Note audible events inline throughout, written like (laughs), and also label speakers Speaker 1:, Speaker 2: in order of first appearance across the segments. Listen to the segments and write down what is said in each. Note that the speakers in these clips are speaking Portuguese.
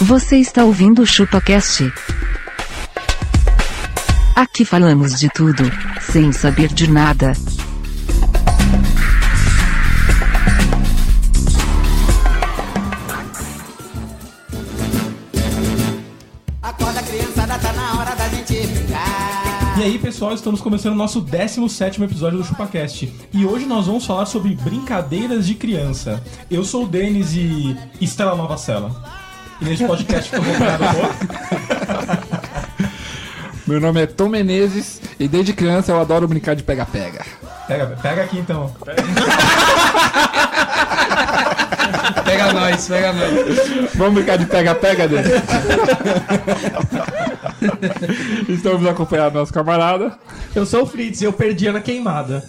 Speaker 1: Você está ouvindo o ChupaCast? Aqui falamos de tudo, sem saber de nada.
Speaker 2: Acorda, criançada, tá na hora da gente brincar.
Speaker 3: E aí, pessoal, estamos começando o nosso 17º episódio do ChupaCast. E hoje nós vamos falar sobre brincadeiras de criança. Eu sou o Denis e Estela Nova Sela. E nesse podcast um foi comprado (laughs) por...
Speaker 4: Meu nome é Tom Menezes e desde criança eu adoro brincar de pega-pega.
Speaker 3: Pega, pega aqui então.
Speaker 5: Pega nós, pega nós.
Speaker 4: Vamos brincar de pega-pega (laughs) dele? Estamos acompanhados do nosso camarada.
Speaker 3: Eu sou o Fritz e eu perdi na queimada.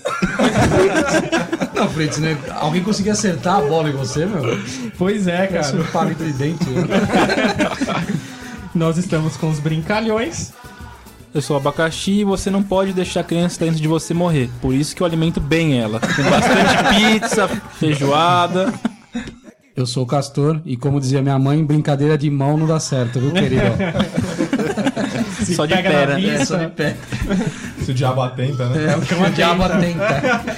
Speaker 5: Não, Fritz, né? Alguém conseguia acertar a bola em você, meu?
Speaker 3: Pois é,
Speaker 5: Parece
Speaker 3: cara.
Speaker 5: um palo entre dente. né?
Speaker 3: Nós estamos com os brincalhões.
Speaker 6: Eu sou abacaxi e você não pode deixar a criança dentro de você morrer. Por isso que eu alimento bem ela.
Speaker 3: (laughs)
Speaker 6: Com bastante pizza, feijoada.
Speaker 5: Eu sou o Castor e, como dizia minha mãe, brincadeira de mão não dá certo, viu, (laughs) querido?
Speaker 3: Se
Speaker 6: Só de
Speaker 3: pega
Speaker 6: pera,
Speaker 3: na
Speaker 6: né?
Speaker 3: vista,
Speaker 5: pé.
Speaker 3: Se o diabo atenta, né?
Speaker 5: É o que uma diabo atenta.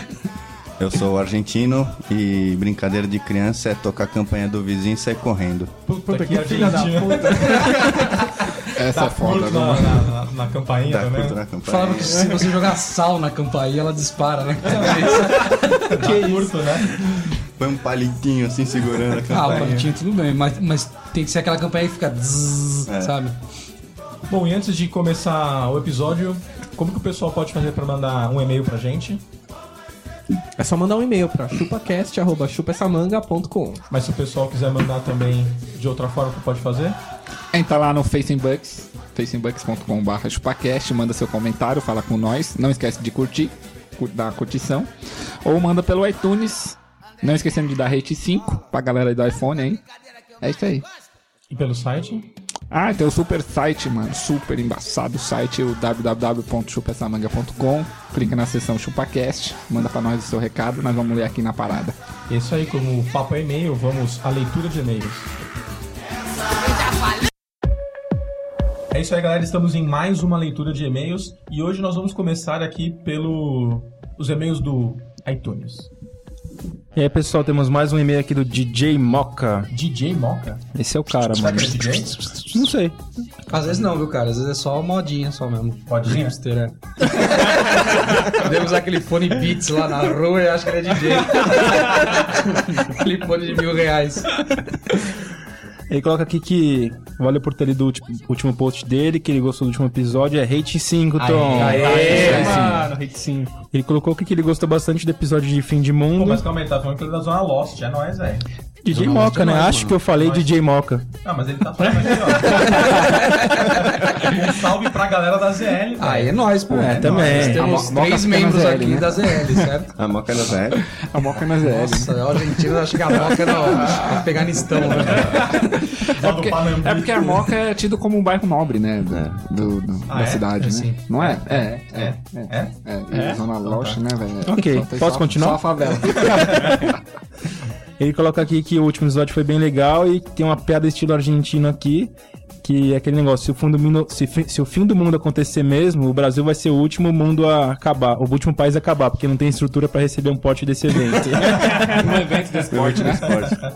Speaker 7: Eu sou argentino e brincadeira de criança é tocar a campanha do vizinho e sair correndo.
Speaker 3: Puta que filha da puta.
Speaker 4: Essa é foda,
Speaker 3: Tá Curto
Speaker 4: não
Speaker 3: na, na, na- né? na né? campainha
Speaker 7: Tá
Speaker 3: também.
Speaker 7: curto na campanha.
Speaker 5: Falava que se você jogar sal na campainha, ela dispara, né?
Speaker 3: Que curto, né?
Speaker 7: Foi um palitinho assim segurando a
Speaker 5: Ah, o
Speaker 7: campanha.
Speaker 5: palitinho tudo bem, mas, mas tem que ser aquela campanha que fica... zzz,
Speaker 7: É.
Speaker 5: Sabe?
Speaker 3: Bom, e antes de começar o episódio, como que o pessoal pode fazer pra mandar um e-mail pra gente?
Speaker 8: É só mandar um e-mail pra chupacast.chupessamanga.com.
Speaker 3: Mas se o pessoal quiser mandar também de outra forma, que pode fazer?
Speaker 4: Entra lá no Facebooks, facebooks.com.br chupacast, manda seu comentário, fala com nós. Não esquece de curtir, cur- dar a curtição. Ou manda pelo iTunes, não esquecendo de dar rate 5 pra galera aí do iPhone, hein? É isso aí.
Speaker 3: E pelo site?
Speaker 4: Ah, tem o super site, mano. Super embaçado o site, o www.chupessamanga.com. Clica na seção ChupaCast, manda pra nós o seu recado, nós vamos ler aqui na parada.
Speaker 3: É Isso aí, como o papo é e-mail, vamos à leitura de e-mails. É isso aí, galera. Estamos em mais uma leitura de e-mails e hoje nós vamos começar aqui pelo os e-mails do iTunes.
Speaker 6: E aí, pessoal, temos mais um e-mail aqui do DJ Moca.
Speaker 3: DJ Moca?
Speaker 6: Esse é o cara,
Speaker 3: Será
Speaker 6: mano.
Speaker 3: que é DJ?
Speaker 6: Não sei.
Speaker 5: Às vezes não, viu, cara? Às vezes é só modinha, só mesmo.
Speaker 3: Modinha?
Speaker 5: Hipster, é. Deve usar aquele fone Beats lá na rua e acho que ele é DJ. aquele fone de mil reais.
Speaker 6: Ele coloca aqui que valeu por ter lido o ulti- último post dele, que ele gostou do último episódio, é Hate 5, Tom.
Speaker 5: Aê,
Speaker 6: Aê,
Speaker 5: aê,
Speaker 6: mano, Hate 5. Ele colocou aqui que ele gostou bastante do episódio de Fim de Mundo.
Speaker 3: Pô, mas calma aí, tá falando que ele é da Zona Lost, é nóis, velho.
Speaker 6: DJ Moca, né? Acho que eu falei DJ Moca.
Speaker 3: Ah, mas ele tá falando aqui, ó. um salve pra galera da ZL, velho.
Speaker 5: Aí é nóis, pô.
Speaker 6: É, também.
Speaker 5: nóis.
Speaker 4: A
Speaker 5: Temos
Speaker 4: Mo- Moca
Speaker 5: três
Speaker 4: fica na
Speaker 5: membros
Speaker 4: ZL,
Speaker 5: aqui
Speaker 4: né?
Speaker 5: da ZL, certo?
Speaker 7: A moca da Zé.
Speaker 4: A Moca é na ZL.
Speaker 5: Nossa, a Argentina acho que a é Moca não. Afeganistão, né?
Speaker 3: Lá do
Speaker 4: Porque-
Speaker 3: Panambi.
Speaker 4: é porque a Moca é tido como um bairro nobre, né? Da, do- do-
Speaker 3: Ah,
Speaker 4: da
Speaker 3: é?
Speaker 4: cidade,
Speaker 3: É,
Speaker 4: né?
Speaker 3: sim.
Speaker 4: Não é? É, é. É,
Speaker 3: É?
Speaker 4: é, é Zona Loche, né, velho?
Speaker 6: Ok,
Speaker 3: Então, tá,
Speaker 4: tem
Speaker 6: posso continuar?
Speaker 4: Só a favela.
Speaker 6: Ele coloca aqui que o último episódio foi bem legal e tem uma piada estilo argentino aqui, que é aquele negócio, se o, fim do mundo, se, fi- se o fim do mundo acontecer mesmo, o Brasil vai ser o último mundo a acabar, o último país a acabar, porque não tem estrutura pra receber um pote
Speaker 7: (laughs)
Speaker 6: desse evento.
Speaker 4: um evento de esporte, né?
Speaker 3: Ah,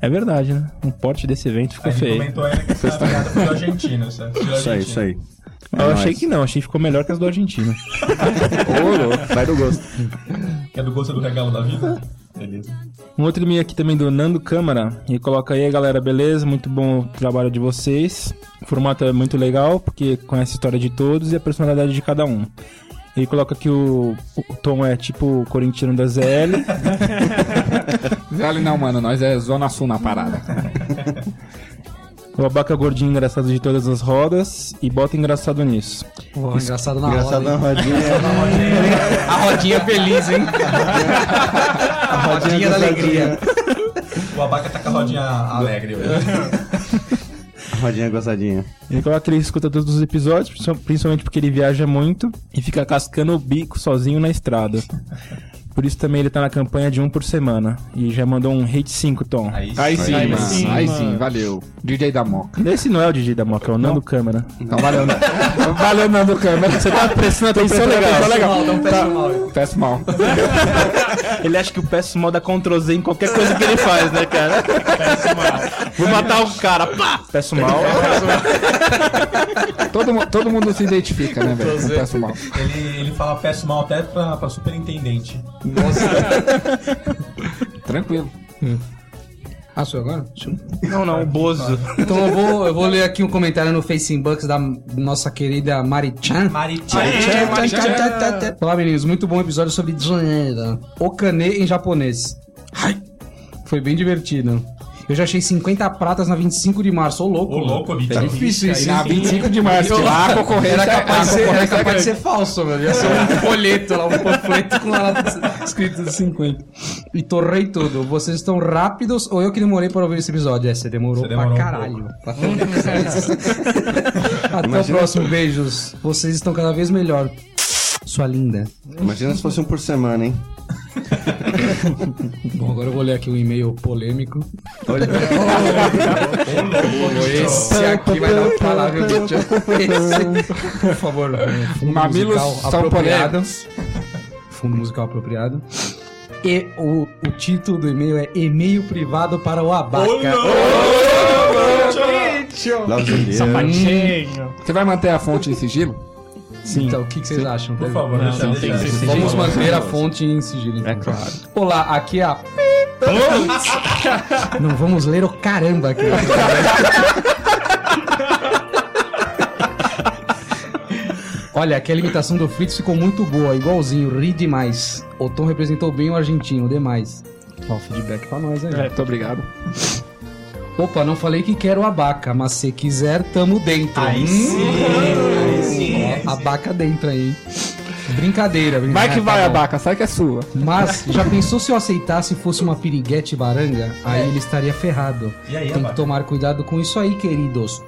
Speaker 6: é verdade, né? Um pote desse evento ficou
Speaker 3: Aí ele
Speaker 6: feio.
Speaker 3: comentou ainda que essa piada foi do argentino, certo?
Speaker 7: Isso aí, isso aí.
Speaker 6: Eu
Speaker 7: É
Speaker 6: achei
Speaker 7: nóis.
Speaker 6: que não, achei que ficou melhor que as do Argentina.
Speaker 7: Ô, louco, vai do gosto.
Speaker 3: Que é do gosto do regalo da vida? Beleza.
Speaker 6: Um outro e-mail aqui também do Nando Câmara. Ele coloca aí, galera, beleza? Muito bom o trabalho de vocês. O formato é muito legal, porque conhece a história de todos e a personalidade de cada um. Ele coloca que o, o Tom é tipo o corintiano da ZL.
Speaker 4: Vale não, mano. Nós é Zona Sul na
Speaker 5: Hum,
Speaker 4: parada.
Speaker 6: o abaca gordinho engraçado de todas as rodas. E bota engraçado nisso.
Speaker 5: Pô, engraçado na
Speaker 7: Engraçado na
Speaker 5: roda.
Speaker 3: (laughs)
Speaker 7: rodinha.
Speaker 5: hein? A rodinha feliz, hein? A rodinha da alegria.
Speaker 3: O abaca tá com a rodinha alegre hoje.
Speaker 7: Rodinha é gozadinha.
Speaker 6: Ele coloca que ele escuta todos os episódios, principal- principalmente porque ele viaja muito e fica cascando o bico sozinho na estrada. Por isso também ele tá na campanha de um por semana. E já mandou um hate 5, Tom.
Speaker 3: Aí,
Speaker 4: Aí sim,
Speaker 9: Aí
Speaker 4: mano.
Speaker 9: sim,
Speaker 4: Aí
Speaker 9: mano.
Speaker 4: sim, valeu. DJ da Moca.
Speaker 6: Esse não é o Didi da Moca, é o Nando Câmara.
Speaker 4: Então valeu,
Speaker 5: (laughs)
Speaker 4: Nando. valeu, Nando Câmara. Você tá prestando atenção
Speaker 6: prestando
Speaker 4: legal.
Speaker 6: atenção
Speaker 4: Tá legal. Tá.
Speaker 5: Não, não peço mal.
Speaker 4: Peço mal.
Speaker 6: Ele acha que o peço mal dá Ctrl Z em qualquer coisa que ele faz, né, cara? Vou matar o cara, pá! Peço mal.
Speaker 4: Todo, mu- todo mundo se identifica, né, velho? Não peço mal.
Speaker 3: Ele, ele fala peço mal até pra, pra superintendente.
Speaker 4: Tranquilo.
Speaker 5: Ah, sou eu agora?
Speaker 6: Não, não, o Bozo.
Speaker 5: Então eu vou, eu vou ler aqui um comentário no Facebook da nossa querida Marichan.
Speaker 3: Maritinha.
Speaker 5: Olá, meninos. Muito bom episódio sobre dinheiro. Okane em japonês. Ai, Foi bem divertido. Eu já achei 50 pratas na 25 de março. Ô, louco.
Speaker 3: Ô, louco, bicho.
Speaker 5: É difícil isso.
Speaker 4: Na 25 de março.
Speaker 5: (laughs)
Speaker 4: A concorrência
Speaker 5: Era é capaz, de ser, era
Speaker 4: concorrência
Speaker 5: capaz de ser falso, meu. Ia ser um folheto (laughs) lá, um panfleto com lá escrito 50. E torrei tudo. Vocês estão rápidos ou eu que demorei para ouvir esse episódio? É, você demorou,
Speaker 3: Você demorou um
Speaker 5: pra caralho. (laughs) Até o próximo, beijos. Vocês estão cada vez melhor. Sua linda.
Speaker 7: Imagina se fosse um por semana, hein?
Speaker 5: Bom, agora eu vou ler aqui um e-mail polêmico. Esse aqui vai dar o palavra, viu, tio? Esse- Por favor, é, fundo
Speaker 4: Mamilos
Speaker 5: musical
Speaker 4: são
Speaker 5: apropriado.
Speaker 4: polêmicos.
Speaker 5: Fundo musical apropriado. E o, o título do e-mail é E-mail privado para o Abaca.
Speaker 7: Lauzinho.
Speaker 5: Hum.
Speaker 9: Sapatinho.
Speaker 4: Você vai manter a fonte em sigilo?
Speaker 6: Sim.
Speaker 5: Então, o que, que vocês acham?
Speaker 3: Por favor, deixa,
Speaker 9: não,
Speaker 3: deixa.
Speaker 9: tem que ser
Speaker 5: Vamos manter a fonte em sigilo. então.
Speaker 9: É claro.
Speaker 5: Olá, aqui é a. Não vamos ler o caramba aqui. Olha, aqui a limitação do Fritz ficou muito boa, igualzinho, ri demais. O Tom representou bem o argentino, demais. Ó, feedback pra nós aí.
Speaker 4: É, Muito obrigado.
Speaker 5: Opa, não falei que quero abaca, mas se quiser, tamo dentro.
Speaker 3: Aí sim, aí sim.
Speaker 5: Ó, abaca dentro aí. hein? Brincadeira, brincadeira.
Speaker 4: Vai que
Speaker 5: Ah, tá
Speaker 4: vai,
Speaker 5: bom.
Speaker 4: Abaca. Sai que é sua.
Speaker 5: Mas já pensou se eu aceitasse e fosse uma piriguete baranga? Aí ele estaria ferrado.
Speaker 3: E aí,
Speaker 5: Tem que
Speaker 3: Abaca?
Speaker 5: tomar cuidado com isso aí, queridos.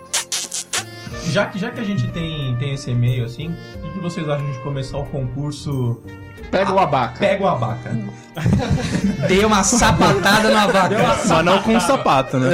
Speaker 3: Já que, já que a gente tem, tem esse e-mail assim, o que que vocês acham de começar o concurso
Speaker 4: Pega o Abaca.
Speaker 3: Pega o Abaca?
Speaker 5: Dei uma sapatada na vaca.
Speaker 6: Mas não com sapato, né?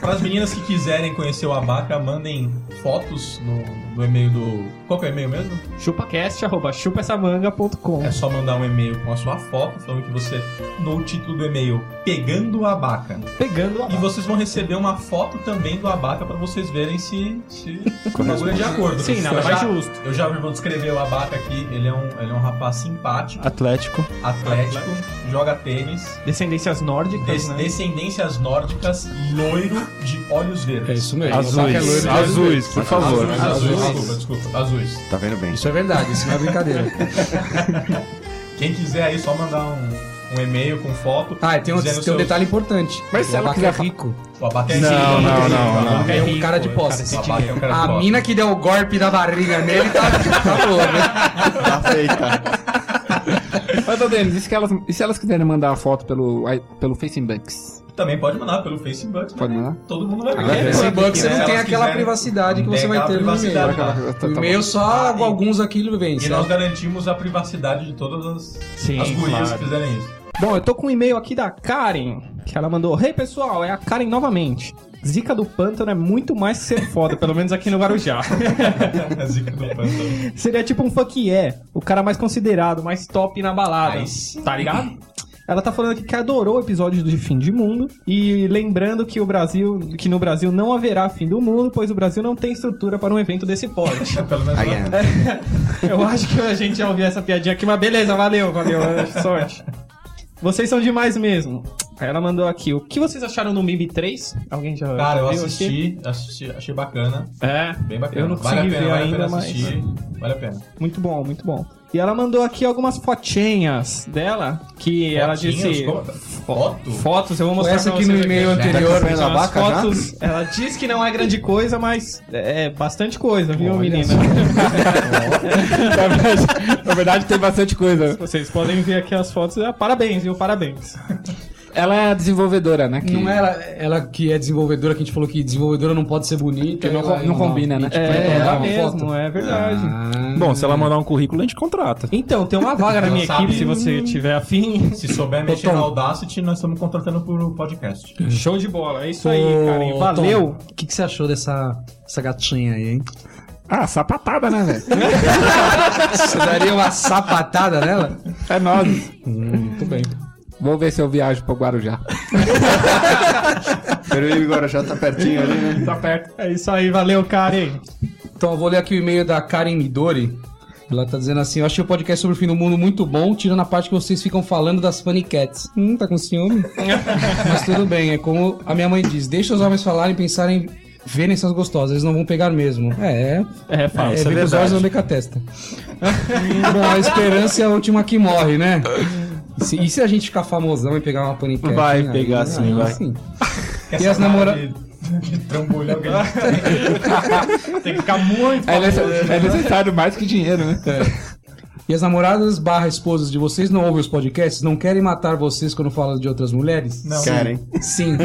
Speaker 3: Para as meninas que quiserem conhecer o Abaca, mandem fotos no, no e-mail do. Qual que é o e-mail mesmo?
Speaker 9: Chupacast, arroba chupaessamanga.com.
Speaker 3: É só mandar um e-mail com a sua foto, falando que você, no título do e-mail, pegando o Abaca.
Speaker 9: Pegando a
Speaker 3: E vocês vão receber uma foto também do Abaca pra vocês verem se, se o bagulho é de acordo.
Speaker 9: Sim,
Speaker 3: eu
Speaker 9: nada mais
Speaker 3: já,
Speaker 9: justo.
Speaker 3: eu já vou descrever o Abaca aqui, ele é um, ele é um rapaz simpático,
Speaker 6: Atlético.
Speaker 3: Ah, atlético, joga tênis,
Speaker 9: Descendências nórdicas,
Speaker 3: des-
Speaker 9: né?
Speaker 3: descendências nórdicas, loiro de olhos verdes.
Speaker 5: É isso mesmo. Só que é
Speaker 6: Azuis.
Speaker 5: loiro.
Speaker 6: Azuis, por favor.
Speaker 3: Azuis, azuis, desculpa, desculpa, azuis.
Speaker 7: Tá vendo bem?
Speaker 5: Isso é verdade, isso não é brincadeira.
Speaker 3: Quem quiser aí, só mandar um, um e-mail com foto.
Speaker 5: Ah, e tem um,
Speaker 3: dizendo
Speaker 5: tem um
Speaker 3: seus-
Speaker 5: detalhe importante.
Speaker 4: Mas se
Speaker 5: o
Speaker 4: ela
Speaker 5: abaca é
Speaker 4: quiser fa-
Speaker 5: rico.
Speaker 3: O Abaca é
Speaker 6: Não,
Speaker 3: rico,
Speaker 6: não,
Speaker 3: o Abaca é
Speaker 6: não,
Speaker 3: rico, o
Speaker 6: não.
Speaker 3: Abaca é
Speaker 5: É um
Speaker 9: rico,
Speaker 5: cara de
Speaker 9: é um
Speaker 5: posse.
Speaker 3: rico, o Abaca é um cara de
Speaker 5: A
Speaker 3: foto.
Speaker 5: mina que deu o golpe na barriga nele tá, tá boa, né?
Speaker 7: Tá feita.
Speaker 4: Mas, ô Denis, e se elas, e se elas quiserem mandar a foto pelo, ai- pelo Facebooks?
Speaker 3: Também pode mandar pelo Facebook, né?
Speaker 4: Pode mandar?
Speaker 3: Todo mundo vai né? ver.
Speaker 4: Agora,
Speaker 5: Esse banco você
Speaker 3: Se
Speaker 5: não tem
Speaker 3: elas
Speaker 5: aquela
Speaker 3: quiserem,
Speaker 5: privacidade que
Speaker 3: não né? tem
Speaker 5: você vai
Speaker 3: aquela
Speaker 5: ter no
Speaker 3: privacidade,
Speaker 5: e-mail.
Speaker 3: cara.
Speaker 4: Tá- tá
Speaker 5: O
Speaker 4: bom.
Speaker 5: e-mail só
Speaker 3: Ah, e-
Speaker 5: alguns aqui ele vem.
Speaker 3: E nós garantimos a privacidade de todas as,
Speaker 9: Sim,
Speaker 3: as gurias
Speaker 9: claro.
Speaker 3: que fizerem
Speaker 5: (laughs)
Speaker 3: isso. (laughs)
Speaker 9: Bom, eu tô com um e-mail aqui da Karen, que ela mandou: Hey pessoal, é a Karen novamente. Zica do pântano é muito mais que ser foda, pelo menos aqui no Guarujá. (laughs)
Speaker 3: A zica do pântano.
Speaker 9: Seria tipo um fuck yeah, o cara mais considerado, mais top na balada.
Speaker 3: Aí sim.
Speaker 9: Tá ligado? (clears throat) Ela tá falando aqui que adorou o episódio de fim de mundo e lembrando que o Brasil, que no Brasil não haverá fim do mundo, pois o Brasil não tem estrutura para um evento desse porte.
Speaker 3: Pelo menos
Speaker 7: Again.
Speaker 9: (laughs) Eu acho que a gente já ouviu essa piadinha aqui, mas beleza, valeu, valeu, é sorte. Vocês são demais mesmo. Aí ela mandou aqui, o que vocês acharam do MIB 3? Alguém já
Speaker 3: Cara, eu
Speaker 9: já viu aqui?
Speaker 3: assisti, assisti, achei bacana,
Speaker 9: É,
Speaker 3: bem bacana.
Speaker 9: Eu não
Speaker 3: vale a
Speaker 9: consegui
Speaker 3: pena,
Speaker 9: ver
Speaker 3: vale
Speaker 9: ainda,
Speaker 3: a pena
Speaker 9: mas-
Speaker 3: assistir, vale a pena.
Speaker 9: muito bom, muito bom. E ela mandou aqui algumas fotinhas dela, que ela
Speaker 3: Fotinhos,
Speaker 9: disse...
Speaker 3: como- Foto?
Speaker 9: Fotos, eu vou mostrar
Speaker 5: Essa
Speaker 9: pra
Speaker 5: aqui no
Speaker 9: vocês
Speaker 5: e-mail
Speaker 9: aqui.
Speaker 5: anterior.
Speaker 7: Tá acompanhando
Speaker 9: São
Speaker 7: a
Speaker 9: as
Speaker 7: vaca já?
Speaker 9: fotos, ela diz que não é grande coisa, mas é bastante coisa, viu,
Speaker 4: (laughs)
Speaker 9: menina? (laughs)
Speaker 4: Na verdade, na verdade, tem bastante coisa.
Speaker 9: Vocês podem ver aqui as fotos. Ah, é, Parabéns, viu? Parabéns.
Speaker 4: Ela é a desenvolvedora, né? que-
Speaker 5: Não é ela, ela que é desenvolvedora, que a gente falou que desenvolvedora não pode ser bonita.
Speaker 4: Que não
Speaker 5: ela-
Speaker 4: com- não combina, né?
Speaker 5: e, tipo,
Speaker 4: É,
Speaker 5: ela
Speaker 9: É,
Speaker 5: dá
Speaker 9: ela
Speaker 5: uma
Speaker 9: mesmo,
Speaker 5: foto.
Speaker 9: é verdade.
Speaker 5: Ah.
Speaker 6: Bom, se ela mandar um currículo, a gente contrata.
Speaker 9: Então, tem uma vaga na minha
Speaker 3: Sabe-
Speaker 9: equipe, se você tiver afim.
Speaker 3: Se souber mexer na Audacity, nós estamos contratando pro podcast.
Speaker 9: Show de bola, é isso aí, carinho.
Speaker 5: Ô,
Speaker 9: Valeu.
Speaker 5: Tom, O que, que você achou dessa, dessa gatinha aí, hein?
Speaker 4: Ah, sapatada, né, velho?
Speaker 5: Você daria (laughs) uma sapatada nela?
Speaker 4: É nóis.
Speaker 5: Hum, Muito bem.
Speaker 4: Vou ver se eu viajo pro Guarujá.
Speaker 7: Peruíbe agora já tá pertinho ali, né?
Speaker 4: Tá perto.
Speaker 9: É isso aí, valeu, Karen.
Speaker 5: Então, eu vou ler aqui o e-mail da Karen Midori. Ela tá dizendo assim: Eu achei o podcast sobre o fim do mundo muito bom, tirando a parte que vocês ficam falando das funny cats. Hum, tá com ciúme? (laughs) Mas tudo bem, é como a minha mãe diz: Deixa os homens falarem, pensarem, verem essas gostosas, eles não vão pegar mesmo. É, é
Speaker 9: É,
Speaker 6: Ah,
Speaker 5: É,
Speaker 9: fala.
Speaker 5: é vem com os olhos e não vem com a testa. (laughs) Bom, a esperança é a última que morre, né? E se, e se a gente ficar famosão e pegar uma paniquete?
Speaker 6: Vai pegar sim, vai.
Speaker 5: E as namora-
Speaker 3: De, de trambolhão que a gente tem.
Speaker 9: Tem que ficar muito.
Speaker 4: É, nece- é necessário mais que dinheiro, né?
Speaker 5: E as namoradas barra esposas de vocês não ouvem os podcasts? Não querem matar vocês quando falam de outras mulheres?
Speaker 3: Não.
Speaker 7: Karen.
Speaker 5: Sim.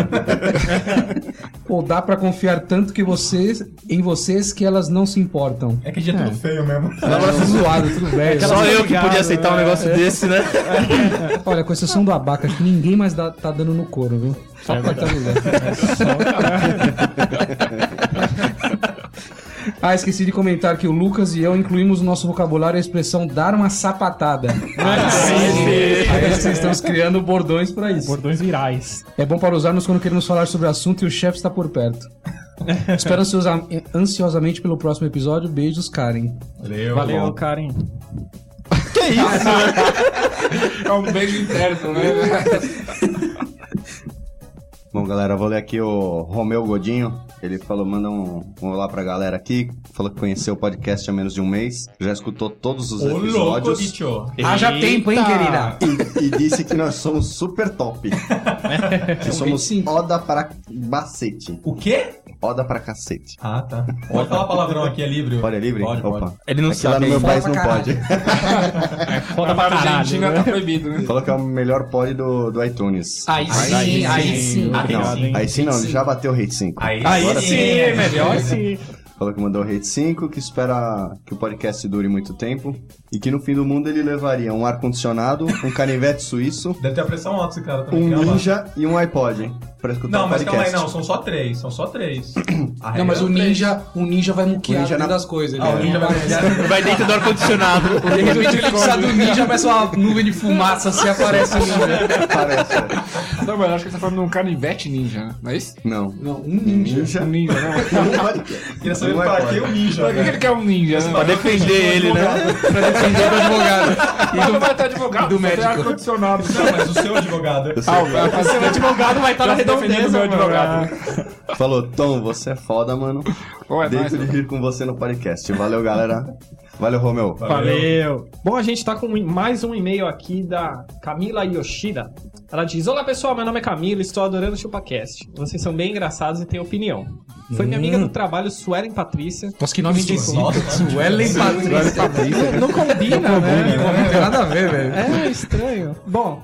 Speaker 5: Ou dá pra confiar tanto que vocês, em vocês que elas não se importam?
Speaker 3: É que dia é tudo feio mesmo.
Speaker 5: Elas são zoadas, tudo bem.
Speaker 9: Só eu que podia
Speaker 6: aceitar um negócio desse, né?
Speaker 5: (laughs) Olha, com exceção do abaca, que ninguém mais dá- tá dando no couro, viu? Só é corta a mulher. (laughs) ah, esqueci de comentar que o Lucas e eu incluímos no nosso vocabulário a expressão dar uma (laughs) sapatada. Aí vocês estão criando bordões pra isso.
Speaker 9: Bordões virais.
Speaker 5: É bom para usarmos quando queremos falar sobre o assunto e o chefe está por (laughs) perto. Espero ansiosa- ansiosamente pelo próximo episódio. Beijos, Karen.
Speaker 3: Valeu.
Speaker 9: Valeu, Karen.
Speaker 4: É um beijo interno, né?
Speaker 7: Bom, galera, eu vou ler aqui o Romeu Godinho. Ele falou, manda um, um olá pra galera aqui. Falou que conheceu o podcast há menos de um mês. Já escutou todos os
Speaker 3: Ô, louco,
Speaker 7: episódios.
Speaker 3: bicho.
Speaker 5: Haja tempo, hein, querida?
Speaker 7: E, e disse que nós somos super
Speaker 3: (laughs)
Speaker 7: top. que somos
Speaker 5: 25.
Speaker 7: oda pra bacete.
Speaker 3: O quê?
Speaker 7: Oda pra cacete.
Speaker 3: Ah, tá. Pode falar palavrão aqui, é livre.
Speaker 7: Pode é livre?
Speaker 3: Pode,
Speaker 7: Opa.
Speaker 3: pode.
Speaker 6: Ele não
Speaker 7: É que lá
Speaker 6: sabe.
Speaker 7: no meu
Speaker 5: Fala
Speaker 7: país
Speaker 5: pra
Speaker 7: não pode.
Speaker 9: Foda pra caralho.
Speaker 4: Argentina tá proibido, né?
Speaker 7: (laughs) Falou que é o melhor pod do, do iTunes.
Speaker 5: Aí sim, aí, sim.
Speaker 3: Ah,
Speaker 7: não,
Speaker 3: sim.
Speaker 7: aí sim não, ele já bateu o rate 5.
Speaker 3: Aí,
Speaker 9: Aí
Speaker 3: agora
Speaker 9: sim, é melhor sim.
Speaker 7: Falou que mandou o rate 5, que espera que o podcast dure muito tempo. E que no fim do mundo ele levaria um ar-condicionado, um canivete suíço,
Speaker 3: Deve ter a pressão alta esse cara também.
Speaker 7: um
Speaker 3: calma.
Speaker 7: ninja e um iPod, hein? Pra escutar
Speaker 3: Não,
Speaker 7: o
Speaker 3: mas calma
Speaker 7: podcast.
Speaker 3: aí, não. São só três. São só três. A regra
Speaker 5: Não, mas
Speaker 3: é
Speaker 5: o
Speaker 3: três.
Speaker 5: ninja, é. o ninja vai muquear
Speaker 7: O
Speaker 5: o
Speaker 7: ninja
Speaker 5: ninja
Speaker 7: na-
Speaker 5: das coisas. Ele
Speaker 3: Ah, o ninja vai ganhar.
Speaker 6: Vai dentro do ar-condicionado.
Speaker 5: De repente ele precisa do (laughs) ninja, parece uma nuvem de fumaça, assim aparece o ninja.
Speaker 3: (laughs)
Speaker 7: Parece. é.
Speaker 4: Não, mas eu acho que você tá falando de um canivete ninja, né? Não é isso?
Speaker 7: Não.
Speaker 5: Não, um ninja.
Speaker 7: Ninja.
Speaker 4: Ninja, né?
Speaker 7: (laughs) Um podcast.
Speaker 3: Queria saber
Speaker 7: Um
Speaker 3: pra
Speaker 7: iPod.
Speaker 3: que o ninja,
Speaker 4: Pra que
Speaker 3: né?
Speaker 4: ele quer um ninja, né?
Speaker 6: Pra defender ele, né?
Speaker 5: Pra defender do advogado.
Speaker 4: E não vai estar advogado,
Speaker 5: do
Speaker 4: só tem
Speaker 5: médico.
Speaker 4: ar-condicionado.
Speaker 3: Não, mas o seu advogado. é
Speaker 4: Ah, vai fazer
Speaker 9: O advogado vai estar na
Speaker 4: meu
Speaker 9: redondeza,
Speaker 4: um
Speaker 9: mano.
Speaker 4: advogado.
Speaker 7: Falou, Tom, você é foda, mano.
Speaker 4: Ou é nóis,
Speaker 7: Deito de rir com você no podcast. Valeu, galera. Valeu, Romeu.
Speaker 9: Valeu. Bom, a gente tá com mais um e-mail aqui da Camila Yoshida. Ela diz: Olá pessoal, meu nome é Camila, estou adorando o ChupaCast. Vocês são bem engraçados e têm opinião. Foi minha amiga do trabalho, Suelen Patrícia.
Speaker 5: Nossa, que nome esquisito.
Speaker 4: assim
Speaker 5: Suelen
Speaker 4: Agora é
Speaker 5: Patrícia.
Speaker 4: Patrícia.
Speaker 9: (laughs) Não combina, né?
Speaker 5: Não tem nada a ver, velho.
Speaker 9: É estranho. Bom,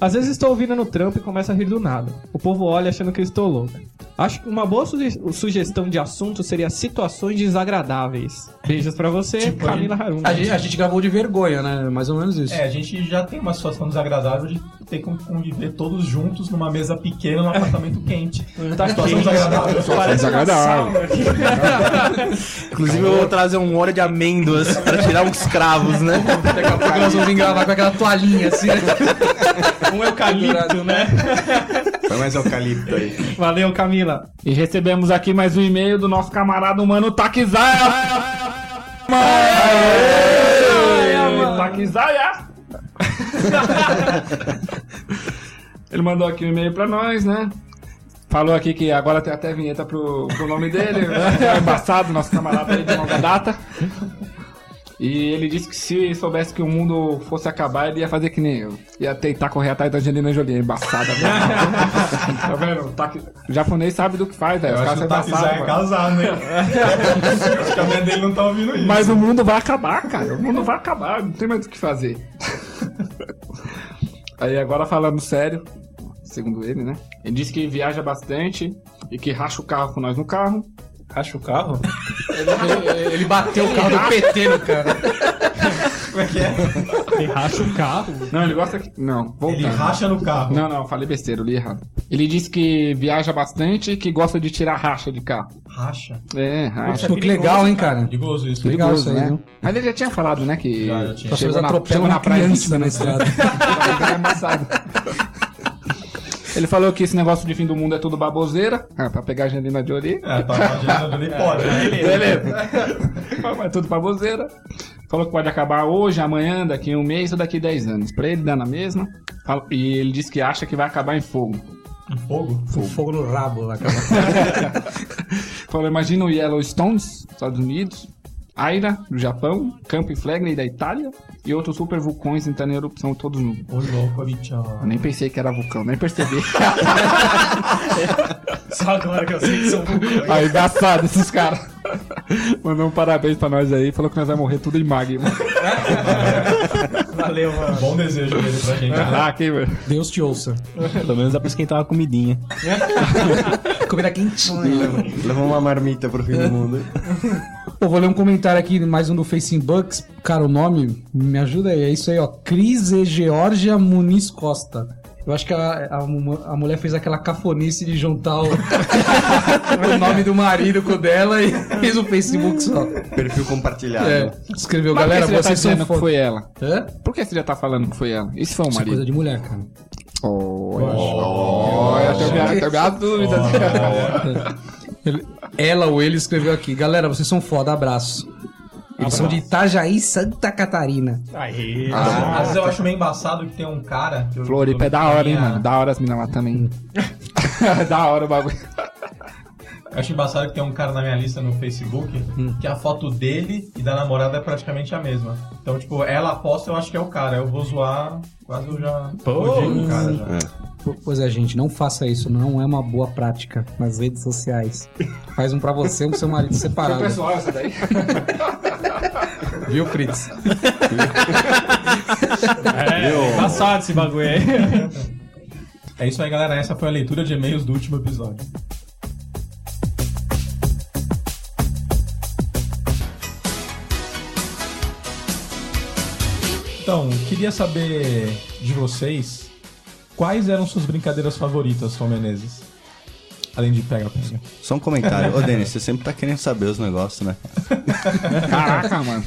Speaker 9: às vezes estou ouvindo no trampo e começo a rir do nada. O povo olha achando que eu estou louco. Acho que uma boa suge- sugestão de assunto seria situações desagradáveis. Beijos pra você, Camila Haruna.
Speaker 5: Tipo, A gente, a gente gravou de vergonha, né? Mais ou menos isso.
Speaker 3: É, a gente já tem uma situação desagradável de ter que conviver todos juntos numa mesa pequena, num apartamento quente.
Speaker 9: Tá
Speaker 3: Situação desagradável.
Speaker 9: Parece uma
Speaker 4: desagradável.
Speaker 9: sauna aqui.
Speaker 8: Inclusive, eu vou trazer um óleo de amêndoas pra tirar uns cravos, né?
Speaker 5: Daqui a pouco nós vamos vir gravar com aquela toalhinha assim, né?
Speaker 9: Um eucalipto, né?
Speaker 7: Foi mais eucalipto aí.
Speaker 9: Valeu, Camila.
Speaker 4: E recebemos aqui mais um e-mail do nosso camarada humano Takizaya. Takizaya! (laughs) Ele mandou aqui um e-mail pra nós, né? Falou aqui que agora tem até vinheta pro, pro nome dele. né? É embaçado, nosso camarada aí de longa data. E ele disse que se soubesse que o mundo fosse acabar, ele ia fazer que nem eu. Ia tentar correr atrás da Angelina Jolie,
Speaker 3: (laughs)
Speaker 4: embaçada. mesmo. tá vendo? Taki- O japonês sabe do que faz, velho.
Speaker 3: Eu
Speaker 4: Os
Speaker 3: acho
Speaker 4: caras
Speaker 3: que
Speaker 4: são
Speaker 3: o Takizai é
Speaker 4: embaçados. mano.
Speaker 3: casado, né? acho que a mãe dele não tá ouvindo isso.
Speaker 4: Mas o mundo vai acabar, cara. O mundo vai acabar, (laughs) não tem mais o que fazer. Aí agora falando sério, segundo ele, né? Ele disse que viaja bastante e que racha o carro com nós no carro.
Speaker 6: Racha o carro?
Speaker 5: Ele, ele bateu o carro do PT no cara.
Speaker 3: é.
Speaker 9: Ele racha o carro.
Speaker 4: Não, ele gosta que. Não, voltando.
Speaker 3: Ele racha no carro.
Speaker 4: Não, não, falei besteira, eu li errado. Ele disse que viaja bastante e que gosta de tirar racha de carro.
Speaker 3: Racha.
Speaker 4: É, racha.
Speaker 5: Pô, tipo, que legal, hein, cara?
Speaker 3: Perigoso isso.
Speaker 5: Legal isso aí,
Speaker 4: né?
Speaker 5: viu?
Speaker 4: Mas ele já tinha falado, né? Que
Speaker 3: Já, já tinha.
Speaker 5: As pessoas
Speaker 4: chegou na,
Speaker 5: atropelam
Speaker 4: chegou
Speaker 5: uma
Speaker 4: na praia
Speaker 5: criança na estrada.
Speaker 4: É embaçado. (laughs) Ele falou que esse negócio de fim do mundo é tudo baboseira. Ah, pra pegar a Angelina Jolie.
Speaker 3: É, tá adiantando ali, pode. né?
Speaker 4: Beleza. é tudo baboseira. Falou que pode acabar hoje, amanhã, daqui a um mês ou daqui a 10 anos. Pra ele dá na mesma. Fala- E ele disse que acha que vai acabar em fogo.
Speaker 3: Fogo?
Speaker 5: Fogo. fogo no rabo lá, cara.
Speaker 4: (laughs) Falou, imagina o Yellowstones, Estados Unidos. Aira, do Japão, Campo Flegrei, da Itália, e outros super vulcões entrando em erupção todos no
Speaker 3: Ô, louco, bichão.
Speaker 4: Eu nem pensei que era vulcão, nem percebi. (laughs)
Speaker 3: Só agora que eu sei que são vulcões.
Speaker 4: Ah, engraçado esses caras. Mandou um parabéns pra nós aí, falou que nós vai morrer tudo em magma.
Speaker 3: Valeu, mano. Bom desejo dele pra gente. né?
Speaker 4: Caraca, hein, velho.
Speaker 5: Deus te ouça.
Speaker 6: Pelo menos dá pra esquentar uma comidinha.
Speaker 5: É Comida quentinha.
Speaker 7: Levou uma marmita pro fim do mundo.
Speaker 5: Pô, vou ler um comentário aqui, mais um do Facebooks. Cara, o nome, me ajuda aí. É isso aí, ó. Cris e Georgia Muniz Costa. Eu acho que a, a, mu- a mulher fez aquela cafonice de juntar o, (laughs) o nome do marido com o dela e (laughs) fez um Facebook só.
Speaker 7: Perfil compartilhado.
Speaker 5: É, escreveu,
Speaker 4: Mas
Speaker 5: galera,
Speaker 4: por que você já tá
Speaker 5: vocês são
Speaker 4: dizendo que
Speaker 5: foda.
Speaker 4: foi ela?
Speaker 5: Hã?
Speaker 4: Por que você já tá falando que foi ela? Isso foi o
Speaker 5: Isso é coisa
Speaker 4: marido.
Speaker 5: de mulher, cara.
Speaker 4: Olha, tem minha- tem minhas dúvidas.
Speaker 5: Ele- Ela ou ele escreveu aqui. Galera, vocês são foda, abraço. Eles são de Itajaí, Santa Catarina.
Speaker 3: Aê. Às vezes eu acho meio embaçado que tem um cara. que eu-
Speaker 4: Floripa é da hora, hein, mano? Da hora as minas lá também. (laughs) da hora o bagulho.
Speaker 3: Eu acho embaçado que tem um cara na minha lista no Facebook que a foto dele e da namorada é praticamente a mesma. Então, tipo, ela posta, eu acho que é o cara. Eu vou zoar, quase eu já. odiei o cara já.
Speaker 5: P- Pois é, gente, não faça isso, não é uma boa prática nas redes sociais. Faz um pra você e um pro seu marido
Speaker 4: Foi
Speaker 5: separado.
Speaker 4: pessoal essa daí.
Speaker 5: Viu, Cris?
Speaker 9: É, passado esse bagulho aí.
Speaker 3: É isso aí, galera. Essa foi a leitura de e-mails do último episódio. Então, queria saber de vocês quais eram suas brincadeiras favoritas, Tom Menezes? Além de pega-pega.
Speaker 7: Só um comentário. Ô, Denis, você sempre tá querendo saber os negócios, né?
Speaker 4: Caraca, mano.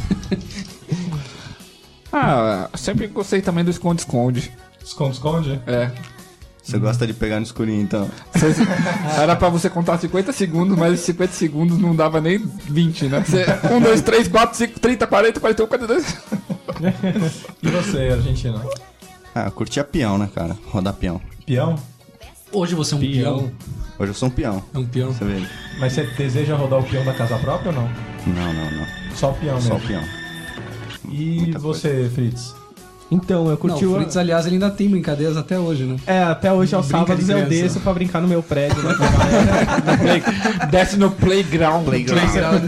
Speaker 4: Ah, sempre gostei também do esconde-esconde.
Speaker 3: Esconde-esconde?
Speaker 4: É.
Speaker 7: Você gosta de pegar no escurinho, então.
Speaker 4: Cês- Era pra você contar 50 segundos, mas 50 segundos não dava nem 20, né? 1, 2, 3, 4, 5, 30, 40, 41, 42.
Speaker 3: E você, Argentina?
Speaker 7: Ah, curti a peão, né, cara? Rodar peão.
Speaker 3: Peão?
Speaker 5: Hoje você é um peão.
Speaker 7: Hoje eu sou um peão.
Speaker 5: É um peão.
Speaker 7: Você vê?
Speaker 3: Mas você deseja rodar o peão da casa própria ou não?
Speaker 7: Não, não, não.
Speaker 3: Só peão mesmo.
Speaker 7: Só o peão.
Speaker 3: E você, Fritz?
Speaker 9: Então, eu
Speaker 5: Não,
Speaker 9: curti
Speaker 5: o
Speaker 9: o.
Speaker 5: Fritz, aliás, ele ainda tem brincadeiras até hoje, né?
Speaker 9: É, até hoje aos
Speaker 5: Brinca de
Speaker 9: sábados eu
Speaker 5: criança.
Speaker 9: desço pra brincar no meu prédio. Né?
Speaker 4: Desce no playground.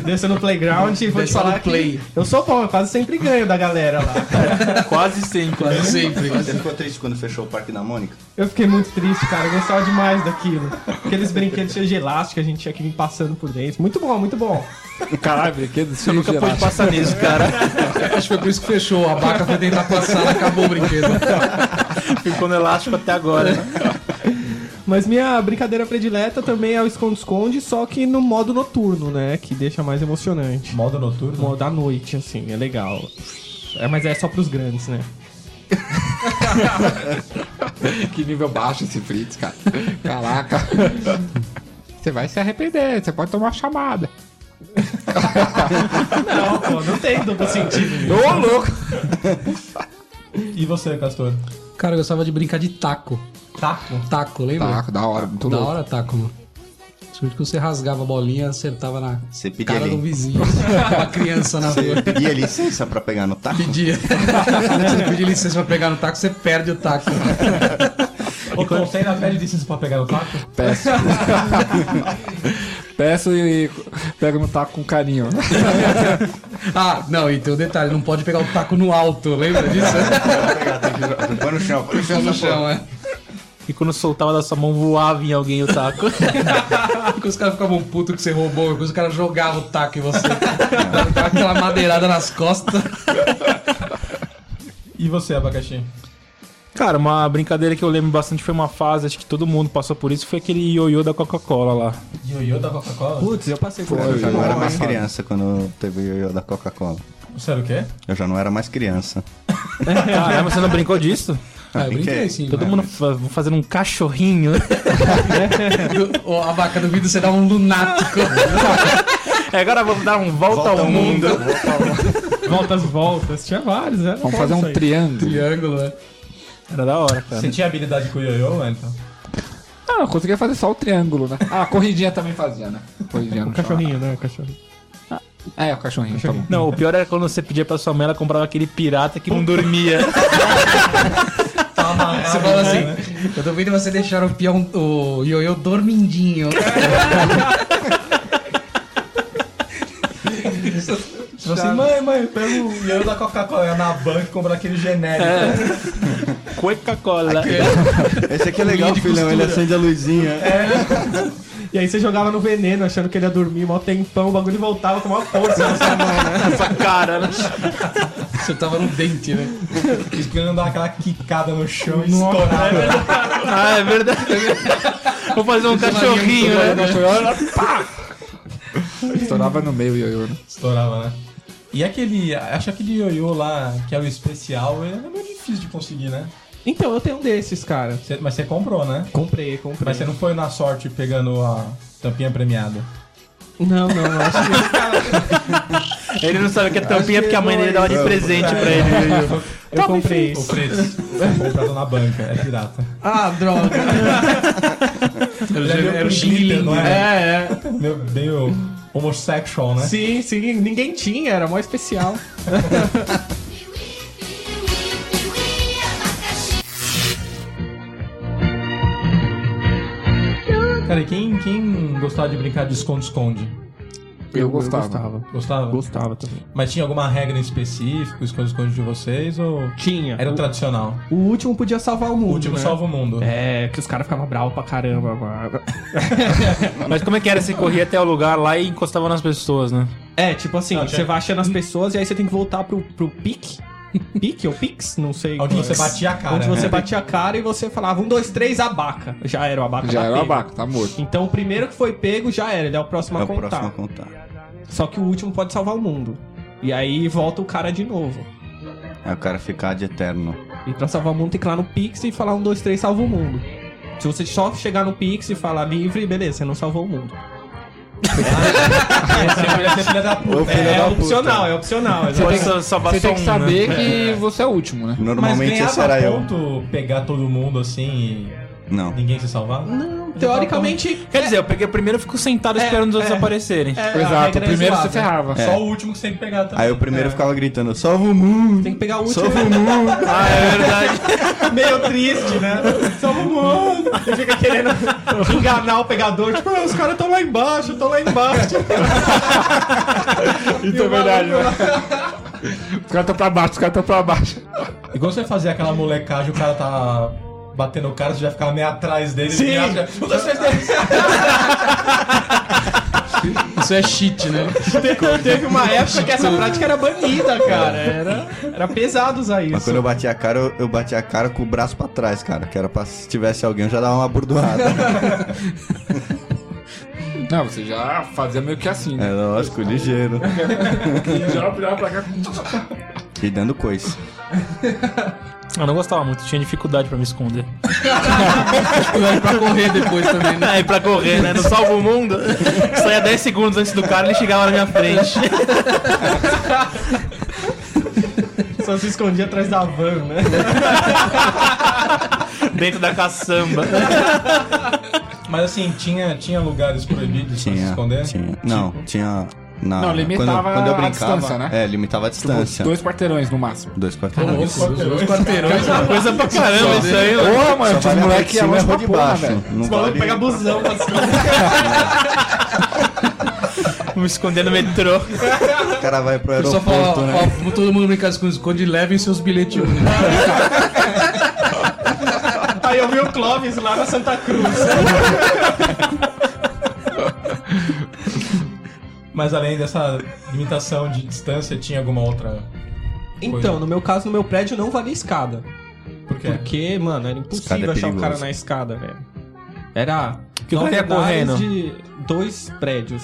Speaker 9: desço no playground e vou te
Speaker 5: Deixa no
Speaker 9: falar
Speaker 5: play.
Speaker 9: que eu sou bom, eu quase sempre ganho da galera lá.
Speaker 8: Quase sempre.
Speaker 5: Quase sempre.
Speaker 7: Mas você ficou triste quando fechou o Parque da Mônica?
Speaker 9: Eu fiquei muito triste, cara. Eu gostava demais daquilo. Aqueles brinquedos cheios de elástico, a gente tinha que vir passando por dentro. Muito bom, muito bom.
Speaker 4: (laughs) Caralho, brinquedo cheio de
Speaker 8: Nunca pôde
Speaker 4: elástico.
Speaker 8: passar nisso, cara.
Speaker 5: Acho que foi por isso que fechou. A vaca foi tentar passar, ela acabou o brinquedo.
Speaker 8: Ficou no Um elástico até agora. né?
Speaker 9: Mas minha brincadeira predileta também é o esconde-esconde, só que no modo noturno, né? Que deixa mais emocionante.
Speaker 3: Moda noturno?
Speaker 9: Modo à noite, assim, é legal. É, mas é só pros grandes, né?
Speaker 4: Que nível baixo esse Fritz, cara. Caraca. Você vai se arrepender, você pode tomar uma chamada.
Speaker 9: Não, pô, não tem duplo sentido.
Speaker 4: Ô, louco.
Speaker 3: E você, Castor?
Speaker 5: Cara, eu gostava de brincar de taco.
Speaker 3: Taco?
Speaker 5: Taco, lembra?
Speaker 4: Caraca, da hora, muito
Speaker 5: da
Speaker 4: louco.
Speaker 5: hora taco, mano. Surge que você rasgava a bolinha, acertava na
Speaker 7: Você pedia
Speaker 5: cara
Speaker 7: ali.
Speaker 5: do vizinho. (laughs) Uma criança na rua.
Speaker 7: Pedia licença pra pegar no taco?
Speaker 5: Pedia. (laughs) você pedir licença pra pegar no taco, você perde o (laughs) taco.
Speaker 3: Ô, Tom, você ainda pede licença pra pegar o taco?
Speaker 4: Peço. (laughs) Peço e e pego no taco com carinho.
Speaker 5: Ah, não, e tem um detalhe, não pode pegar o (laughs) taco no alto, lembra disso?
Speaker 7: Põe no chão, põe no chão.
Speaker 5: no chão, é.
Speaker 8: E quando soltava da sua mão, voava em alguém o taco.
Speaker 5: Porque os caras ficavam putos que você roubou, depois os caras jogavam o taco em
Speaker 7: (laughs)
Speaker 5: você. Dava aquela madeirada nas costas.
Speaker 3: E você, abacaxi?
Speaker 6: Cara, uma brincadeira que eu lembro bastante foi uma fase, acho que todo mundo passou por isso, foi aquele ioiô da Coca-Cola lá.
Speaker 3: Ioiô da Coca-Cola?
Speaker 9: Putz, eu passei por
Speaker 7: Eu
Speaker 9: isso.
Speaker 7: já não era mais criança quando teve o ioiô da Coca-Cola.
Speaker 3: Você era o quê?
Speaker 7: Eu já não era mais criança.
Speaker 6: Caramba, você não brincou disso?
Speaker 5: Ah, eu brinquei
Speaker 7: Brinquei.
Speaker 5: sim.
Speaker 6: Todo mundo fa- fazendo um cachorrinho. (laughs)
Speaker 5: Ô, a vaca do vidro, você dá um lunático.
Speaker 6: É, agora vamos dar um volta, ao
Speaker 7: Então,
Speaker 6: mundo.
Speaker 9: Voltas, voltas. Tinha vários, né?
Speaker 4: Vamos fazer um triângulo.
Speaker 5: (laughs) Triângulo, né?
Speaker 6: Era da hora, cara.
Speaker 3: Você tinha habilidade com o ioiô, Wellington?
Speaker 4: Ah, eu conseguia fazer só o triângulo, né? Ah, a corridinha também fazia, né? Corridinha. não chamava.
Speaker 9: Cachorrinho, né? Cachorrinho.
Speaker 4: É, o cachorrinho, tá bom.
Speaker 6: Não, o pior era quando você pedia pra sua mãe, ela comprava aquele pirata que não dormia.
Speaker 3: Tá amarrado,
Speaker 5: Você fala
Speaker 3: né?
Speaker 5: assim, eu tô vendo você deixar o peão, o ioiô
Speaker 7: (laughs)
Speaker 5: dormindinho.
Speaker 3: Tipo assim, mãe, mãe, pega o ioiô da Coca-Cola na banca e compra aquele
Speaker 9: É.
Speaker 3: genérico.
Speaker 6: Coca-Cola.
Speaker 7: Esse aqui é legal, filhão. Ele acende a luzinha.
Speaker 9: E aí você jogava no veneno, achando que ele ia dormir mó tempão, o bagulho voltava com uma força.
Speaker 6: Essa cara, né?
Speaker 5: (laughs) Você tava no dente, né?
Speaker 3: Esperando dar aquela quicada no chão e estourar.
Speaker 6: Ah, é verdade. Vou fazer um cachorrinho, né?
Speaker 4: Estourava no meio o ioiô, né?
Speaker 3: Estourava, né? E aquele. Acho que aquele ioiô lá, que era o especial, ele é meio difícil de conseguir, né?
Speaker 9: então, eu tenho um desses, cara.
Speaker 3: Você- mas você comprou, né?
Speaker 9: Comprei, comprei.
Speaker 3: Mas você não foi na sorte pegando a tampinha premiada.
Speaker 9: Não, não, não. Acho que...
Speaker 6: Ele não sabe o que é tampinha porque a mãe dele dava de presente
Speaker 3: É.
Speaker 9: É.
Speaker 6: pra ele.
Speaker 9: Eu comprei
Speaker 3: O
Speaker 9: isso.
Speaker 3: preço. Foi comprado na banca, é pirata.
Speaker 5: Ah,
Speaker 3: (laughs)
Speaker 5: droga.
Speaker 3: Ele é meio
Speaker 5: Era o
Speaker 3: glitter,
Speaker 5: xing-ling,
Speaker 3: não
Speaker 5: né?
Speaker 9: É, é.
Speaker 3: Meu, meio homossexual, né?
Speaker 9: Sim, sim. Ninguém tinha, era mó especial.
Speaker 3: Cara, e quem, quem gostava de brincar de esconde-esconde?
Speaker 4: Eu, gostava.
Speaker 3: Gostava?
Speaker 9: Gostava também.
Speaker 3: Mas tinha alguma regra em específico, esconde-esconde de vocês? Ou
Speaker 9: Tinha.
Speaker 3: era o tradicional?
Speaker 9: O último podia salvar o mundo.
Speaker 3: O último
Speaker 9: né?
Speaker 3: salva o mundo.
Speaker 9: É, que os caras ficavam bravos pra caramba, mano.
Speaker 6: Mas como é que era? Você corria até o lugar lá e encostava nas pessoas, né?
Speaker 9: É, tipo assim,
Speaker 3: Não,
Speaker 9: você
Speaker 3: tinha-
Speaker 9: vai achando as pessoas e aí você tem que voltar pro, pro pique. Pique ou pix? Não sei.
Speaker 3: Onde
Speaker 9: qual é.
Speaker 3: você batia a cara.
Speaker 9: Onde você
Speaker 3: né?
Speaker 9: batia a cara e você falava, um, dois, três, abaca. Já era o abaca.
Speaker 4: Já
Speaker 9: tá
Speaker 4: era o
Speaker 9: pego.
Speaker 4: abaco, tá morto.
Speaker 9: Então o primeiro que foi pego já era, ele é o próximo
Speaker 7: É
Speaker 9: a
Speaker 7: o
Speaker 9: contar.
Speaker 7: próximo a contar.
Speaker 9: Só que o último pode salvar o mundo. E aí volta o cara de novo.
Speaker 7: Aí o cara ficar de eterno.
Speaker 9: E pra salvar o mundo tem que ir lá no Pix e falar um, dois, três, salva o mundo. Se você só chegar no Pix e falar livre, beleza, você não salvou o mundo.
Speaker 3: Você ia ser filha da puta.
Speaker 7: Ô, filha
Speaker 9: É,
Speaker 7: da puta.
Speaker 9: opcional, é opcional. é
Speaker 6: Pode
Speaker 9: opcional.
Speaker 6: só- salvar
Speaker 4: Você
Speaker 6: só
Speaker 4: tem que
Speaker 6: um,
Speaker 4: saber
Speaker 6: né?
Speaker 4: que você é o último, né?
Speaker 3: Mas
Speaker 7: Normalmente esse era
Speaker 3: ganhava
Speaker 7: eu.
Speaker 3: ponto pegar todo mundo assim
Speaker 7: Não.
Speaker 3: e ninguém se salvar? Não,
Speaker 9: Teoricamente,
Speaker 6: Quer dizer, eu peguei o primeiro e fico sentado esperando os outros aparecerem.
Speaker 9: é, a
Speaker 4: Exato,
Speaker 9: regra
Speaker 4: o primeiro
Speaker 9: é
Speaker 4: se
Speaker 9: zoada.
Speaker 4: ferrava.
Speaker 3: Só o último que sempre pegar também. (laughs)
Speaker 7: Aí o primeiro ficava gritando: Salva o mundo!
Speaker 9: Tem que pegar o último.
Speaker 7: Salva o mundo!
Speaker 6: Ah, é verdade.
Speaker 9: Meio triste, né? Salva o mundo! Você
Speaker 3: (laughs)
Speaker 9: fica querendo enganar o pegador, tipo, "Ah, os caras estão lá embaixo, estão lá (laughs) embaixo.
Speaker 4: Então é verdade, né? Os caras estão tá pra baixo, os caras estão pra baixo.
Speaker 3: E quando você fazia aquela molecagem, o cara tá batendo o cara, você já ficava meio atrás dele.
Speaker 9: Sim.
Speaker 3: ele acha- Um, dois, três, três.
Speaker 5: Isso é cheat, né?
Speaker 9: Teve, teve uma época que essa prática era banida, cara. Era, era pesado usar
Speaker 7: Mas
Speaker 9: isso.
Speaker 7: quando eu bati a cara, eu, eu bati a cara com o braço pra trás, cara. Que era pra se tivesse alguém, eu já dava uma burdoada.
Speaker 4: Não, você já fazia meio que assim,
Speaker 7: é
Speaker 4: né?
Speaker 7: lógico, ligeiro.
Speaker 4: Já virava pra cá.
Speaker 7: E dando coice.
Speaker 6: Eu não gostava muito, tinha dificuldade pra me esconder.
Speaker 5: Vai pra correr depois também, né?
Speaker 6: (laughs) Aí pra correr, né? No salvo
Speaker 3: (laughs)
Speaker 6: o mundo, saia 10 segundos antes do cara, ele chegava na minha frente.
Speaker 9: Só se escondia atrás da van, né?
Speaker 6: (laughs) Dentro da caçamba.
Speaker 3: Mas assim, tinha, tinha lugares proibidos pra se
Speaker 7: Tinha.
Speaker 3: esconder?
Speaker 7: tinha. Não, tinha. na-
Speaker 4: Não, limitava
Speaker 7: quando, quando eu
Speaker 4: a
Speaker 7: brincava,
Speaker 4: distância, né?
Speaker 7: É, limitava a distância.
Speaker 4: Dois quarteirões no máximo.
Speaker 7: Dois quarteirões.
Speaker 5: Os quarteirões, mano.
Speaker 6: Coisa pra caramba isso aí, mano.
Speaker 4: Porra, mano,
Speaker 7: Só
Speaker 4: os
Speaker 7: vale a
Speaker 4: moleque
Speaker 7: cima
Speaker 4: é
Speaker 7: e
Speaker 4: longe
Speaker 7: errou
Speaker 4: pra
Speaker 7: de
Speaker 4: porra,
Speaker 7: baixo.
Speaker 4: velho.
Speaker 7: Não
Speaker 9: Falou
Speaker 7: vale...
Speaker 9: pega busão pra cima.
Speaker 6: (laughs) Me esconder no metrô.
Speaker 7: O cara vai pro
Speaker 5: Eu só falo,
Speaker 7: aeroporto, né?
Speaker 5: ó, né? ó, todo mundo brincar com esconde, levem seus bilhetes únicos.
Speaker 3: Aí eu vi o Clóvis lá na Santa Cruz. Mas além dessa limitação de distância, tinha alguma outra
Speaker 9: Então, no meu caso, no meu prédio não valia escada.
Speaker 3: Por quê?
Speaker 9: Porque, mano, era impossível
Speaker 7: Escada é
Speaker 9: achar o cara
Speaker 7: perigoso.
Speaker 9: na escada, velho. Era.
Speaker 6: Que o cara
Speaker 9: nove
Speaker 6: ia
Speaker 9: andares
Speaker 6: correndo.
Speaker 9: de dois prédios.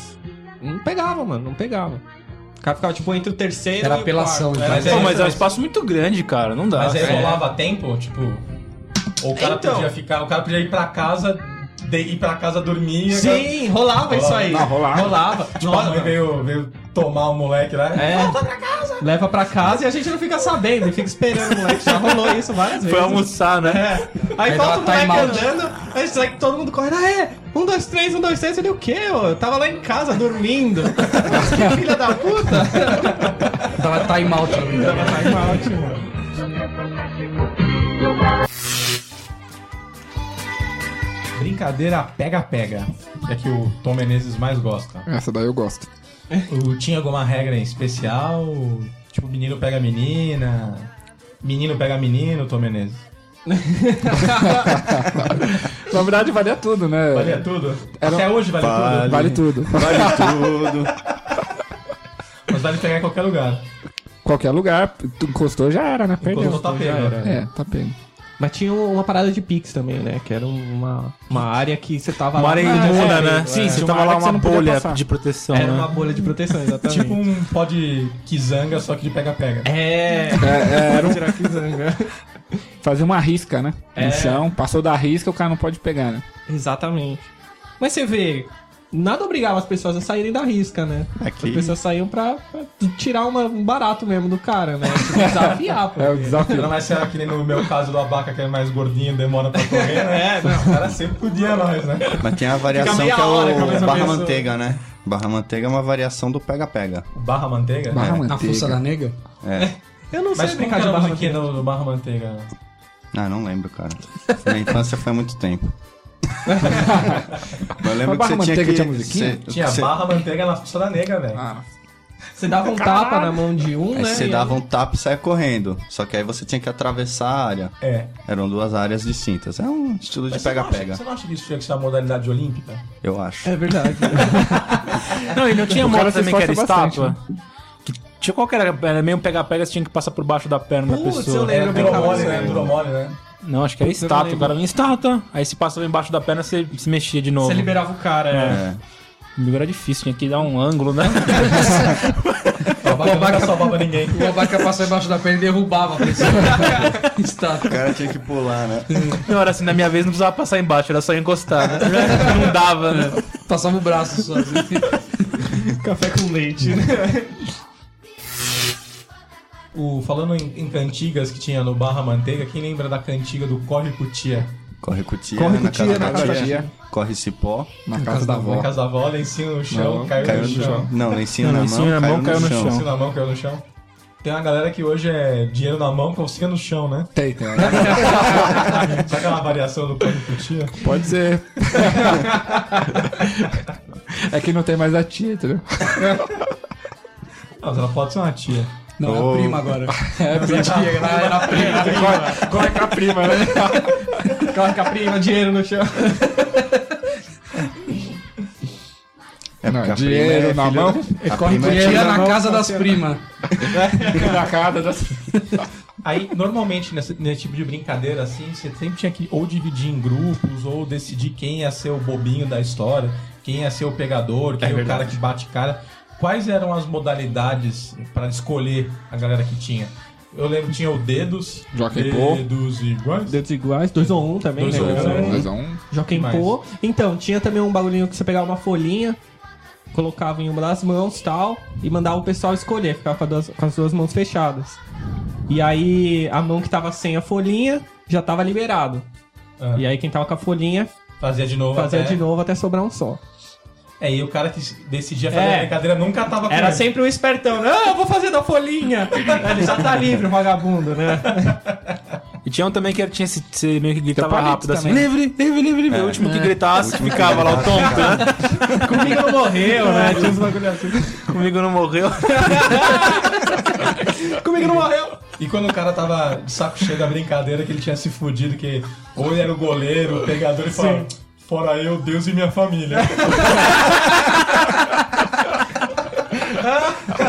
Speaker 9: Não pegava, mano, não pegava. O cara ficava, tipo, entre o terceiro
Speaker 5: Era
Speaker 9: e o
Speaker 5: apelação,
Speaker 9: quarto.
Speaker 5: então.
Speaker 3: Mas
Speaker 6: Pô,
Speaker 3: é-
Speaker 6: mas é um espaço muito grande, cara. Não dá.
Speaker 3: Mas aí
Speaker 6: É.
Speaker 3: rolava tempo, tipo. Ou o cara
Speaker 9: Então.
Speaker 3: podia ficar, o cara podia ir pra casa, de, ir pra casa dormir. e a galera-
Speaker 9: Sim, rolava isso aí.
Speaker 4: Não, rolava.
Speaker 9: Rolava.
Speaker 3: Tipo, a mãe veio, veio tomar o moleque lá.
Speaker 9: É. Leva pra casa e a gente não fica sabendo, e fica esperando o moleque. Já rolou isso várias vezes.
Speaker 8: Foi almoçar, né?
Speaker 9: É. Aí
Speaker 5: Aí
Speaker 9: falta o
Speaker 5: dá
Speaker 9: moleque
Speaker 5: time
Speaker 9: andando, aí será que todo mundo corre? Ah, é! Um, dois, três, um, dois, três, ele o quê, ô? Eu tava lá em casa dormindo. Mas que filha da puta!
Speaker 5: Tava time out né? ainda.
Speaker 3: Brincadeira pega-pega. É que o Tom Menezes mais gosta.
Speaker 4: Essa daí eu gosto.
Speaker 3: O- tinha alguma regra em especial? Tipo, menino pega menina. Menino pega menino, Tom Menezes.
Speaker 4: Na verdade, valia tudo, né?
Speaker 3: Valia tudo?
Speaker 4: Era-
Speaker 3: Até hoje vale, tudo.
Speaker 4: Vale tudo. (laughs)
Speaker 3: Mas vale pegar em qualquer lugar.
Speaker 4: Qualquer lugar, tu encostou já era, né? Perdeu.
Speaker 3: Encostou, tá pego.
Speaker 4: É, tá pego.
Speaker 9: Mas tinha uma parada de Pix também, né? Que era uma, uma área que você tava
Speaker 8: Uma área
Speaker 9: lá. Ah,
Speaker 8: imunda,
Speaker 9: é,
Speaker 8: né? Sim, você
Speaker 4: Tinha
Speaker 8: tava
Speaker 4: uma
Speaker 8: lá
Speaker 4: área que você
Speaker 8: uma
Speaker 4: não podia
Speaker 8: bolha
Speaker 4: passar.
Speaker 8: de proteção,
Speaker 9: Era
Speaker 8: né?
Speaker 9: uma bolha de proteção,
Speaker 3: (laughs)
Speaker 9: exatamente.
Speaker 3: Tipo um pó de quizanga, só que de pega-pega.
Speaker 9: É,
Speaker 4: É, era um-
Speaker 9: tirar quizanga.
Speaker 4: fazer uma risca, né?
Speaker 9: É.
Speaker 4: No chão. Passou da risca, o cara não pode pegar, né?
Speaker 9: (laughs) Exatamente. Mas você vê, nada obrigava as pessoas a saírem da risca, né?
Speaker 7: Aqui.
Speaker 9: As pessoas saíam pra, pra tirar uma- um barato mesmo do cara, né? Tipo, desafiar, pô.
Speaker 4: É o desafio.
Speaker 3: Não, mas será que nem no meu caso do abaca, que é mais gordinho, demora pra correr, né? É, não. O cara sempre podia nós, né?
Speaker 7: Mas tem a variação que
Speaker 9: meia
Speaker 7: é
Speaker 9: hora com a
Speaker 7: o
Speaker 9: mesma
Speaker 7: barra
Speaker 9: pessoa.
Speaker 7: manteiga, né? Barra manteiga é uma variação do pega-pega.
Speaker 3: Barra manteiga?
Speaker 4: Barra
Speaker 5: Na fuça da
Speaker 4: Ah, manteiga.
Speaker 5: nega?
Speaker 7: É.
Speaker 9: Eu não
Speaker 3: Mas
Speaker 9: sei
Speaker 3: brincar
Speaker 9: brincar de barra
Speaker 3: musiquinha do, do Barra Manteiga.
Speaker 7: Ah, não lembro, cara. Minha infância foi há
Speaker 4: (laughs)
Speaker 7: muito tempo. Mas eu lembro
Speaker 4: Mas barra
Speaker 7: que você tinha
Speaker 4: manteiga
Speaker 7: que...
Speaker 4: tinha musiquinha?
Speaker 7: você-
Speaker 3: Tinha
Speaker 7: você-
Speaker 3: Barra Manteiga na Fuça da Negra, velho.
Speaker 4: Ah,
Speaker 9: Você dava um tapa na mão de um,
Speaker 7: Aí
Speaker 9: né?
Speaker 7: você
Speaker 9: e-
Speaker 7: dava um tapa e saia correndo. Só que aí você tinha que atravessar a área.
Speaker 3: É.
Speaker 7: Eram duas áreas distintas. É um estilo de
Speaker 3: Mas você não acha-
Speaker 7: pega-pega,
Speaker 3: Você não acha que isso tinha que ser a modalidade olímpica?
Speaker 7: eu acho.
Speaker 9: É verdade.
Speaker 6: Não, e não tinha
Speaker 4: O cara
Speaker 6: moto
Speaker 4: se
Speaker 6: também que era
Speaker 4: esforça bastante,
Speaker 6: estátua. Que tinha qual que era? Era meio um pega-pega, você tinha que passar por baixo da perna
Speaker 9: Putz,
Speaker 6: da pessoa.
Speaker 9: eu lembro.
Speaker 3: É, durou
Speaker 9: brincava
Speaker 3: mole,
Speaker 9: disso,
Speaker 3: né?
Speaker 9: né?
Speaker 3: Durou mole, né?
Speaker 6: Não, acho que era estátua. O cara vinha estátua. Aí se passava embaixo da perna, você se mexia de novo.
Speaker 9: Você liberava o cara, né?
Speaker 7: É.
Speaker 6: Comigo era difícil, tinha que dar um ângulo, né?
Speaker 5: O abaca,
Speaker 3: Nunca salvava ninguém.
Speaker 5: o abaca passava embaixo da perna e derrubava a
Speaker 9: (laughs)
Speaker 5: pessoa. Está.
Speaker 7: O cara tinha que pular, né?
Speaker 6: (laughs) Não, era assim, na minha vez não precisava passar embaixo, era só encostar, né? Não dava, né?
Speaker 5: Passava o braço só. assim.
Speaker 9: Café com leite.
Speaker 3: O, falando em, em cantigas que tinha no Barra Manteiga, quem lembra da cantiga do Corre com Tia?
Speaker 7: Corre com tia,
Speaker 4: Corre com
Speaker 7: na
Speaker 4: tia,
Speaker 7: casa
Speaker 4: na
Speaker 7: da
Speaker 4: casa da
Speaker 7: tia.
Speaker 4: tia.
Speaker 7: Corre cipó.
Speaker 4: na casa da
Speaker 3: Na
Speaker 4: avó.
Speaker 3: casa da avó, lencinho no chão,
Speaker 4: Não,
Speaker 3: caiu,
Speaker 7: Caiu
Speaker 3: no chão.
Speaker 7: Não, lencinho
Speaker 6: Não,
Speaker 7: na
Speaker 6: lencinho
Speaker 7: mão,
Speaker 6: na mão,
Speaker 7: caiu no chão.
Speaker 3: Lencinho na mão, caiu no chão. Tem uma galera que hoje é dinheiro na mão, calcinha no chão, né?
Speaker 4: Tem, tem.
Speaker 3: Será que é uma variação do Corre com Tia?
Speaker 4: Pode
Speaker 6: (laughs)
Speaker 4: ser. é que não tem mais a tia, entendeu?
Speaker 3: Não, mas ela pode ser uma tia.
Speaker 5: Não, é a prima agora.
Speaker 4: É,
Speaker 6: né?
Speaker 5: Era a prima.
Speaker 4: corre, corre com é a prima,
Speaker 6: (laughs)
Speaker 4: né?
Speaker 9: Coloca a prima, dinheiro no chão.
Speaker 7: É
Speaker 4: Não,
Speaker 7: porque a
Speaker 4: dinheiro
Speaker 7: prima
Speaker 4: na
Speaker 7: é filha
Speaker 4: mão.
Speaker 7: da- a
Speaker 5: Corre
Speaker 7: prima é
Speaker 5: tia
Speaker 7: filha
Speaker 5: na casa das primas.
Speaker 4: (laughs) na casa da...
Speaker 3: Aí, normalmente, nesse, nesse tipo de brincadeira, assim, você sempre tinha que ou dividir em grupos, ou decidir quem ia ser o bobinho da história, quem ia ser o pegador, quem é, o cara que bate cara. Quais eram as modalidades pra escolher a galera que tinha? Eu lembro que tinha o dedos,
Speaker 4: Jockey Pô.
Speaker 3: dedos iguais.
Speaker 9: Dedos iguais, 2 ou 1 um também,
Speaker 3: Dois
Speaker 9: né?
Speaker 3: ou um.
Speaker 9: galera?
Speaker 4: Mas é um...
Speaker 9: Joaquim
Speaker 3: Mais.
Speaker 9: Pô. Então, tinha também um bagulhinho que você pegava uma folhinha, colocava em uma das mãos tal, e mandava o pessoal escolher, ficava com, a duas- com as duas mãos fechadas. E aí, a mão que tava sem a folhinha já tava liberado.
Speaker 3: Ah.
Speaker 9: E aí, quem tava com a folhinha
Speaker 3: Fazia de novo
Speaker 9: fazia
Speaker 3: até...
Speaker 9: de novo até sobrar um só.
Speaker 3: É, e o cara que decidia fazer
Speaker 9: É.
Speaker 3: a brincadeira nunca tava com
Speaker 9: Era
Speaker 3: ele.
Speaker 9: sempre o espertão, não, eu vou fazer da folhinha. (laughs) Ele já tá livre, o vagabundo, né?
Speaker 6: E tinha um também que era- tinha esse, esse meio que gritava
Speaker 4: palito
Speaker 6: rápido, assim,
Speaker 4: também.
Speaker 6: livre, livre, livre, livre. É. o último que gritasse ficava lá o tonto, né? (laughs)
Speaker 9: Comigo não morreu, né? Tinha uns bagulho assim.
Speaker 6: Comigo não morreu.
Speaker 9: Comigo não morreu.
Speaker 3: E quando o cara tava de saco cheio da brincadeira, que ele tinha se fudido, que ou ele era o goleiro, o pegador, e falava, fora eu, Deus e minha família.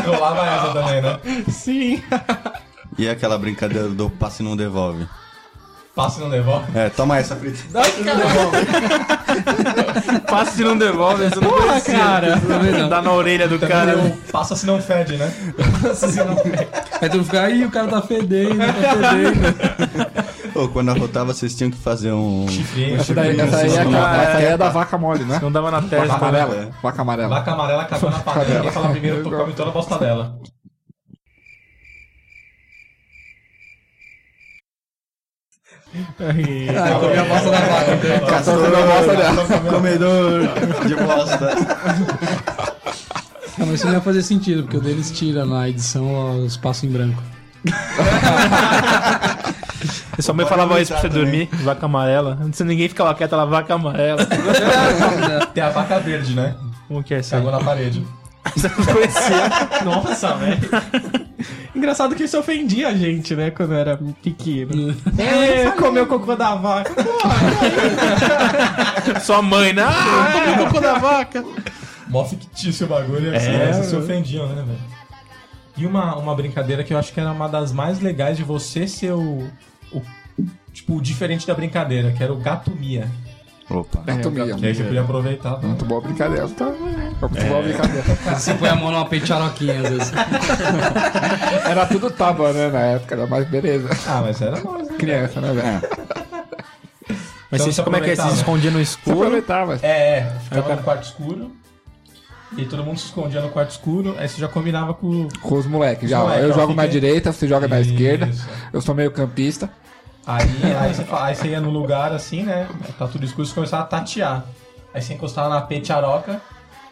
Speaker 3: Rolava essa também, né?
Speaker 9: Sim.
Speaker 7: E aquela brincadeira do passe não devolve.
Speaker 3: Passa e não devolve.
Speaker 7: É, toma essa, Fritz.
Speaker 8: Passa se não devolve, você não
Speaker 5: Porra, cara.
Speaker 8: dá na orelha do cara.
Speaker 3: Também o passa se não fede, né? Passa se não fede.
Speaker 5: Aí tu fica, ih, o cara tá fedendo, tá fedendo.
Speaker 7: Ô, quando arrotava, vocês tinham que fazer um.
Speaker 4: Essa, daí, essa aí é, aquela- essa aí é da vaca mole, né?
Speaker 6: Não dava na
Speaker 4: Vaca
Speaker 6: testa, né?
Speaker 4: amarela. Vaca amarela.
Speaker 3: Vaca amarela cagou na panela, quem fala primeiro tocou em toda a bosta dela.
Speaker 5: Ah, comi a bosta da vaca. então.
Speaker 7: Castor não gosta
Speaker 5: né?
Speaker 7: dela. né?
Speaker 5: (laughs)
Speaker 7: Comedor de bosta.
Speaker 5: Não, mas isso não ia fazer sentido, porque o deles tira na edição o espaço em branco.
Speaker 6: E sua mãe falava isso pra você dormir, vaca amarela. Antes ninguém ficava quieto, ela vaca amarela.
Speaker 3: Tem a vaca verde, né?
Speaker 6: Como que é (laughs) isso aí?
Speaker 3: Cagou na parede.
Speaker 9: Nossa, velho. (laughs) Engraçado que isso ofendia a gente, né? Quando eu era pequeno. É, comeu o cocô da vaca.
Speaker 8: Sua mãe, né? Ah, cocô da vaca.
Speaker 3: Mó fictício o bagulho, e as crianças se ofendiam, né, velho? E uma, uma brincadeira que eu acho que era uma das mais legais de você ser o. o tipo, o diferente da brincadeira, que era o gato Mia.
Speaker 7: Opa.
Speaker 4: Anatomia.
Speaker 3: Que aí você podia aproveitar. Tá?
Speaker 4: Muito boa brincadeira. Tá, é muito boa brincadeira.
Speaker 5: Você põe a mão numa peitaroquinha às vezes.
Speaker 4: Era tudo tábua, né? Na época, era mais beleza.
Speaker 3: Ah, mas era nóis, né?
Speaker 4: Criança, né, velho?
Speaker 6: Mas
Speaker 3: Então
Speaker 6: vocês,
Speaker 3: se
Speaker 6: como é que é? Vocês
Speaker 3: aproveitava.
Speaker 6: se escondiam no
Speaker 4: Você
Speaker 6: escuro?
Speaker 4: aproveitava.
Speaker 3: É, é. Ficava no quarto escuro. E todo mundo se escondia no quarto escuro. Aí você já combinava com.
Speaker 4: Com os moleques. Já, ó,
Speaker 3: moleque,
Speaker 4: eu
Speaker 3: ó,
Speaker 4: jogo
Speaker 3: fica
Speaker 4: na
Speaker 3: aí.
Speaker 4: direita, você joga na
Speaker 3: Isso.
Speaker 4: esquerda. Eu sou meio campista.
Speaker 3: Aí, aí, você, fa- aí você ia no lugar assim, né? Tá tudo escuro, você começava a tatear. Aí você encostava na petiaroca,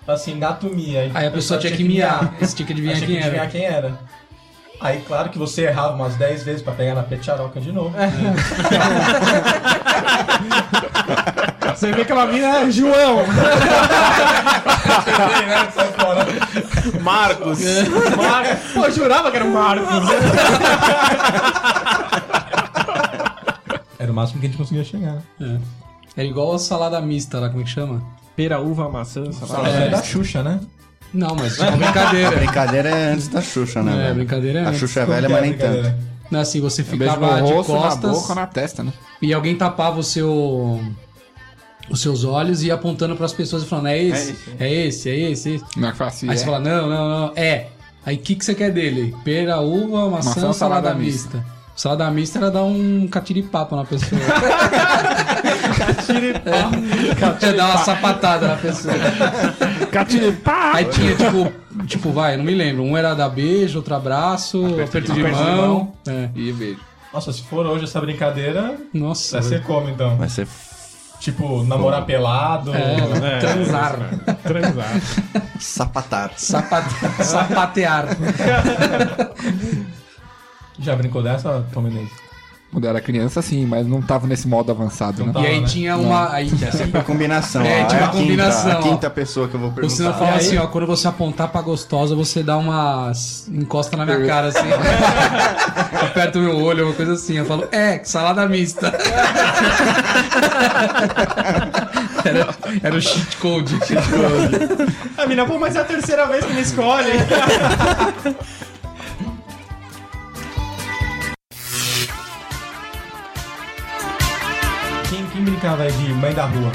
Speaker 3: assim, gato mia.
Speaker 5: Aí a pessoa tinha que miar. Você tinha que
Speaker 3: Aí
Speaker 5: adivinhar
Speaker 3: tinha que
Speaker 5: quem
Speaker 3: adivinhar
Speaker 5: era.
Speaker 3: quem era. Aí, claro que você errava umas 10 vezes pra pegar na petiaroca de novo.
Speaker 5: É.
Speaker 9: Você vê aquela mina,
Speaker 5: né?
Speaker 3: (laughs)
Speaker 9: é João.
Speaker 3: Aí, né, sai fora.
Speaker 5: É
Speaker 8: Marcos.
Speaker 7: É,
Speaker 9: Pô, eu jurava que era o Marcos.
Speaker 3: Era o máximo que a gente conseguia chegar.
Speaker 5: É igual a salada mista lá, como é que chama?
Speaker 9: Pera, uva, maçã,
Speaker 3: Fala,
Speaker 5: É.
Speaker 3: é da Xuxa, né?
Speaker 5: Não, mas é uma (laughs) brincadeira.
Speaker 7: Brincadeira é antes da Xuxa, né?
Speaker 5: É,
Speaker 7: velho?
Speaker 5: brincadeira é
Speaker 7: A
Speaker 5: antes.
Speaker 7: Xuxa é
Speaker 3: Como
Speaker 7: velha,
Speaker 3: que
Speaker 7: mas
Speaker 3: é a
Speaker 7: nem tanto.
Speaker 3: brincadeira?
Speaker 5: Não, assim, você
Speaker 4: Beijo no
Speaker 5: ficava de
Speaker 4: rosto, na
Speaker 5: costas
Speaker 4: boca, na testa, né?
Speaker 5: e alguém tapava o seu... Os seus olhos e ia apontando pras pessoas e falando, é esse, é esse, é esse, é esse.
Speaker 4: Na face.
Speaker 5: Aí você fala, não, não, não, é. Aí o que, que você quer dele? Pera, uva, maçã,
Speaker 4: Maçã ou
Speaker 5: salada,
Speaker 4: salada
Speaker 5: mista. Salada mista era dar um catiripapo na pessoa. (laughs) (laughs) catiripapo. É, dar uma sapatada na pessoa. Aí tinha, tipo, tipo, vai, não me lembro. Um era dar beijo, outro abraço, aperto, de, mão. É.
Speaker 4: E beijo.
Speaker 3: Nossa, se for hoje essa brincadeira,
Speaker 5: Nossa.
Speaker 3: vai ser como então?
Speaker 7: Vai ser.
Speaker 3: Tipo, namorar pelado.
Speaker 5: É, transar.
Speaker 7: Sapatar.
Speaker 5: Sapate- sapatear.
Speaker 3: Já brincou dessa, Tom Menezes?
Speaker 4: Quando eu era criança, sim, mas não tava nesse modo avançado,
Speaker 3: Não
Speaker 4: né?
Speaker 3: tava.
Speaker 5: E aí
Speaker 3: né?
Speaker 5: tinha uma. Aí,
Speaker 7: Uma combinação.
Speaker 5: É,
Speaker 7: ó,
Speaker 5: tipo
Speaker 7: a
Speaker 5: uma combinação,
Speaker 7: Quinta, a
Speaker 5: ó.
Speaker 7: quinta pessoa que eu vou
Speaker 5: O
Speaker 7: perguntar.
Speaker 5: Senna fala assim, ó, quando você apontar pra gostosa, você dá uma... encosta na minha cara, assim. né? (laughs) Aperta o meu olho, uma coisa assim. Eu falo, é, salada mista. (laughs) era, era o cheat code.
Speaker 9: A mina, pô, mas é a terceira vez que me escolhe.
Speaker 3: Quem, quem brincava aí de mãe da rua?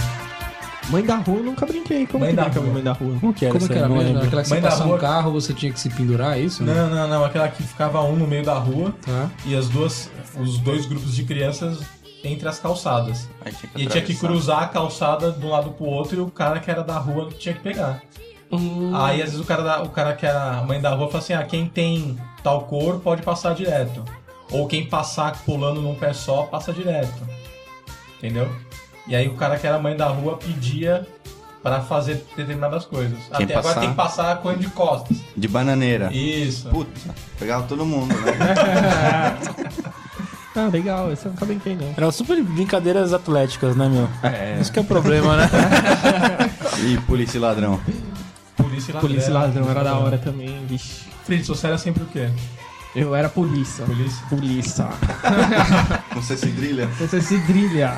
Speaker 9: Mãe da rua, eu nunca brinquei. Como
Speaker 3: Mãe
Speaker 9: que
Speaker 3: da
Speaker 9: brinca
Speaker 3: rua.
Speaker 9: com mãe da rua?
Speaker 6: Como que era
Speaker 5: Como é
Speaker 6: isso
Speaker 5: que
Speaker 6: aí?
Speaker 5: era
Speaker 6: Não
Speaker 5: mesmo?
Speaker 6: lembro.
Speaker 5: Aquela que você
Speaker 3: Mãe da
Speaker 5: passava um
Speaker 3: rua.
Speaker 5: carro, você tinha que se pendurar, é isso?
Speaker 3: Não, não, não. Aquela que ficava um no meio da rua
Speaker 5: Tá.
Speaker 3: e as duas, os dois grupos de crianças entre as calçadas.
Speaker 7: Aí tinha que
Speaker 3: E tinha que
Speaker 7: atravessar.
Speaker 3: cruzar a calçada de um lado pro outro e o cara que era da rua tinha que pegar. Aí às vezes o cara, da- o cara que era mãe da rua fala assim: ah, quem tem tal cor pode passar direto. Ou quem passar pulando num pé só, passa direto. Entendeu? E aí o cara que era mãe da rua pedia pra fazer determinadas coisas.
Speaker 7: Quem
Speaker 3: Até
Speaker 7: passar-
Speaker 3: agora tem que passar correndo de costas.
Speaker 7: De bananeira.
Speaker 3: Isso.
Speaker 7: Puta, pegava todo mundo, né?
Speaker 5: (laughs)
Speaker 9: Ah, legal. Esse eu nunca brinquei, não.
Speaker 6: Eram super brincadeiras atléticas, né, meu? É. Isso que é o problema, né?
Speaker 7: e polícia e ladrão.
Speaker 3: Polícia e ladrão. é,
Speaker 9: Polícia e ladrão era da hora também, vixe.
Speaker 3: Fritz, você era sempre o quê?
Speaker 9: Eu era polícia.
Speaker 3: Polícia?
Speaker 9: Polícia.
Speaker 7: Você se drilha?
Speaker 9: Então Você se drilha.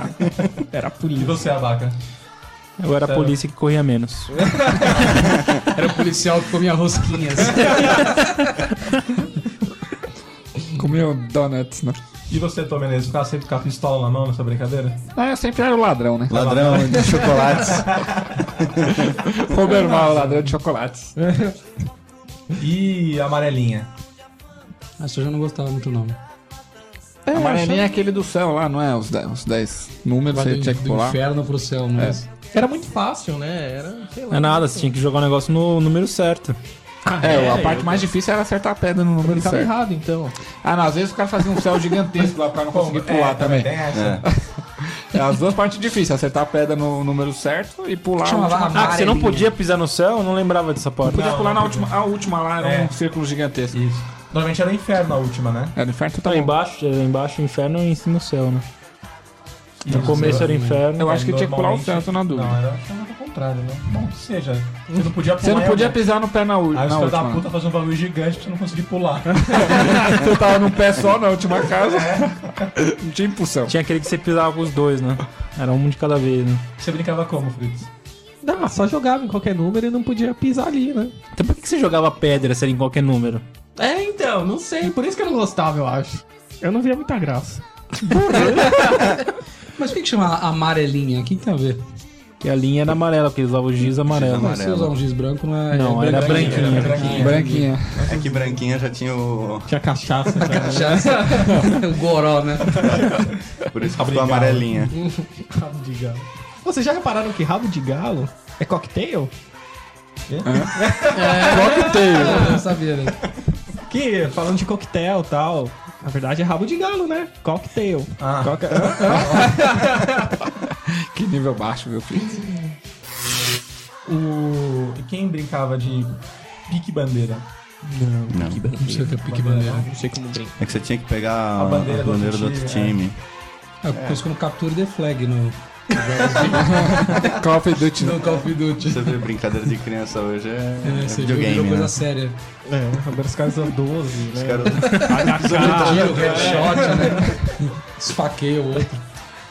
Speaker 9: Era
Speaker 3: E
Speaker 9: polícia.
Speaker 3: você, Abaca?
Speaker 6: Eu era a
Speaker 3: Sério?
Speaker 6: polícia que corria menos.
Speaker 5: Era o policial que comia rosquinhas.
Speaker 4: Comeu donuts, né?
Speaker 3: E você, Tom Menezes? Ficava sempre com a pistola na mão nessa brincadeira?
Speaker 4: Ah, eu sempre era o ladrão, né?
Speaker 7: Ladrão de chocolates.
Speaker 4: Robert Mal, é ladrão de chocolates.
Speaker 3: E a amarelinha?
Speaker 5: Ah, isso eu já não gostava muito, não.
Speaker 4: a amarelinha é aquele do céu lá, não é? Os 10, os dez números,
Speaker 5: Vai
Speaker 4: você
Speaker 5: do,
Speaker 4: tinha que
Speaker 5: do
Speaker 4: pular. É.
Speaker 5: inferno pro céu, mas...
Speaker 9: Era muito fácil, né? Era, sei lá.
Speaker 6: Não é nada, você tinha que jogar o negócio no número certo.
Speaker 4: É, a parte mais difícil era acertar a pedra no número
Speaker 9: Tava
Speaker 4: certo.
Speaker 9: errado, então.
Speaker 4: Ah, não, às vezes o cara fazia um céu gigantesco lá, o cara não conseguia
Speaker 3: É,
Speaker 4: pular também.
Speaker 3: Tem essa.
Speaker 4: É as duas partes difíceis, acertar a pedra no número certo e pular. a
Speaker 5: Tipo,
Speaker 4: última- Ah,
Speaker 6: Ah, que você não podia pisar no céu? Eu não lembrava dessa parte.
Speaker 4: Podia
Speaker 3: Não,
Speaker 4: pular
Speaker 3: não
Speaker 4: na última, a última lá, era
Speaker 3: É.
Speaker 4: um círculo gigantesco.
Speaker 3: Isso. Normalmente era o inferno a última, né?
Speaker 4: Era o inferno tá
Speaker 6: Então,
Speaker 4: também.
Speaker 6: embaixo, embaixo inferno e em cima o céu, né? No começo era inferno.
Speaker 4: Eu acho que tinha que pular o
Speaker 3: Normalmente-
Speaker 4: céu, tô na dúvida.
Speaker 3: Não, é. era o contrário, né? Bom, que seja. Você não podia pular.
Speaker 4: Você não
Speaker 3: em
Speaker 4: podia
Speaker 3: alguém.
Speaker 4: pisar no pé na, ú-
Speaker 3: Aí os
Speaker 4: na
Speaker 3: filhos
Speaker 4: última.
Speaker 3: da puta fazem um bagulho gigante pra você não conseguir
Speaker 6: (laughs)
Speaker 3: pular.
Speaker 4: (laughs) Você tava num pé só na última casa. Não tinha impulsão.
Speaker 6: Tinha aquele que você pisava com os dois, né? Era um de cada vez, né?
Speaker 3: Você brincava como, Fritz?
Speaker 9: Não, só jogava em qualquer número e não podia pisar ali, né?
Speaker 6: Então por que que você jogava pedra se era em qualquer número?
Speaker 9: É, então, não sei. Por isso que eu não gostava, eu acho. Eu não via muita graça.
Speaker 5: Mas por que, que chama amarelinha? O que, que tem a ver?
Speaker 6: Que a linha era amarela, porque eles usavam o giz amarelo.
Speaker 5: Se usar um giz branco, não é.
Speaker 6: Não,
Speaker 5: é
Speaker 6: era branquinha.
Speaker 4: Branquinha.
Speaker 7: É que branquinha já tinha o.
Speaker 9: Tinha (laughs) cachaça. né? cara.
Speaker 5: Já- é (laughs) o goró, né?
Speaker 7: Por isso que ficou amarelinha.
Speaker 9: rabo de galo. Vocês já repararam que rabo de galo é cocktail?
Speaker 5: Eu não sabia, né?
Speaker 9: Que, falando de coquetel e tal, na verdade é rabo de galo, né? Cocktail.
Speaker 3: Ah.
Speaker 9: Coca- Hã?
Speaker 4: Que nível baixo, meu filho.
Speaker 3: O... E quem brincava de pique-bandeira?
Speaker 5: Não sei o que é pique bandeira.
Speaker 7: É que você tinha que pegar a,
Speaker 3: bandeira
Speaker 7: bandeira,
Speaker 3: do
Speaker 7: do
Speaker 3: outro
Speaker 7: outro
Speaker 3: time, né?
Speaker 7: time.
Speaker 5: É coisa como capture the flag no,
Speaker 4: Call of Duty.
Speaker 5: no (laughs) Call of Duty.
Speaker 7: (laughs)
Speaker 5: né?
Speaker 7: Você vê brincadeira de criança hoje é, é,
Speaker 5: É, você viu, virou
Speaker 7: videogame.
Speaker 5: coisa
Speaker 7: Né?
Speaker 3: assim.
Speaker 5: séria.
Speaker 9: É, agora os caras são 12,
Speaker 7: Os
Speaker 3: (laughs)
Speaker 9: né?
Speaker 7: caras-
Speaker 5: Tiro, headshot, né? (laughs) Esfaqueia o outro.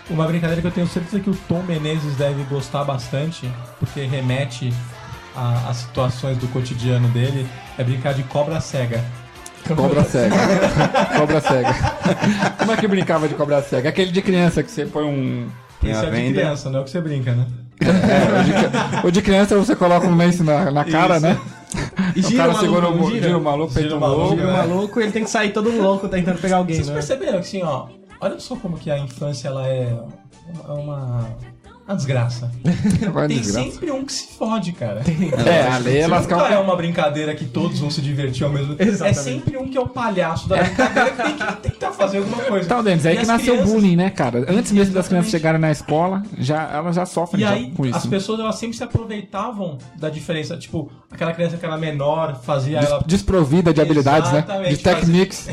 Speaker 3: Uma brincadeira que eu tenho certeza que o Tom Menezes deve gostar bastante, porque remete a- às situações do cotidiano dele, é brincar de cobra cega.
Speaker 4: Cobra cega. cobra cega. Como é que brincava de cobra cega? Aquele de criança que você põe um.
Speaker 7: Tem
Speaker 3: Isso
Speaker 7: a
Speaker 3: é de
Speaker 7: venda.
Speaker 3: criança, não é o que você brinca, né?
Speaker 4: O de, cri- o de criança você coloca um lenço na, na cara, né?
Speaker 9: E
Speaker 4: o cara segura um o mu- gira o maluco,
Speaker 3: Gira
Speaker 4: peita
Speaker 3: o
Speaker 4: o
Speaker 3: maluco,
Speaker 4: maluco.
Speaker 9: O maluco, ele tem que sair todo louco tentando pegar alguém,
Speaker 3: Vocês
Speaker 9: né?
Speaker 3: perceberam que assim, ó, olha só como que a infância ela é uma, é uma- uma desgraça.
Speaker 4: Vai
Speaker 3: Tem
Speaker 4: desgraça.
Speaker 3: sempre um que se fode, cara.
Speaker 4: É, a lei é
Speaker 3: Isso
Speaker 4: lascar o
Speaker 3: nunca é uma brincadeira que todos vão se divertir ao mesmo tempo. É
Speaker 9: Exatamente.
Speaker 3: sempre um que é o palhaço da brincadeira que tem que tentar fazer alguma coisa.
Speaker 4: Então, Denis,
Speaker 3: E
Speaker 4: aí que
Speaker 3: as
Speaker 4: nasceu o
Speaker 3: crianças-
Speaker 4: bullying, né, cara? Antes mesmo das crianças chegarem na escola, já, elas já sofrem
Speaker 3: E
Speaker 4: já
Speaker 3: aí,
Speaker 4: com isso. né?
Speaker 3: as pessoas elas sempre se aproveitavam da diferença. Tipo, aquela criança que era menor, fazia
Speaker 4: Des-
Speaker 3: ela.
Speaker 4: Desprovida de habilidades, né?
Speaker 3: Exatamente,
Speaker 4: De técnicas.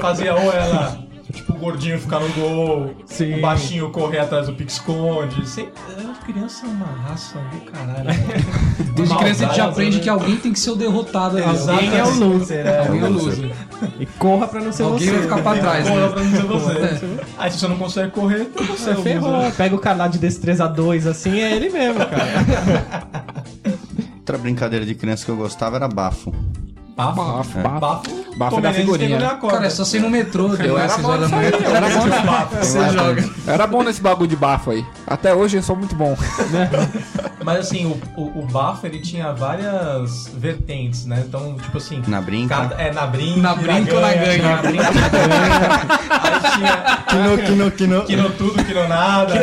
Speaker 3: Fazia ou ela. Tipo, o gordinho ficar no gol,
Speaker 9: Sim.
Speaker 3: o baixinho correr atrás do pique-esconde. Sempre... Criança é uma raça do
Speaker 4: (laughs)
Speaker 3: caralho. né?
Speaker 5: Desde criança a gente
Speaker 3: Maldosa,
Speaker 5: aprende
Speaker 3: né?
Speaker 5: que alguém tem que ser o derrotado. ali.
Speaker 3: Exatamente.
Speaker 5: Alguém é o
Speaker 9: loser, né?
Speaker 5: Alguém é o
Speaker 7: loser.
Speaker 5: loser.
Speaker 9: E corra pra não ser
Speaker 5: Alguém
Speaker 9: você.
Speaker 5: vai ficar pra trás,
Speaker 4: é
Speaker 3: Corra
Speaker 5: né?
Speaker 3: pra não ser você. é Aí se você não consegue correr, então você é
Speaker 9: Você
Speaker 3: o
Speaker 9: ferrou.
Speaker 3: loser.
Speaker 9: Pega o canal de destreza 2 assim, é ele mesmo, cara.
Speaker 7: Outra brincadeira de criança que eu gostava era bafo.
Speaker 4: Bafo,
Speaker 3: Bafo.
Speaker 4: bafo.
Speaker 3: Bafo.
Speaker 4: Bafo
Speaker 3: Tom
Speaker 4: da
Speaker 3: Menezes
Speaker 4: figurinha. né?
Speaker 3: pegou minha corda. (laughs)
Speaker 5: Cara, é só você ir no metrô,
Speaker 4: Eu
Speaker 5: depois
Speaker 4: era
Speaker 5: você
Speaker 4: bom
Speaker 5: joga
Speaker 4: nisso
Speaker 5: no
Speaker 4: aí, eu era bom nesse bafo.
Speaker 5: Você joga.
Speaker 4: Eu era bom nesse bagulho de bafo aí. Até hoje eu sou muito bom.
Speaker 3: Mas assim, o, o, o bafo ele tinha várias vertentes, né? Então, tipo assim.
Speaker 7: Na brinca.
Speaker 3: cada- é, na brinca.
Speaker 5: Na brinca ou na ganha?
Speaker 3: Na brinca, na ganha. Aí tinha. Quino, quino, quino tudo, quino nada.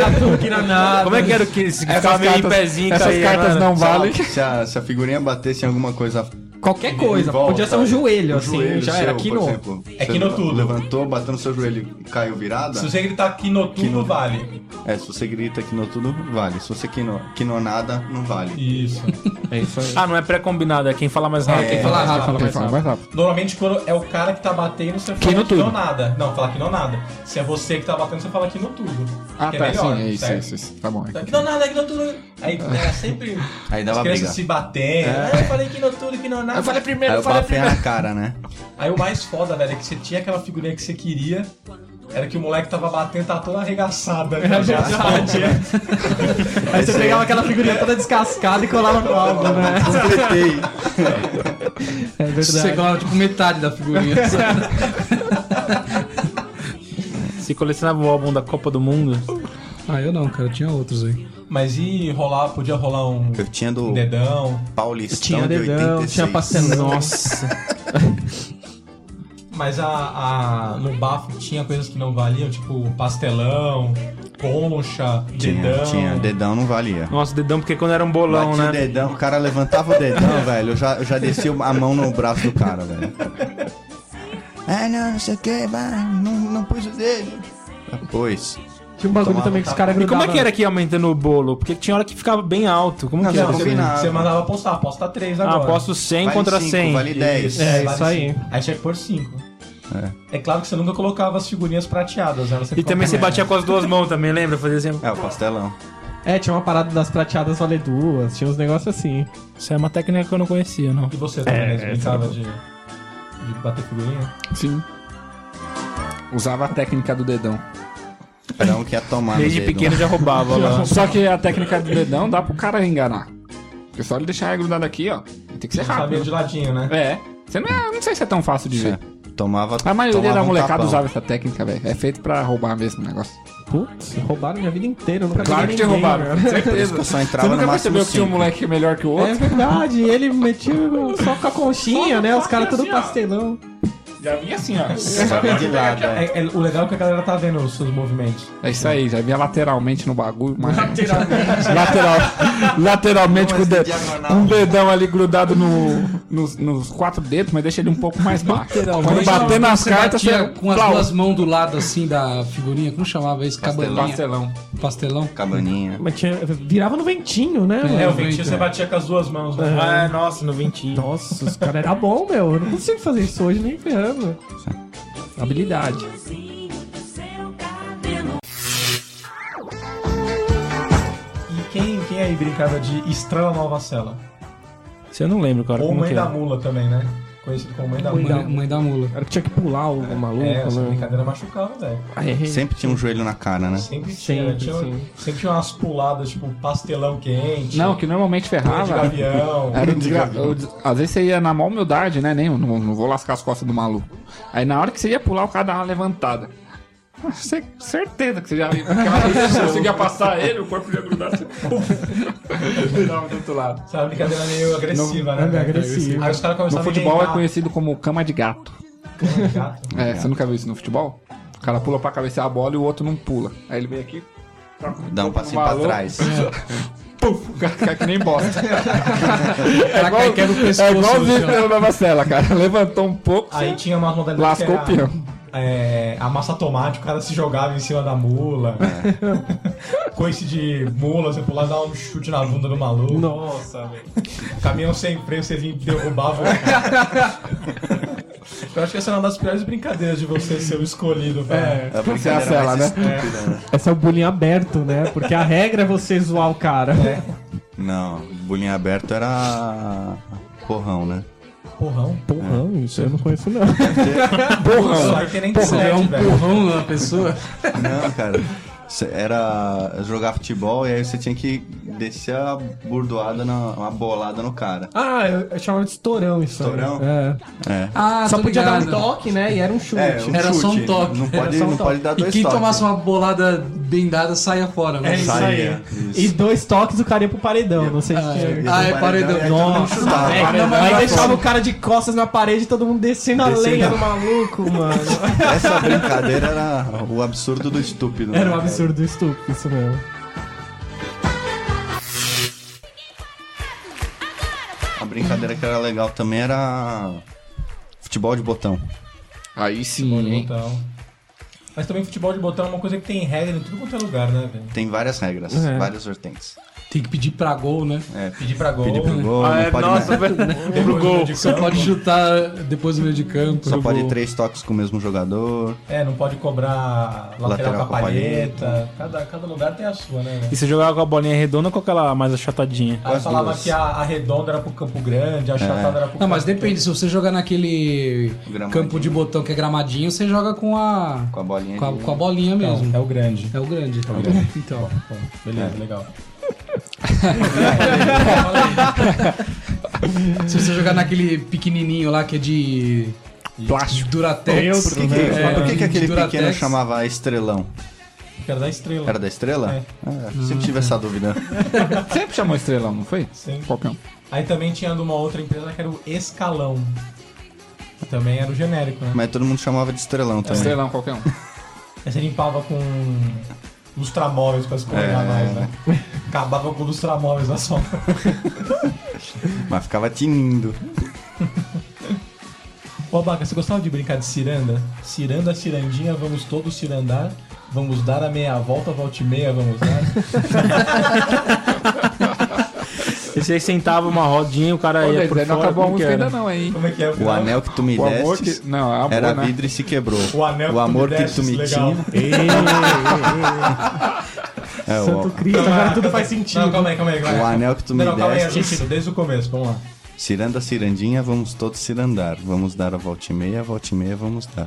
Speaker 6: Como é que era o que se
Speaker 4: Essas
Speaker 6: ficava meio em
Speaker 4: cartas-
Speaker 6: pezinho?
Speaker 4: essas
Speaker 6: caía,
Speaker 4: cartas
Speaker 6: né?
Speaker 4: não valem.
Speaker 7: Se a, se a figurinha batesse em alguma coisa.
Speaker 9: Qualquer coisa. Podia ser um joelho, assim. já era
Speaker 7: aqui
Speaker 9: quino.
Speaker 7: Exemplo,
Speaker 3: É
Speaker 7: Você
Speaker 3: quino tudo.
Speaker 7: Levantou, bateu no seu joelho e caiu virada.
Speaker 3: Se você gritar quino tudo, vale.
Speaker 7: É, se você grita que não tudo, vale. Se você que não, que não nada, não vale.
Speaker 3: Isso.
Speaker 6: É isso aí. Ah, não é pré-combinado, é quem fala mais rápido. quem fala rápido, fala mais
Speaker 4: Fala
Speaker 6: rápido.
Speaker 4: Tá, mais rápido.
Speaker 3: Normalmente quando é o cara que tá batendo, você fala
Speaker 6: Que no tudo.
Speaker 3: não nada. Não, fala que não nada. Se é você que tá batendo, você fala que não tudo.
Speaker 4: Ah,
Speaker 3: que
Speaker 4: tá,
Speaker 3: é melhor,
Speaker 4: sim, é isso, é
Speaker 3: certo?
Speaker 4: isso, é isso. Tá bom.
Speaker 3: Tá, Que não nada, que não tudo. Aí né, sempre
Speaker 7: Aí dava
Speaker 3: as crianças
Speaker 7: briga.
Speaker 3: se batendo. Ah, eu falei que não tudo, que não nada.
Speaker 4: primeiro,
Speaker 7: Aí o papo é na cara, né?
Speaker 3: Aí o mais foda, velho, é que você tinha aquela figurinha que você queria. Era que o moleque tava batendo, tava toda arregaçada.
Speaker 9: (laughs)
Speaker 3: né?
Speaker 9: Aí você pegava aquela figurinha toda descascada e colava no álbum, né?
Speaker 7: Completei.
Speaker 9: É
Speaker 5: Você ganhava tipo metade da
Speaker 4: (laughs)
Speaker 5: figurinha. sabe?
Speaker 6: Se colecionava o álbum da Copa do Mundo,
Speaker 5: ah, eu não, cara, tinha outros aí.
Speaker 3: Mas e rolar, podia rolar um
Speaker 7: Eu tinha do
Speaker 3: dedão.
Speaker 7: Paulistão
Speaker 9: Tinha
Speaker 7: Então, de
Speaker 9: dedão,
Speaker 7: 86. (laughs)
Speaker 9: tinha pastelão.
Speaker 6: Nossa.
Speaker 3: Mas a, a- no bafo tinha coisas que não valiam, tipo pastelão, concha,
Speaker 7: Tinha,
Speaker 3: dedão.
Speaker 7: tinha. Dedão não valia.
Speaker 6: Nossa, dedão, porque quando era um bolão,
Speaker 7: Batia o
Speaker 6: né?
Speaker 7: dedão, o cara levantava o dedão, velho. Eu já, eu já desci a mão no braço do cara, velho. Ah, não, não sei o que, não, não pus o dedo. Pois.
Speaker 9: Tinha um bagulho
Speaker 7: Tomava
Speaker 9: também que os caras
Speaker 6: E como é que
Speaker 9: grudavam-
Speaker 6: era que ia aumentando o bolo? Porque tinha hora que ficava bem alto. Como
Speaker 7: Não,
Speaker 6: que era?
Speaker 7: não,
Speaker 6: isso
Speaker 3: Você,
Speaker 6: aí?
Speaker 7: combinado.
Speaker 3: você mandava postar, aposta 3
Speaker 6: Ah,
Speaker 3: agora.
Speaker 6: aposto 100
Speaker 7: Vale
Speaker 6: contra
Speaker 7: cinco,
Speaker 6: 100.
Speaker 7: Vale 10.
Speaker 9: É,
Speaker 3: vale
Speaker 9: isso aí.
Speaker 3: cinco. Aí tinha que pôr 5. É. claro que você nunca colocava as figurinhas prateadas, né? elas
Speaker 6: E também você batia com as duas mãos também, lembra? Fazia assim.
Speaker 7: É, o pastelão.
Speaker 9: É, tinha uma parada das prateadas valer duas, tinha uns negócios assim.
Speaker 6: Isso é uma técnica que eu não conhecia, não.
Speaker 3: E você também,
Speaker 6: É,
Speaker 3: né? Você brincava de, de bater figurinha?
Speaker 9: Ah,
Speaker 4: Sim. Usava a técnica do dedão.
Speaker 7: Era um que ia tomar no
Speaker 6: Desde
Speaker 7: dedo.
Speaker 6: pequeno já roubava lá.
Speaker 4: Só que a técnica do dedão dá pro cara enganar. Porque só ele deixar grudado aqui, ó. Tem que ser
Speaker 3: Sabia
Speaker 4: rápido.
Speaker 3: de ladinho, né?
Speaker 4: É. Você não, é, não sei se é tão fácil de ver.
Speaker 7: Tomava
Speaker 4: A maioria
Speaker 7: tomava
Speaker 4: da
Speaker 7: um
Speaker 4: molecada
Speaker 7: tapão.
Speaker 4: usava essa técnica, velho. É feito pra roubar mesmo o negócio.
Speaker 9: Putz, roubaram minha vida inteira, eu nunca
Speaker 4: Claro que
Speaker 9: peguei
Speaker 4: te
Speaker 9: ninguém,
Speaker 4: roubaram.
Speaker 9: velho.
Speaker 7: Por isso
Speaker 4: Certeza.
Speaker 7: que eu só
Speaker 4: Você
Speaker 7: entrava no
Speaker 4: nunca
Speaker 7: máximo
Speaker 4: percebeu que tinha um
Speaker 7: cinco.
Speaker 4: moleque melhor que o
Speaker 9: É
Speaker 4: outro?
Speaker 9: verdade, ele metiu só com a conchinha, né? Os caras tudo pastelão.
Speaker 4: Já vinha assim, ó.
Speaker 7: de lado, é.
Speaker 3: É- é- o legal é que a galera tá vendo os seus movimentos.
Speaker 4: É isso aí, já vinha lateralmente no bagulho, mas. (laughs) Lateral, lateralmente com o dedo. Um dedão ali grudado no, nos, nos quatro dedos, mas deixa ele um pouco mais baixo. Quando bater nas
Speaker 5: Você
Speaker 4: cartas,
Speaker 5: batia
Speaker 4: você.
Speaker 5: com as
Speaker 4: Plau.
Speaker 5: duas mãos do lado assim da figurinha, como chamava isso? Cabaninha.
Speaker 4: Pastelão.
Speaker 5: Pastelão.
Speaker 7: Cabaninha.
Speaker 9: (laughs) Mas tinha, virava no ventinho, É. né?
Speaker 5: É,
Speaker 3: É,
Speaker 9: mano?
Speaker 3: o ventinho você batia com as duas mãos, né?
Speaker 6: Ah, nossa, no ventinho.
Speaker 9: Nossa, os caras eram bom, meu. Eu não consigo fazer isso hoje nem ferrando. Habilidade.
Speaker 3: E quem, quem aí brincava de estrela nova cela?
Speaker 6: Você não lembra, cara,
Speaker 3: Ou
Speaker 6: como
Speaker 3: mãe
Speaker 6: que é.
Speaker 3: da mula também, né? Conhecido como mãe da
Speaker 9: Mãe
Speaker 3: mula.
Speaker 5: Mãe, mãe da mula.
Speaker 9: Era que tinha que pular o maluco,
Speaker 3: É, essa
Speaker 9: né?
Speaker 3: brincadeira machucava, velho.
Speaker 7: Sempre tinha um joelho na cara, né?
Speaker 3: Sempre tinha,
Speaker 9: Sempre,
Speaker 3: tinha um-
Speaker 9: sim.
Speaker 3: sempre tinha umas puladas, tipo pastelão quente,
Speaker 4: Não, que normalmente
Speaker 3: punha de
Speaker 4: ferrava.
Speaker 3: gavião.
Speaker 4: Era o
Speaker 9: um
Speaker 4: desgra... o des- Às vezes você ia na maior humildade, né? Nem, não, não vou lascar as costas do maluco. Aí na hora que você ia pular, o cara dava uma levantada. Você, certeza que você já (laughs) Você conseguia (laughs) passar ele, o corpo já grudava. Você... Dava do outro lado.
Speaker 3: Sabe, uma brincadeira meio agressiva, né?
Speaker 9: é meio
Speaker 3: velho?
Speaker 9: agressiva.
Speaker 3: Aí os caras
Speaker 4: No
Speaker 3: começavam
Speaker 4: futebol
Speaker 5: tá-
Speaker 4: é
Speaker 3: a inventar.
Speaker 4: conhecido como cama de gato.
Speaker 3: Gato.
Speaker 4: É, você nunca viu isso no futebol? O cara pula pra cabecear a bola e o outro não pula. Aí ele vem aqui,
Speaker 7: Dá um passinho pra
Speaker 4: Valor.
Speaker 7: trás.
Speaker 4: puf, o cara cai que nem bosta.
Speaker 5: Cara,
Speaker 4: É igual,
Speaker 5: quebra o pescoço
Speaker 4: é igual o
Speaker 5: no chão.
Speaker 4: Vítor da Marcela, cara. Levantou um pouco,
Speaker 3: Aí tinha umas modalidades
Speaker 4: lascou o
Speaker 3: que era
Speaker 4: peão.
Speaker 3: é, a massa tomate, o cara se jogava em cima da mula.
Speaker 9: É.
Speaker 3: (laughs) Coice de mula, você pular, dar um chute na bunda do maluco. Nossa, velho. Caminhão sem freio, você vinha e derrubava o cara.
Speaker 9: (laughs)
Speaker 3: Eu acho que essa é uma das piores brincadeiras de você ser o escolhido, velho.
Speaker 7: A
Speaker 4: Você é a Sela, né?
Speaker 7: estúpida, né?
Speaker 9: Esse é o bullying aberto, né? Porque a regra é você zoar o cara.
Speaker 7: Não, bullying aberto era porrão, né?
Speaker 3: Porrão.
Speaker 9: Porrão, isso eu não conheço, não.
Speaker 3: Isso aí tem na
Speaker 9: é
Speaker 3: internet,
Speaker 9: um
Speaker 3: velho.
Speaker 5: Porrão na pessoa.
Speaker 7: Não, cara. Cê Era jogar futebol e aí você tinha que descer a burdoada, na, uma bolada no cara.
Speaker 9: Ah, eu, eu chamava de estourão isso. aí.
Speaker 7: Estourão?
Speaker 9: É.
Speaker 7: É.
Speaker 5: Ah,
Speaker 9: Só
Speaker 5: tô
Speaker 9: podia dar um
Speaker 5: ligado.
Speaker 9: toque, né? E era um chute.
Speaker 7: É,
Speaker 5: Era só um toque.
Speaker 7: Não pode,
Speaker 9: Era só um
Speaker 7: não
Speaker 9: toque.
Speaker 7: pode dar
Speaker 5: E
Speaker 7: dois
Speaker 5: quem
Speaker 7: toques.
Speaker 5: tomasse uma bolada bem dada saia fora, né?
Speaker 9: É isso aí.
Speaker 7: Saía, isso.
Speaker 9: E dois toques o cara ia pro paredão, não sei se tinha.
Speaker 5: Ah, é paredão.
Speaker 7: Nossa,
Speaker 9: Nossa, velho. Não, mas aí deixava o cara de costas na parede e todo mundo descendo a
Speaker 7: Descendo.
Speaker 9: lenha do
Speaker 7: (laughs)
Speaker 9: maluco, mano.
Speaker 7: Essa brincadeira era o absurdo do estúpido. né,
Speaker 9: Era um
Speaker 7: cara?
Speaker 9: absurdo estúpido, isso mesmo.
Speaker 7: A brincadeira que era legal também era futebol de botão.
Speaker 4: Aí sim, hein?
Speaker 3: Então, Mas também futebol de botão é uma coisa que tem regra em tudo quanto é lugar, né, velho?
Speaker 7: Tem várias regras,
Speaker 5: É.
Speaker 7: várias vertentes.
Speaker 5: Tem que pedir pra gol, né?
Speaker 7: É,
Speaker 3: Pedir pra gol.
Speaker 7: pedir pro gol,
Speaker 8: Ah,
Speaker 7: não
Speaker 8: é,
Speaker 7: pode
Speaker 8: nossa,
Speaker 7: mais.
Speaker 8: velho.
Speaker 3: Depois
Speaker 8: Pro
Speaker 3: do
Speaker 8: gol.
Speaker 3: de
Speaker 5: Só
Speaker 3: campo.
Speaker 5: pode chutar depois do meio de campo.
Speaker 7: Só
Speaker 5: pro
Speaker 7: pode
Speaker 5: gol.
Speaker 7: três toques com o mesmo jogador.
Speaker 3: É, não pode cobrar lateral,
Speaker 7: Lateral
Speaker 3: com a
Speaker 7: com a palheta.
Speaker 3: palheta. Cada, cada lugar tem a sua, né? velho?
Speaker 6: E você jogava com a bolinha redonda ou com aquela mais achatadinha?
Speaker 3: Aí
Speaker 7: as
Speaker 3: falava
Speaker 7: duas. É.
Speaker 3: que a, a redonda era pro Campo Grande, a chatada era pro
Speaker 5: Não, mas
Speaker 3: Campo-
Speaker 5: depende. Se você jogar naquele
Speaker 7: Gramadinho.
Speaker 5: campo de botão que é gramadinho, você joga com a.
Speaker 7: Com a bolinha.
Speaker 5: Com a,
Speaker 7: de-
Speaker 5: com a bolinha mesmo.
Speaker 3: Não, é o grande.
Speaker 5: É o grande. (laughs) Então.
Speaker 3: Bom, beleza,
Speaker 7: É.
Speaker 3: legal.
Speaker 5: Se você jogar naquele pequenininho lá que é de. é Plástico. Duratex.
Speaker 7: Por que, que, mas por
Speaker 5: né? É,
Speaker 7: que que
Speaker 5: de
Speaker 7: aquele
Speaker 5: Duratex.
Speaker 7: pequeno chamava estrelão?
Speaker 3: Quero dar estrela.
Speaker 7: Era da estrela?
Speaker 3: É.
Speaker 7: Ah, sempre tive essa dúvida.
Speaker 4: Sempre chamou estrelão, não foi?
Speaker 3: Sim.
Speaker 4: Qualquer um.
Speaker 3: Aí também tinha de uma outra empresa que era o Escalão. Também era o genérico, né?
Speaker 7: Mas todo mundo chamava de
Speaker 5: É,
Speaker 7: estrelão também.
Speaker 4: Estrelão, qualquer um.
Speaker 3: Aí você limpava com lustramóveis pra escorregar
Speaker 7: É.
Speaker 3: mais, né? Acabava com lustramóveis na sombra.
Speaker 7: Mas ficava tinindo.
Speaker 3: Ô, Baca, você gostava de brincar de ciranda? Ciranda, cirandinha, vamos todos cirandar. Vamos dar a meia volta, volta e meia, vamos dar.
Speaker 6: E você sentava uma rodinha, o cara
Speaker 4: Ô, Denis,
Speaker 6: ia por
Speaker 4: aí é não
Speaker 6: fora,
Speaker 4: acabou a
Speaker 6: como que
Speaker 4: música ainda
Speaker 6: era?
Speaker 4: não, hein?
Speaker 3: Como é que é?
Speaker 7: O anel que tu me
Speaker 4: né? O amor que...
Speaker 7: deste
Speaker 4: Não, a
Speaker 7: era
Speaker 4: boa, né?
Speaker 7: vidro e se quebrou.
Speaker 3: O anel que tu
Speaker 7: amor
Speaker 3: me
Speaker 7: que
Speaker 3: deste,
Speaker 7: tu me
Speaker 3: legal.
Speaker 7: tinha. É,
Speaker 9: Santo
Speaker 7: o,
Speaker 9: Cristo, agora tudo faz
Speaker 3: Não,
Speaker 9: sentido.
Speaker 3: calma aí, calma aí. Calma aí.
Speaker 7: o anel que tu me
Speaker 3: Não, calma aí, é
Speaker 7: deste.
Speaker 3: sentido, desde o começo, vamos lá.
Speaker 7: Ciranda, cirandinha, vamos todos cirandar. Vamos dar a volta e meia, volta e meia, vamos dar.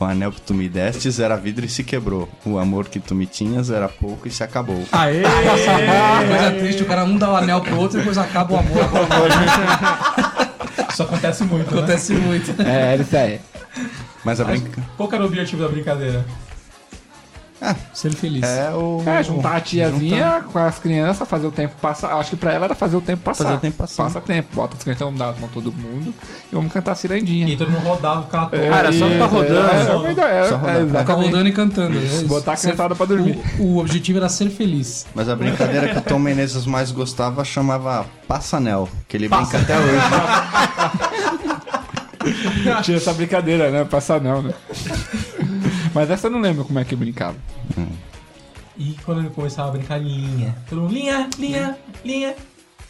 Speaker 7: O anel que tu me destes era vidro e se quebrou. O amor que tu me tinhas era pouco e se acabou.
Speaker 5: Aê! Coisa triste, o cara um dá o anel pro outro e depois acaba o amor.
Speaker 3: Isso acontece muito, né?
Speaker 5: Acontece muito.
Speaker 4: É, era isso aí.
Speaker 7: Mas a brinca...
Speaker 3: Qual que era o objetivo da brincadeira?
Speaker 5: Ser feliz.
Speaker 7: É o...
Speaker 4: É, juntar a tiazinha com as crianças, fazer o tempo passar. Acho que pra ela era fazer o tempo passar.
Speaker 7: Fazer o tempo passar.
Speaker 4: Passa tempo, bota as crianças um dado com todo mundo e vamos cantar cirandinha.
Speaker 3: E aí todo mundo rodava o carro todo.
Speaker 4: É,
Speaker 8: Cara, só
Speaker 4: e-
Speaker 8: ficar rodando.
Speaker 4: É, é, melhor, é,
Speaker 7: Só rodar.
Speaker 4: é, exatamente.
Speaker 5: Ficar rodando e cantando. é isso.
Speaker 4: Botar a
Speaker 5: Ser-
Speaker 4: criançada pra dormir.
Speaker 5: O, o objetivo era ser feliz.
Speaker 7: Mas a brincadeira que o Tom Menezes mais gostava chamava Passanel, que ele brinca até hoje.
Speaker 4: Tinha essa brincadeira, né? Passar não, né? (laughs) Mas essa eu não lembro como é que brincava.
Speaker 3: E quando ele começava a brincar, linha. Todo mundo, linha, linha, linha.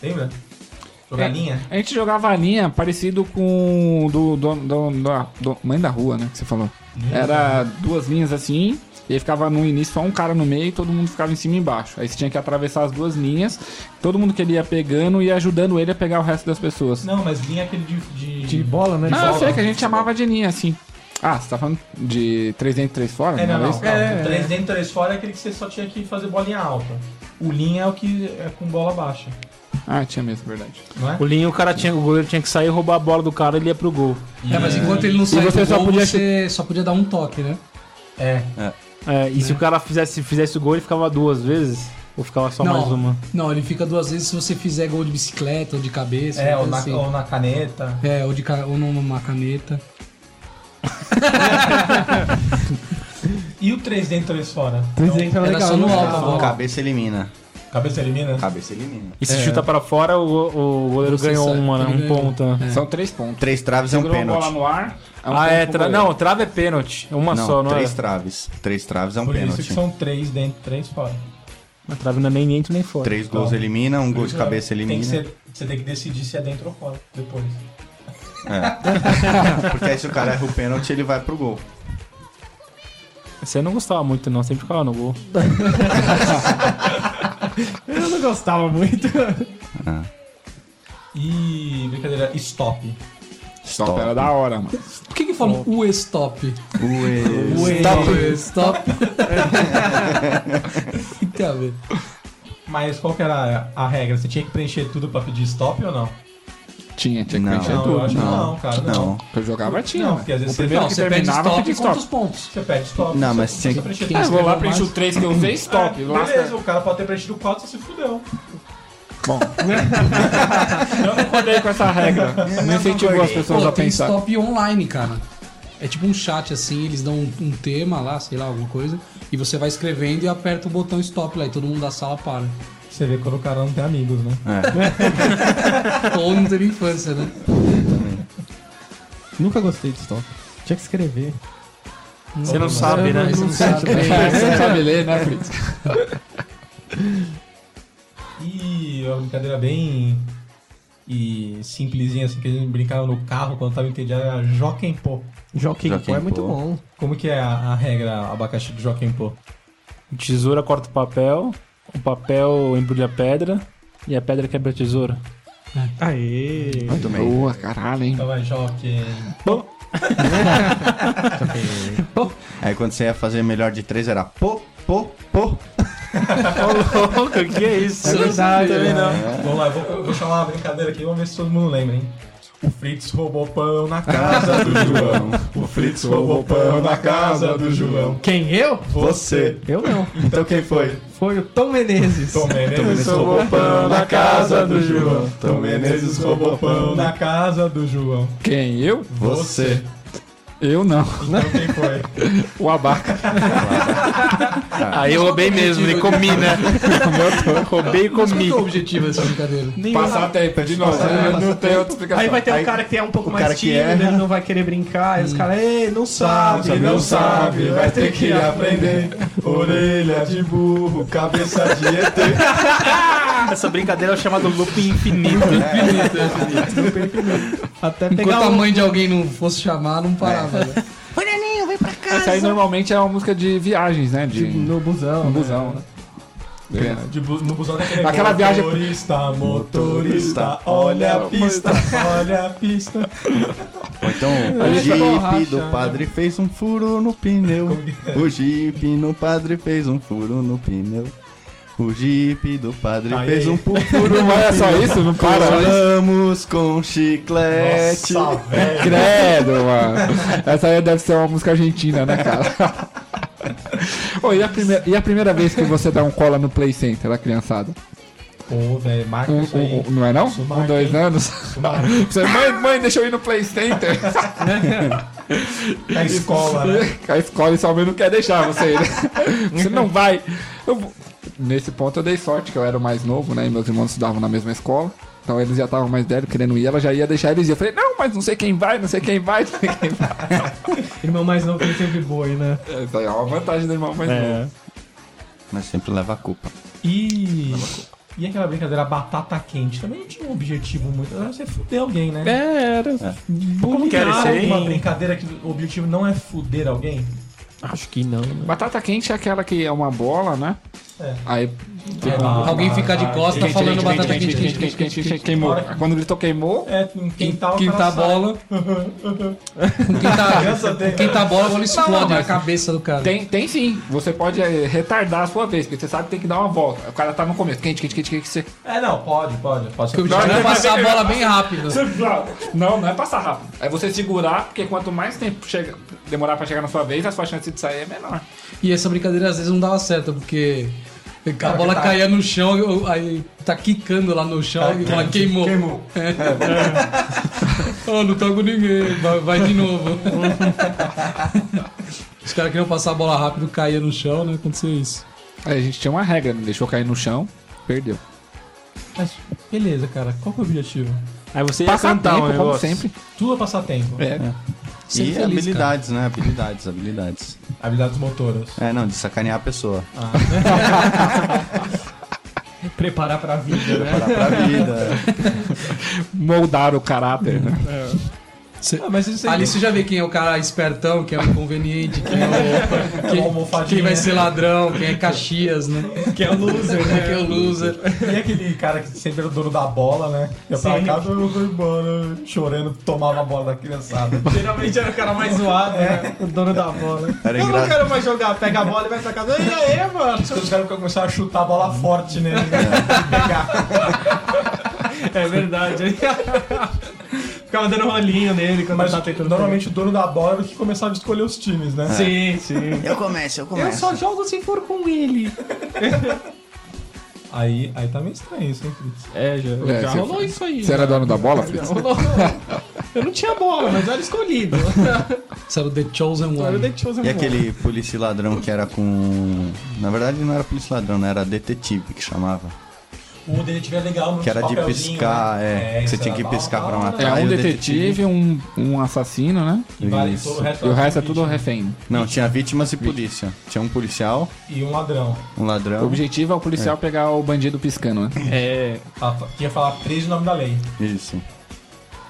Speaker 3: Lembra?
Speaker 7: É.
Speaker 3: Jogar linha?
Speaker 4: A gente jogava a linha parecido com do, do, do- da- do- Mãe da Rua, né? Que você falou. Era duas linhas assim, e aí ficava no início só um cara no meio e todo mundo ficava em cima e embaixo. Aí você tinha que atravessar as duas linhas, todo mundo que ele ia pegando e ajudando ele a pegar o resto das pessoas. Não,
Speaker 3: Não, mas linha é aquele de. de... Ah,
Speaker 9: De bola, né?
Speaker 4: eu sei que a gente chamava de linha assim. Ah, você tá falando de três dentro, três fora?
Speaker 3: É, não,
Speaker 4: uma
Speaker 3: não.
Speaker 4: vez?
Speaker 3: não. Três dentro, três fora é aquele que você só tinha que fazer bolinha alta. O linha é o que é com bola baixa,
Speaker 4: Ah, tinha mesmo, verdade.
Speaker 3: não é?
Speaker 6: O linho, o, cara tinha, o goleiro tinha que sair, roubar a bola do cara e ele ia pro gol.
Speaker 5: É, mas enquanto ele não saía
Speaker 6: você
Speaker 5: do
Speaker 6: só
Speaker 5: gol,
Speaker 6: podia-
Speaker 5: você só podia dar um toque, né?
Speaker 3: É.
Speaker 6: É, e se o cara fizesse, fizesse o gol, ele ficava duas vezes? Ou ficava só mais uma?
Speaker 5: Não, ele fica duas vezes se você fizer gol de bicicleta ou de cabeça.
Speaker 3: É,
Speaker 5: uma
Speaker 3: ou
Speaker 5: coisa
Speaker 3: na,
Speaker 5: assim.
Speaker 3: ou na caneta.
Speaker 5: É, ou, de ca... ou numa caneta.
Speaker 3: E o três dentro, três fora? Então,
Speaker 9: Presidente é
Speaker 5: Era
Speaker 9: legal.
Speaker 5: só no
Speaker 9: né?
Speaker 5: alto a bola.
Speaker 7: Cabeça elimina.
Speaker 3: Cabeça elimina?
Speaker 7: Cabeça elimina.
Speaker 6: E se
Speaker 4: É.
Speaker 6: chuta pra fora, o, o goleiro
Speaker 5: Você
Speaker 6: ganhou
Speaker 5: sabe,
Speaker 6: uma, né?
Speaker 5: ele
Speaker 6: Um
Speaker 5: ganhou.
Speaker 6: ponto. né?
Speaker 4: São três pontos.
Speaker 7: Três traves é um
Speaker 4: Segurou a bola
Speaker 7: pênalti.
Speaker 4: no ar. um
Speaker 6: Ah, é.
Speaker 4: ponto pro
Speaker 6: Tra...
Speaker 4: goleiro.
Speaker 6: Não, trave é pênalti. Uma
Speaker 7: Não,
Speaker 6: só, não
Speaker 7: três
Speaker 6: é?
Speaker 7: traves. Três traves é um
Speaker 3: Por isso que
Speaker 7: pênalti.
Speaker 3: são três dentro, três fora.
Speaker 6: Uma trave não é nem dentro nem fora.
Speaker 7: Três gols elimina, um gol de cabeça
Speaker 3: Tem que
Speaker 7: elimina.
Speaker 3: ser- você tem que decidir se é dentro ou fora depois.
Speaker 7: Porque aí se o cara erra o pênalti, ele vai pro gol.
Speaker 6: Você não gostava muito, não. Sempre ficava no
Speaker 4: (laughs)
Speaker 6: gol.
Speaker 9: Eu não gostava muito.
Speaker 3: E brincadeira, stop.
Speaker 4: Top, era da hora, mano.
Speaker 5: Por que que falam o stop? O stop. Então, velho.
Speaker 3: Mas qual que era a regra? Você tinha que preencher tudo pra pedir stop ou não?
Speaker 4: Tinha, tinha que
Speaker 7: Não.
Speaker 4: preencher
Speaker 3: não, eu
Speaker 4: tudo.
Speaker 3: acho que não, cara. Não.
Speaker 7: Não.
Speaker 4: Eu jogava, tinha.
Speaker 3: Não,
Speaker 4: mano.
Speaker 3: porque às vezes
Speaker 4: o
Speaker 3: você-
Speaker 4: primeiro
Speaker 5: Não,
Speaker 4: que
Speaker 5: você pede
Speaker 4: terminava,
Speaker 5: stop
Speaker 4: pedia
Speaker 5: e conta
Speaker 4: stop.
Speaker 5: os pontos.
Speaker 3: Você pede stop.
Speaker 7: Não,
Speaker 3: você-
Speaker 7: mas
Speaker 3: você
Speaker 7: tinha-
Speaker 3: preencher
Speaker 4: Ah, eu
Speaker 3: tudo.
Speaker 4: vou lá, preencho o 3 que eu usei, stop.
Speaker 3: É,
Speaker 4: lasca.
Speaker 3: beleza, o cara pode ter preenchido o 4 e se fudeu.
Speaker 4: Bom. eu não acordei com essa regra. Não incentivou as pessoas
Speaker 5: Pô,
Speaker 4: a
Speaker 5: tem
Speaker 4: pensar.
Speaker 5: stop online, cara. É tipo um chat assim, eles dão um, um tema lá, sei lá, alguma coisa, e você vai escrevendo e aperta o botão stop lá, e todo mundo da sala para.
Speaker 3: Você vê quando o cara não tem amigos, né?
Speaker 7: é.
Speaker 5: Ou não teve infância, né?
Speaker 9: Nunca gostei de stop. Tinha que escrever.
Speaker 8: Você não sabe, né?
Speaker 5: Não sabe.
Speaker 4: Você sabe ler, né, Fritz?
Speaker 3: E é uma brincadeira bem e simplesinha, assim, que a gente brincava no carro quando tava entediado, era Jockey Pô.
Speaker 9: Joaquim
Speaker 7: Joaquim
Speaker 9: Pô é muito
Speaker 7: Pô.
Speaker 9: bom.
Speaker 3: Como que é a, a regra, abacaxi do Jockey Pô?
Speaker 6: Tesoura corta o papel, o papel embrulha a pedra e a pedra quebra a tesoura.
Speaker 9: Aê!
Speaker 7: Muito bem.
Speaker 4: Boa, caralho, hein?
Speaker 3: Então vai, Jockey.
Speaker 7: Aí quando você ia fazer melhor de três era pô, pô, pô.
Speaker 8: Ô, louco, que é isso?
Speaker 5: É verdade, né?
Speaker 3: Vamos lá, eu vou, eu vou chamar uma brincadeira aqui, vamos ver se todo mundo lembra, hein? O Fritz roubou pão na casa do João. O Fritz roubou pão na casa do João.
Speaker 9: Quem? Eu?
Speaker 7: Você.
Speaker 9: Eu não.
Speaker 7: Então quem foi?
Speaker 9: Foi o Tom Menezes.
Speaker 3: Tom Menezes roubou pão na casa do João. Tom Menezes roubou pão na casa do João.
Speaker 4: Quem? Eu?
Speaker 7: Você.
Speaker 4: Eu não.
Speaker 3: Então quem foi?
Speaker 4: O abaca.
Speaker 8: Aí eu roubei mesmo, e comi, né?
Speaker 4: (laughs)
Speaker 8: roubei e comi.
Speaker 5: objetivo dessa brincadeira.
Speaker 4: Passar tempo, é de novo. Eu não tenho outra explicação.
Speaker 9: Aí vai ter um
Speaker 7: Aí-
Speaker 9: cara que é um pouco
Speaker 7: o
Speaker 9: mais
Speaker 7: cara que
Speaker 9: tímido,
Speaker 7: erra.
Speaker 9: ele não vai querer brincar, e os caras, ei, não sabe,
Speaker 3: Sabe, não sabe, vai ter que aprender. Orelha de burro, cabeça de ET.
Speaker 8: Essa brincadeira é chamada looping infinito.
Speaker 9: Até
Speaker 5: Enquanto
Speaker 9: pegar
Speaker 5: a
Speaker 9: um...
Speaker 5: mãe de alguém não fosse chamar, não parava. né?
Speaker 4: Essa aí normalmente é uma música de viagens, né? De (laughs)
Speaker 9: no busão.
Speaker 4: um busão, né? Criança.
Speaker 3: De bu- no busão daquele
Speaker 4: Aquela viagem-
Speaker 3: Motorista, motorista, olha a pista, olha a (laughs) pista.
Speaker 7: Ou então,
Speaker 3: É,
Speaker 7: o
Speaker 3: tá
Speaker 7: jipe
Speaker 3: né?
Speaker 7: do padre fez um furo no pneu.
Speaker 3: é?
Speaker 7: O jipe do padre fez um furo no pneu. O jipe do padre
Speaker 3: Tá Aí.
Speaker 7: fez
Speaker 3: (laughs)
Speaker 7: um pu- furo
Speaker 4: Não
Speaker 7: no
Speaker 4: é só
Speaker 7: pneu.
Speaker 4: isso? Não para. né?
Speaker 7: Colamos com
Speaker 3: É,
Speaker 7: chiclete.
Speaker 3: Nossa, velho.
Speaker 4: Credo, mano. Essa aí deve ser uma música argentina, né, cara? (laughs) Ô, e, a primeira, e a primeira vez que você dá um cola no Play Center, a criançada?
Speaker 3: Pô, velho, marca (laughs)
Speaker 4: Um,
Speaker 3: isso aí.
Speaker 4: um- um- não é não?
Speaker 3: Isso
Speaker 4: Com
Speaker 3: marca,
Speaker 4: dois
Speaker 3: hein?
Speaker 4: anos?
Speaker 3: Isso marca.
Speaker 4: Você, mãe, mãe, deixa eu ir no Play Center.
Speaker 3: Na escola, né?
Speaker 4: (laughs) A escola e sua mãe não quer deixar você (laughs) ir. né? Você não vai. Eu vou- Nesse ponto eu dei sorte, que eu era o mais novo, né? E meus irmãos estudavam na mesma escola. Então eles já estavam mais velhos, querendo ir, ela já ia deixar eles ir. Eu falei, não, mas não sei quem vai, não sei quem vai, não sei quem (laughs) vai.
Speaker 9: Irmão mais novo tem sempre boi, né?
Speaker 4: Essa aí é uma vantagem do irmão mais novo.
Speaker 7: Mas sempre leva a culpa.
Speaker 3: E. E aquela brincadeira batata quente também não tinha um objetivo muito. Era você fuder alguém, né?
Speaker 6: É, era.
Speaker 3: Como
Speaker 8: Quero isso aí.
Speaker 3: uma brincadeira que o objetivo não é fuder alguém?
Speaker 9: Acho que não. né?
Speaker 4: Batata quente é aquela que é uma bola, né?
Speaker 3: É.
Speaker 4: Aí
Speaker 5: Alguém fica de costa
Speaker 3: quente,
Speaker 5: falando
Speaker 4: quente,
Speaker 5: batata
Speaker 4: quente,
Speaker 5: quente,
Speaker 4: quente,
Speaker 5: quente,
Speaker 4: quente, quente, quente, queimou. Ah, Quando gritou queimou,
Speaker 3: É, em quintal.
Speaker 5: quente.
Speaker 3: o cara
Speaker 5: Quintar a
Speaker 3: sai.
Speaker 5: (laughs) bola. Com quintar,
Speaker 3: Criança tem-
Speaker 5: com quintar a bola, a bola
Speaker 4: Não,
Speaker 5: explode
Speaker 4: mas-
Speaker 5: na cabeça do cara.
Speaker 4: Tem, tem sim. Você pode eh, retardar a sua vez, porque você sabe que tem que dar uma volta. O cara tá no começo. Quente, quente, quente, quente. Você...
Speaker 3: É, não, pode, pode. pode
Speaker 5: Porque o
Speaker 3: ser.
Speaker 5: time vai passar a bola bem rápido.
Speaker 4: Não, não é passar rápido. É você segurar, porque quanto mais tempo chega, demorar pra chegar na sua vez, a sua chance de sair é menor.
Speaker 5: E essa brincadeira às vezes não dava certo, porque a bola caía no chão, eu- aí tá quicando lá no chão e ela queimou. Queimou. oh, não tá com ninguém, vai, vai de novo. Os caras queriam passar a bola rápido, caía no chão, né? Aconteceu isso.
Speaker 4: Aí a gente tinha uma regra, né? deixou cair no chão, perdeu. um
Speaker 3: Mas, beleza, cara. Qual que é o objetivo?
Speaker 6: Aí você ia
Speaker 4: Passar
Speaker 6: cantar
Speaker 4: tempo,
Speaker 6: um
Speaker 4: né? como
Speaker 6: negócio.
Speaker 4: sempre.
Speaker 3: Tudo é passar tempo.
Speaker 4: É.
Speaker 5: Ser
Speaker 7: e
Speaker 5: feliz,
Speaker 7: habilidades, né? Habilidades, habilidades.
Speaker 3: Habilidades motoras.
Speaker 7: É, não, de sacanear a pessoa.
Speaker 9: Preparar pra vida,
Speaker 7: (laughs)
Speaker 3: É.
Speaker 9: né?
Speaker 7: Preparar pra vida.
Speaker 4: Moldar o caráter, né?
Speaker 3: Ah, mas isso aí.
Speaker 5: Ali você já vê quem é o cara espertão, quem é o inconveniente, quem é o.
Speaker 3: Uma
Speaker 5: Quem,
Speaker 3: almofadinha.
Speaker 5: quem vai ser ladrão, quem é Caxias,
Speaker 9: (laughs)
Speaker 5: né?
Speaker 9: Que é o loser, né?
Speaker 5: Quem é o loser.
Speaker 3: E aquele cara que sempre era o dono da bola, né? Ia pra
Speaker 9: Sim.
Speaker 3: casa, eu vou embora, chorando, tomava a bola da criançada.
Speaker 9: (laughs) Geralmente era o cara mais zoado, né? O dono da bola.
Speaker 7: Era
Speaker 9: eu não
Speaker 7: engra-
Speaker 9: quero mais jogar. Pega a bola e vai pra casa. E aí, mano?
Speaker 3: Os caras começaram a chutar a bola forte nele. né? Pegar.
Speaker 9: É verdade. Ficava dando rolinho nele quando
Speaker 3: Mas
Speaker 9: tá tentando.
Speaker 3: normalmente o dono da bola era o que começava a escolher os times, né?
Speaker 9: pegar. Sim, sim.
Speaker 2: Eu começo, eu
Speaker 9: Eu
Speaker 2: começo.
Speaker 9: só jogo se for com ele.
Speaker 3: Aí, aí tá meio estranho isso, hein, Fritz?
Speaker 9: É, já,
Speaker 4: É,
Speaker 9: já
Speaker 4: você-
Speaker 9: rolou isso aí.
Speaker 4: Você era dono da bola, Fritz?
Speaker 9: Rolou. Eu não tinha bola, mas eu
Speaker 5: (laughs)
Speaker 9: era escolhido.
Speaker 5: Isso era o The Chosen
Speaker 9: Eu
Speaker 5: One.
Speaker 9: dei chosen
Speaker 7: E
Speaker 9: one.
Speaker 7: aquele polícia e ladrão que era com. Na verdade não era polícia e ladrão, né? Era detetive que chamava.
Speaker 3: O detetive é legal, mas
Speaker 7: Que era
Speaker 3: os
Speaker 7: de
Speaker 3: papelzinho,
Speaker 7: piscar,
Speaker 3: né?
Speaker 7: é. que você
Speaker 3: isso
Speaker 7: tinha
Speaker 3: era
Speaker 7: que
Speaker 3: bom.
Speaker 7: piscar pra matar.
Speaker 4: É um
Speaker 7: E o
Speaker 4: detetive, um, um assassino, né?
Speaker 3: E vale
Speaker 7: Isso.
Speaker 3: todo o resto
Speaker 4: E o resto é
Speaker 3: do
Speaker 4: tudo
Speaker 3: vídeo.
Speaker 4: refém.
Speaker 7: Não, tinha vítimas e polícia. Tinha um policial,
Speaker 3: E um ladrão.
Speaker 7: um
Speaker 4: O
Speaker 7: ladrão.
Speaker 4: objetivo é o policial pegar o bandido piscando, né?
Speaker 9: É.
Speaker 3: Ah, tá. tinha que falar três de nome da lei.
Speaker 7: Isso.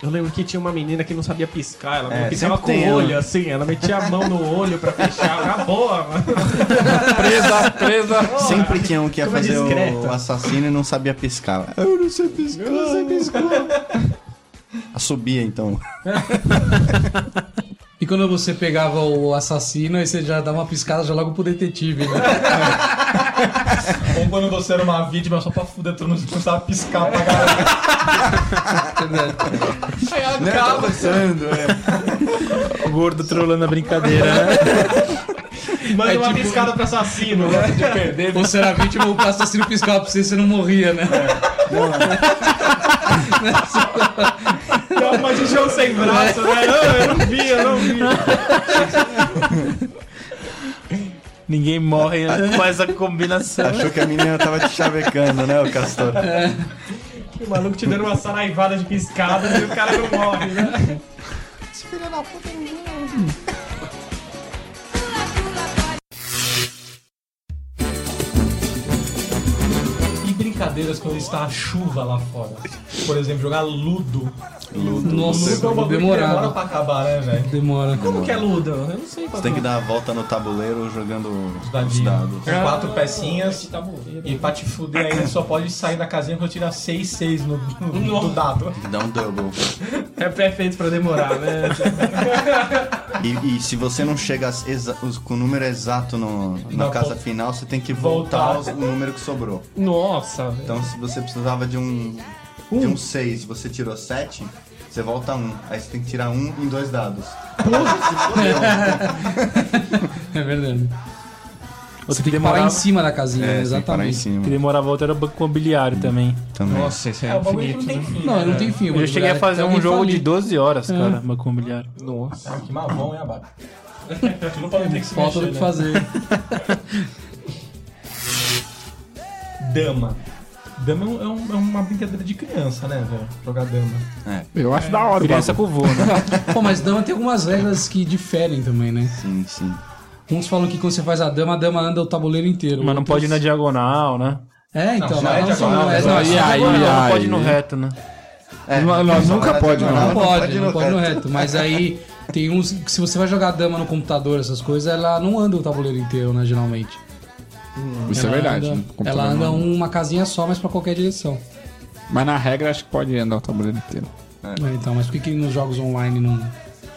Speaker 9: Eu lembro que tinha uma menina que não sabia piscar, ela
Speaker 7: É,
Speaker 9: piscava
Speaker 7: sempre
Speaker 9: com
Speaker 7: tem,
Speaker 9: o olho,
Speaker 7: né?
Speaker 9: assim, ela metia a mão no olho pra fechar, acabou, mano.
Speaker 4: Presa, presa!
Speaker 7: Sempre tinha um que ia
Speaker 9: Como é
Speaker 7: fazer o
Speaker 9: discreta.
Speaker 7: assassino e não sabia piscar. Ah, Eu não sei piscar, eu não sei piscar. (laughs) Assobia, então.
Speaker 5: E quando você pegava o assassino, aí você já dava uma piscada já logo pro detetive, né?
Speaker 3: Ou quando você era uma vítima só pra fuder todo mundo, você começava a piscar pra galera.
Speaker 7: (laughs) Acaba. É.
Speaker 6: O gordo trolando a brincadeira, né?
Speaker 9: Manda
Speaker 5: É
Speaker 9: uma
Speaker 3: (laughs)
Speaker 5: tipo-
Speaker 9: piscada pro assassino, né?
Speaker 5: Você era vítima, o assassino piscava pra você e você não morria, né?
Speaker 9: É, Dá uma de chão sem braço, né? Ah, Eu né? não vi, eu não vi.
Speaker 6: Ninguém morre com essa combinação.
Speaker 7: Achou que a menina tava te chavecando, né, o Castor?
Speaker 9: O maluco te dando uma saraivada de piscada e o cara não morre, né?
Speaker 3: E brincadeiras quando está a chuva lá fora. Por exemplo, jogar ludo.
Speaker 5: Nossa,
Speaker 3: Ludo é um bagulho que demora
Speaker 5: demorava.
Speaker 3: pra acabar, né, velho?
Speaker 5: Demora.
Speaker 9: Como que é Ludo? Eu não sei
Speaker 7: Você
Speaker 9: qual
Speaker 7: tem que dar a volta no tabuleiro jogando os dados.
Speaker 3: Dadinho. Com quatro pecinhas. E pra te fuder aí, só pode sair da casinha quando tirar 6, 6 no, no, no dado.
Speaker 7: Dá um double.
Speaker 9: É perfeito pra demorar, né?
Speaker 7: E, e se você não chega às exa- os- com o número exato no- na
Speaker 3: Não,
Speaker 7: casa
Speaker 3: pô.
Speaker 7: final, você tem que
Speaker 3: Voltar.
Speaker 7: voltar os- o número que sobrou.
Speaker 9: Nossa, velho.
Speaker 7: Então, se você precisava de um 6 de um seis, você tirou 7, você volta 1. Um. Aí você tem que tirar 1 um em dois dados.
Speaker 5: É verdade.
Speaker 6: Outro
Speaker 5: Tem que parar em cima da casinha,
Speaker 9: É,
Speaker 7: tem que parar em
Speaker 5: exatamente.
Speaker 6: Que
Speaker 7: cima
Speaker 6: demorava outro era banco imobiliário também.
Speaker 7: também.
Speaker 9: isso
Speaker 3: É, o bagulho que não tem fim.
Speaker 5: Não,
Speaker 3: né,
Speaker 5: eu é não tem
Speaker 3: velho?
Speaker 5: fim.
Speaker 6: Eu cheguei a fazer um É. jogo de 12 horas, cara,
Speaker 5: cara,
Speaker 6: banco imobiliário.
Speaker 5: Nossa.
Speaker 3: Ah, que marrom, hein, Abaca? Tu não pode ter que se
Speaker 5: Falta do
Speaker 3: mexer,
Speaker 5: que
Speaker 3: né?
Speaker 5: fazer.
Speaker 6: (laughs)
Speaker 3: Dama. Dama é, um- é um- é uma brincadeira de criança, né, velho? Jogar dama.
Speaker 4: Eu acho da hora, o
Speaker 6: Criança
Speaker 4: bagulho.
Speaker 6: com vô, né?
Speaker 5: Pô, mas dama tem algumas regras que diferem também, né?
Speaker 7: Sim, sim.
Speaker 5: Uns falam que quando você faz a dama, a dama anda o tabuleiro inteiro.
Speaker 6: (laughs) Mas não
Speaker 5: Outros-
Speaker 6: pode ir na diagonal, né?
Speaker 5: É, então.
Speaker 3: Não, já é
Speaker 5: mas são-
Speaker 3: diagonal,
Speaker 5: é,
Speaker 3: né?
Speaker 5: não,
Speaker 4: E
Speaker 5: é
Speaker 4: aí,
Speaker 5: diagonal.
Speaker 6: Não, não
Speaker 4: aí.
Speaker 6: pode ir no reto, né?
Speaker 7: É,
Speaker 4: Não, não,
Speaker 7: só
Speaker 4: nunca
Speaker 7: na
Speaker 4: pode, não.
Speaker 7: diagonal,
Speaker 5: Não pode,
Speaker 7: ir
Speaker 5: não pode no reto. Mas aí tem uns. que Se você vai jogar dama no computador, essas coisas, ela não anda o tabuleiro inteiro, né? Geralmente.
Speaker 4: Isso é
Speaker 5: Ela
Speaker 4: verdade.
Speaker 5: anda-
Speaker 4: né? Computador
Speaker 5: ela anda
Speaker 4: não.
Speaker 5: uma casinha só, mas pra qualquer direção.
Speaker 4: Mas na regra acho que pode andar o tabuleiro inteiro.
Speaker 5: É, então, mas por que, que nos jogos online não.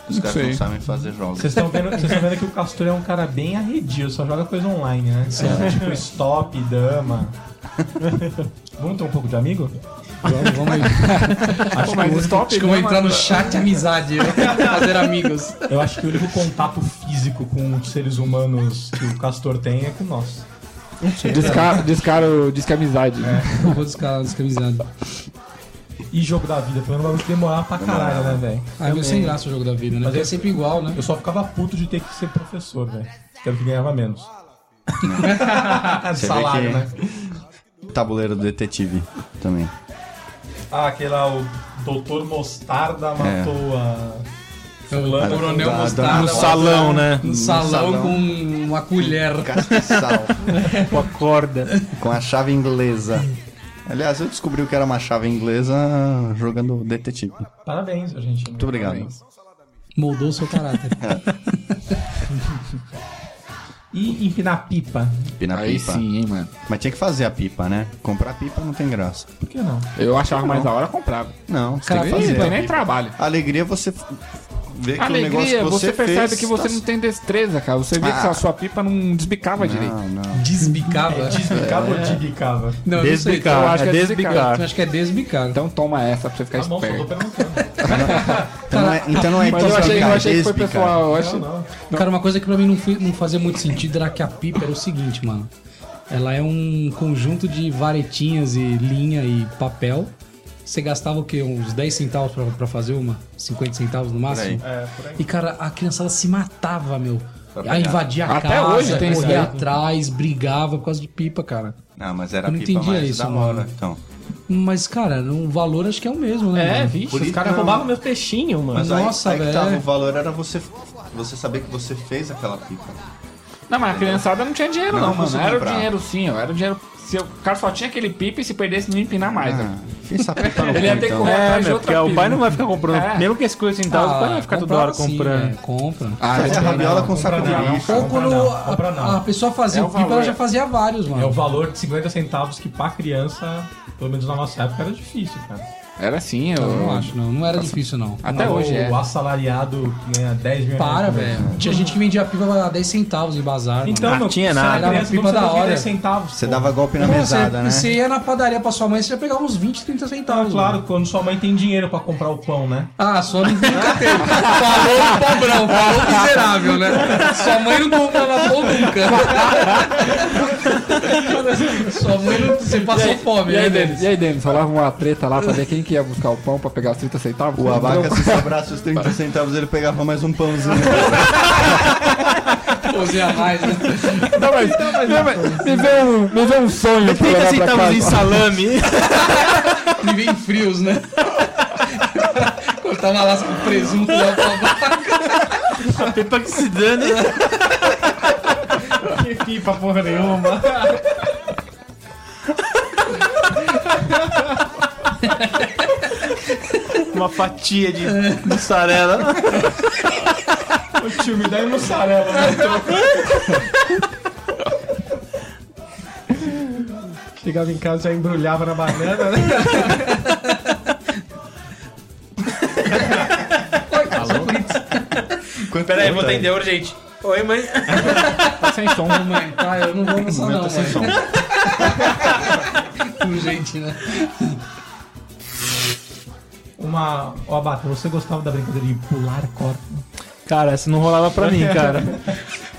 Speaker 7: Os caras
Speaker 4: sei.
Speaker 7: não sabem fazer jogos.
Speaker 3: Vocês estão vendo, vocês tão vendo que o Castor é um cara bem arredio, só joga coisa online, né? Tipo stop, dama. Vamos ter um pouco de amigo?
Speaker 5: Vamos, vamos aí.
Speaker 3: Acho que, o-
Speaker 4: (laughs)
Speaker 5: Acho que eu vou entrar no chat amizade, né? fazer amigos.
Speaker 3: eu acho que o único contato físico com os seres humanos que o Castor tem é com nós.
Speaker 4: Descaro, descaro, disque amizade. né?
Speaker 5: Eu Vou descalar descamisado.
Speaker 3: E jogo da vida, é um pelo menos demorar pra caralho, né, velho?
Speaker 5: Ah, meu sem graça o jogo da vida, né?
Speaker 3: Mas
Speaker 5: Porque
Speaker 3: eu-
Speaker 5: é sempre igual, né?
Speaker 3: Eu só ficava puto de ter que ser professor, velho. Quero que ganhava menos.
Speaker 7: Você vê
Speaker 3: Salário,
Speaker 7: que-
Speaker 3: né?
Speaker 7: Tabuleiro do detetive também.
Speaker 3: Ah, aquele lá, o Doutor Mostarda matou a.
Speaker 5: O Então, Coronel
Speaker 7: Dá- dá
Speaker 5: Mostarda
Speaker 7: no
Speaker 5: lá
Speaker 6: Salão, né?
Speaker 5: No salão,
Speaker 7: salão.
Speaker 5: com uma colher.
Speaker 7: Castiçal.
Speaker 6: Com a corda.
Speaker 7: com a chave inglesa. Aliás, eu descobri o que era uma chave inglesa jogando detetive. Muito
Speaker 3: Parabéns, gente. Muito
Speaker 7: obrigado.
Speaker 5: Moldou seu caráter.
Speaker 3: E empinar pipa.
Speaker 7: Pina
Speaker 4: Aí
Speaker 7: pipa.
Speaker 4: sim, hein, mano.
Speaker 7: Mas tinha que fazer a pipa, né? Comprar pipa não tem graça.
Speaker 3: Por que não?
Speaker 4: Eu achava mais da hora comprava.
Speaker 7: Não, você
Speaker 5: Cara,
Speaker 7: tem que
Speaker 5: faz
Speaker 4: Ih,
Speaker 7: fazer.
Speaker 4: não tem nem trabalho.
Speaker 7: Alegria é você f- ver que
Speaker 4: né?
Speaker 7: o negócio
Speaker 4: Alegria,
Speaker 7: que você,
Speaker 4: você, percebe
Speaker 7: fez
Speaker 4: que você
Speaker 7: tá-
Speaker 4: não tem destreza, cara. Você vê que
Speaker 7: Ah.
Speaker 4: a sua pipa não desbicava direito.
Speaker 7: Não, não.
Speaker 5: (laughs) Desbicava.
Speaker 3: Desbicava ou dibicava?
Speaker 5: Não, eu não sei.
Speaker 4: eu
Speaker 6: Desbicar,
Speaker 4: acho
Speaker 6: é
Speaker 4: que é desbicar.
Speaker 5: Eu
Speaker 6: desbicar.
Speaker 5: acho que é desbicar.
Speaker 4: Então toma essa pra você ficar
Speaker 3: Tá bom, só tô
Speaker 4: esperto.
Speaker 3: perguntando.
Speaker 7: Então não é, então não é
Speaker 4: Mas eu
Speaker 7: impossível,
Speaker 4: achei, eu
Speaker 7: cara,
Speaker 4: achei que foi
Speaker 7: desbicar.
Speaker 4: pessoal. Eu achei...
Speaker 5: Cara, uma coisa que pra mim não, fi- não fazia muito sentido era que a pipa era o seguinte, mano. Ela é um conjunto de varetinhas e linha e papel. Você gastava o quê? Uns 10 centavos pra, pra fazer uma? 50 centavos no máximo?
Speaker 3: É, por aí.
Speaker 5: E, cara, a criançada se matava, meu.
Speaker 7: pra
Speaker 5: Ah,
Speaker 7: pegar.
Speaker 5: invadia a
Speaker 4: Até
Speaker 5: casa,
Speaker 4: hoje tem isso
Speaker 5: corria
Speaker 4: aí.
Speaker 5: atrás, brigava por causa de pipa, cara.
Speaker 7: Ah, mas era
Speaker 5: Eu não
Speaker 7: pipa
Speaker 5: entendia
Speaker 7: mais
Speaker 5: isso,
Speaker 7: da
Speaker 5: mano.
Speaker 7: hora, então.
Speaker 5: Mas, cara, o valor acho que é o mesmo, né?
Speaker 10: É,
Speaker 5: mano?
Speaker 10: vixe,
Speaker 7: Por
Speaker 10: os
Speaker 7: isso
Speaker 10: caras
Speaker 7: não.
Speaker 10: roubavam meu peixinho, mano.
Speaker 7: Mas aí-
Speaker 5: Nossa,
Speaker 7: aí, que
Speaker 5: velho.
Speaker 7: tava o valor era você, você saber que você fez aquela pipa.
Speaker 4: (laughs) Não, mas a criançada não tinha dinheiro, não,
Speaker 7: Não,
Speaker 4: mano.
Speaker 7: não
Speaker 4: Era o
Speaker 7: comprar.
Speaker 4: dinheiro sim, ó. Era o dinheiro. Se o cara só tinha aquele pipa e se perdesse, não ia empinar mais.
Speaker 7: Ah.
Speaker 4: né?
Speaker 7: Fiz essa pipa no então?
Speaker 4: Ele ia ter que correr
Speaker 6: É,
Speaker 4: atrás de
Speaker 6: meu, porque
Speaker 4: outra
Speaker 6: o
Speaker 4: pipa.
Speaker 6: pai não vai ficar comprando.
Speaker 4: É.
Speaker 6: Mesmo que as coisas em casa, o pai não vai ficar é, toda hora
Speaker 5: comprava sim,
Speaker 6: comprando.
Speaker 5: velho, compra.
Speaker 4: Ah,
Speaker 7: Fazia
Speaker 4: mas-
Speaker 7: rabiola com saco de
Speaker 3: Comprar
Speaker 7: lixo.
Speaker 3: não.
Speaker 5: Ou quando
Speaker 3: não,
Speaker 5: a-
Speaker 3: compra
Speaker 5: a,
Speaker 3: não.
Speaker 5: pessoa fazia
Speaker 4: É o
Speaker 5: o pipa, ela
Speaker 4: valor.
Speaker 5: já fazia vários,
Speaker 3: É o
Speaker 5: mano.
Speaker 3: valor de 50 centavos que pra criança, pelo menos na nossa época, era difícil, cara.
Speaker 4: Era sim, eu.
Speaker 5: Eu não acho, não. Não era difícil, não.
Speaker 4: Até
Speaker 3: Não,
Speaker 4: hoje é.
Speaker 3: O assalariado ganha 10 mil
Speaker 5: Para,
Speaker 3: reais por mês.
Speaker 5: velho. Tinha gente que vendia pipa a 10 centavos em bazar,
Speaker 3: Então,
Speaker 5: mano.
Speaker 3: meu,
Speaker 6: tinha
Speaker 3: você
Speaker 6: nada.
Speaker 3: era criança,
Speaker 5: Pipa
Speaker 3: como
Speaker 5: da
Speaker 3: você tinha
Speaker 5: hora.
Speaker 3: 10 centavos.
Speaker 7: Você
Speaker 3: pô?
Speaker 7: dava golpe na
Speaker 5: Pô,
Speaker 7: mesada,
Speaker 5: você,
Speaker 9: é
Speaker 7: né?
Speaker 5: você ia na padaria pra sua mãe, você já pegava uns 20, 30 centavos.
Speaker 3: Ah, claro,
Speaker 5: mano.
Speaker 3: quando sua mãe tem dinheiro pra comprar o pão, né?
Speaker 5: Ah, só não nunca teve. (laughs) Falou o pobrão, falou o miserável, né? Sua mãe não compra na pão nunca. sua mãe não. Você passou fome,
Speaker 4: E
Speaker 5: né,
Speaker 4: aí,
Speaker 5: Denis?
Speaker 4: Denis? E aí, Denis? Falava uma treta lá pra ver quem que ia buscar o pão pra pegar os 30 centavos?
Speaker 7: O abaca,
Speaker 4: Então,
Speaker 7: assim, se sobrasse os 30 centavos, ele pegava mais um pãozinho.
Speaker 5: Cozinha mais, né?
Speaker 4: Não, mas, não, mas me, vê um, me vê um sonho pra levar pra casa.
Speaker 6: salame.
Speaker 5: E vem frios, (laughs) né? Cortar uma lasca com presunto lá pra baixo.
Speaker 6: Pipa que se dane.
Speaker 3: Que pipa porra nenhuma.
Speaker 6: Uma fatia de mussarela.
Speaker 3: Ô tio, (laughs) me dá aí mussarela, né?
Speaker 9: Chegava em casa já embrulhava na banana, né?
Speaker 8: Pera aí, vou atender urgente. Oi, mãe.
Speaker 4: Tá sem som.
Speaker 5: Mãe, tá, eu não vou nessa não,
Speaker 7: Momento sem
Speaker 5: mãe.
Speaker 7: som.
Speaker 5: Com gente, né?
Speaker 3: Uma. Ó, Abata, você gostava da brincadeira de pular corda?
Speaker 6: Cara, isso não rolava (laughs) pra mim, cara.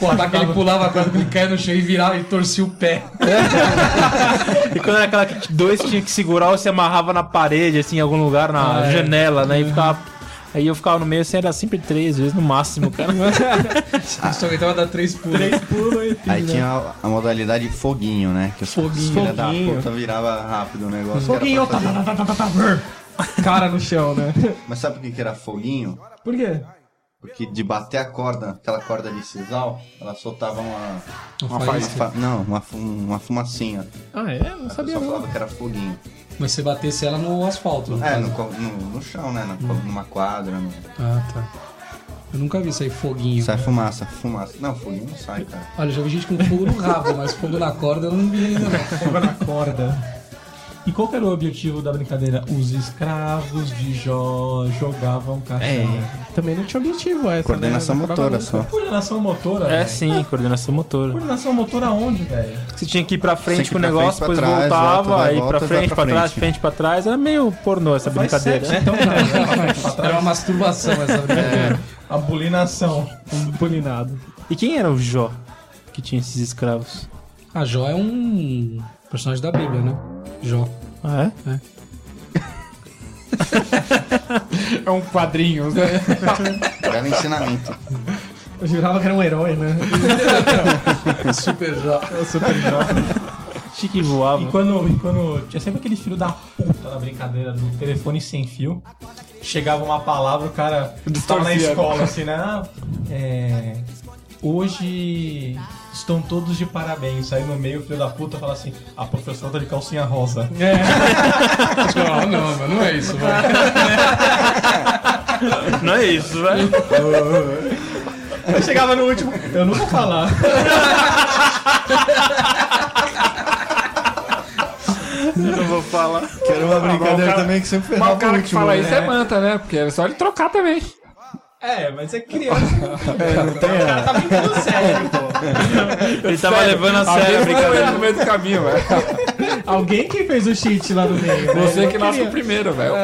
Speaker 5: Pô, tá que ele pulava a corda, que ele caia no chão e virava e torcia o pé.
Speaker 6: E quando era aquela que dois tinha que segurar ou se amarrava na parede, assim, em algum lugar, na
Speaker 5: Ah, é.
Speaker 6: janela, né? E ficava. Aí eu ficava no meio, assim, era sempre três vezes no máximo, cara.
Speaker 5: Ele só aguentava dar Ah. três pulos.
Speaker 7: Aí tinha a, a modalidade foguinho, né? Que os
Speaker 9: Foguinho.
Speaker 7: filha da
Speaker 9: Foguinho.
Speaker 7: puta virava rápido o negócio.
Speaker 9: Foguinho,
Speaker 7: que era pra fazer. um
Speaker 9: (laughs) Cara no chão, né?
Speaker 7: Mas sabe por que que era foguinho?
Speaker 9: Por quê?
Speaker 7: Porque de bater a corda, aquela corda de sisal, ela soltava uma.
Speaker 5: Uma
Speaker 7: uma
Speaker 5: faísca.
Speaker 7: fa- não, uma, fu- uma fumacinha.
Speaker 10: Ah, é? Não
Speaker 7: A pessoa falava que era foguinho.
Speaker 5: Mas você batesse ela no asfalto. no
Speaker 7: É,
Speaker 5: caso.
Speaker 7: no, co- no- no chão, né? Na co- Numa quadra. no-
Speaker 5: Ah, tá. Eu nunca vi isso aí, foguinho.
Speaker 7: Sai fumaça, fumaça. Não, foguinho não sai, cara.
Speaker 5: Olha, já vi gente com fogo no rabo, mas fogo na corda eu não vi ainda não.
Speaker 3: Fogo na corda. E qual que era o objetivo da brincadeira? Os escravos de Jó jogavam cachorro.
Speaker 9: Também não tinha objetivo essa,
Speaker 7: Coordenação
Speaker 9: né? Não acabava
Speaker 7: motora
Speaker 9: nunca.
Speaker 7: só.
Speaker 3: Coordenação motora?
Speaker 6: É
Speaker 3: velho?
Speaker 6: sim, coordenação motora.
Speaker 3: Coordenação motora onde, velho?
Speaker 6: Você tinha que ir pra
Speaker 7: Tinha
Speaker 6: frente
Speaker 7: que ir
Speaker 6: com o
Speaker 7: pra
Speaker 6: negócio,
Speaker 7: frente,
Speaker 6: depois
Speaker 7: pra trás,
Speaker 6: voltava,
Speaker 7: volta, dá
Speaker 6: aí
Speaker 7: volta,
Speaker 6: pra
Speaker 7: dá
Speaker 6: frente,
Speaker 7: pra
Speaker 6: pra trás,
Speaker 7: frente.
Speaker 6: frente pra trás. Era meio pornô essa brincadeira. né?
Speaker 3: Sexo, então, cara.
Speaker 5: Era uma masturbação essa brincadeira.
Speaker 3: A bulinação.
Speaker 9: Um bulinado.
Speaker 6: E quem era o Jó que tinha esses escravos?
Speaker 5: A Jó é um personagem da Bíblia, né? Jó.
Speaker 6: Ah, é?
Speaker 4: É um quadrinho.
Speaker 7: Era ensinamento.
Speaker 9: Eu jurava que era um herói, né?
Speaker 5: É Super Jó.
Speaker 6: Chique que
Speaker 3: E
Speaker 6: voava.
Speaker 3: quando, e quando tinha sempre aquele filho da puta na brincadeira do telefone sem fio, chegava uma palavra, o cara tava na escola, assim, né? Ah, é, hoje estão todos de parabéns. Aí no meio o filho da puta fala assim, a professora tá de calcinha rosa.
Speaker 5: Não, não, mas não é isso, mano.
Speaker 6: Não é isso, velho.
Speaker 3: Aí chegava no último, eu não vou falar.
Speaker 6: Eu vou falar.
Speaker 7: Que era uma brincadeira também que sempre ferrava
Speaker 4: o cara
Speaker 7: o
Speaker 4: que
Speaker 7: último,
Speaker 4: fala
Speaker 7: né?
Speaker 4: isso é manta, né? Porque é só ele trocar também.
Speaker 3: É, mas é criança.
Speaker 4: É,
Speaker 7: Tem, né?
Speaker 3: Tá brincando sério, pô.
Speaker 6: Ele tava levando a
Speaker 4: Às
Speaker 6: sério a
Speaker 4: vezes não é
Speaker 6: brincadeira.
Speaker 4: no meio do caminho, velho.
Speaker 9: Alguém que fez o cheat lá no meio. né?
Speaker 4: Você
Speaker 9: Eu
Speaker 4: que nasce
Speaker 9: queria.
Speaker 4: o primeiro, velho.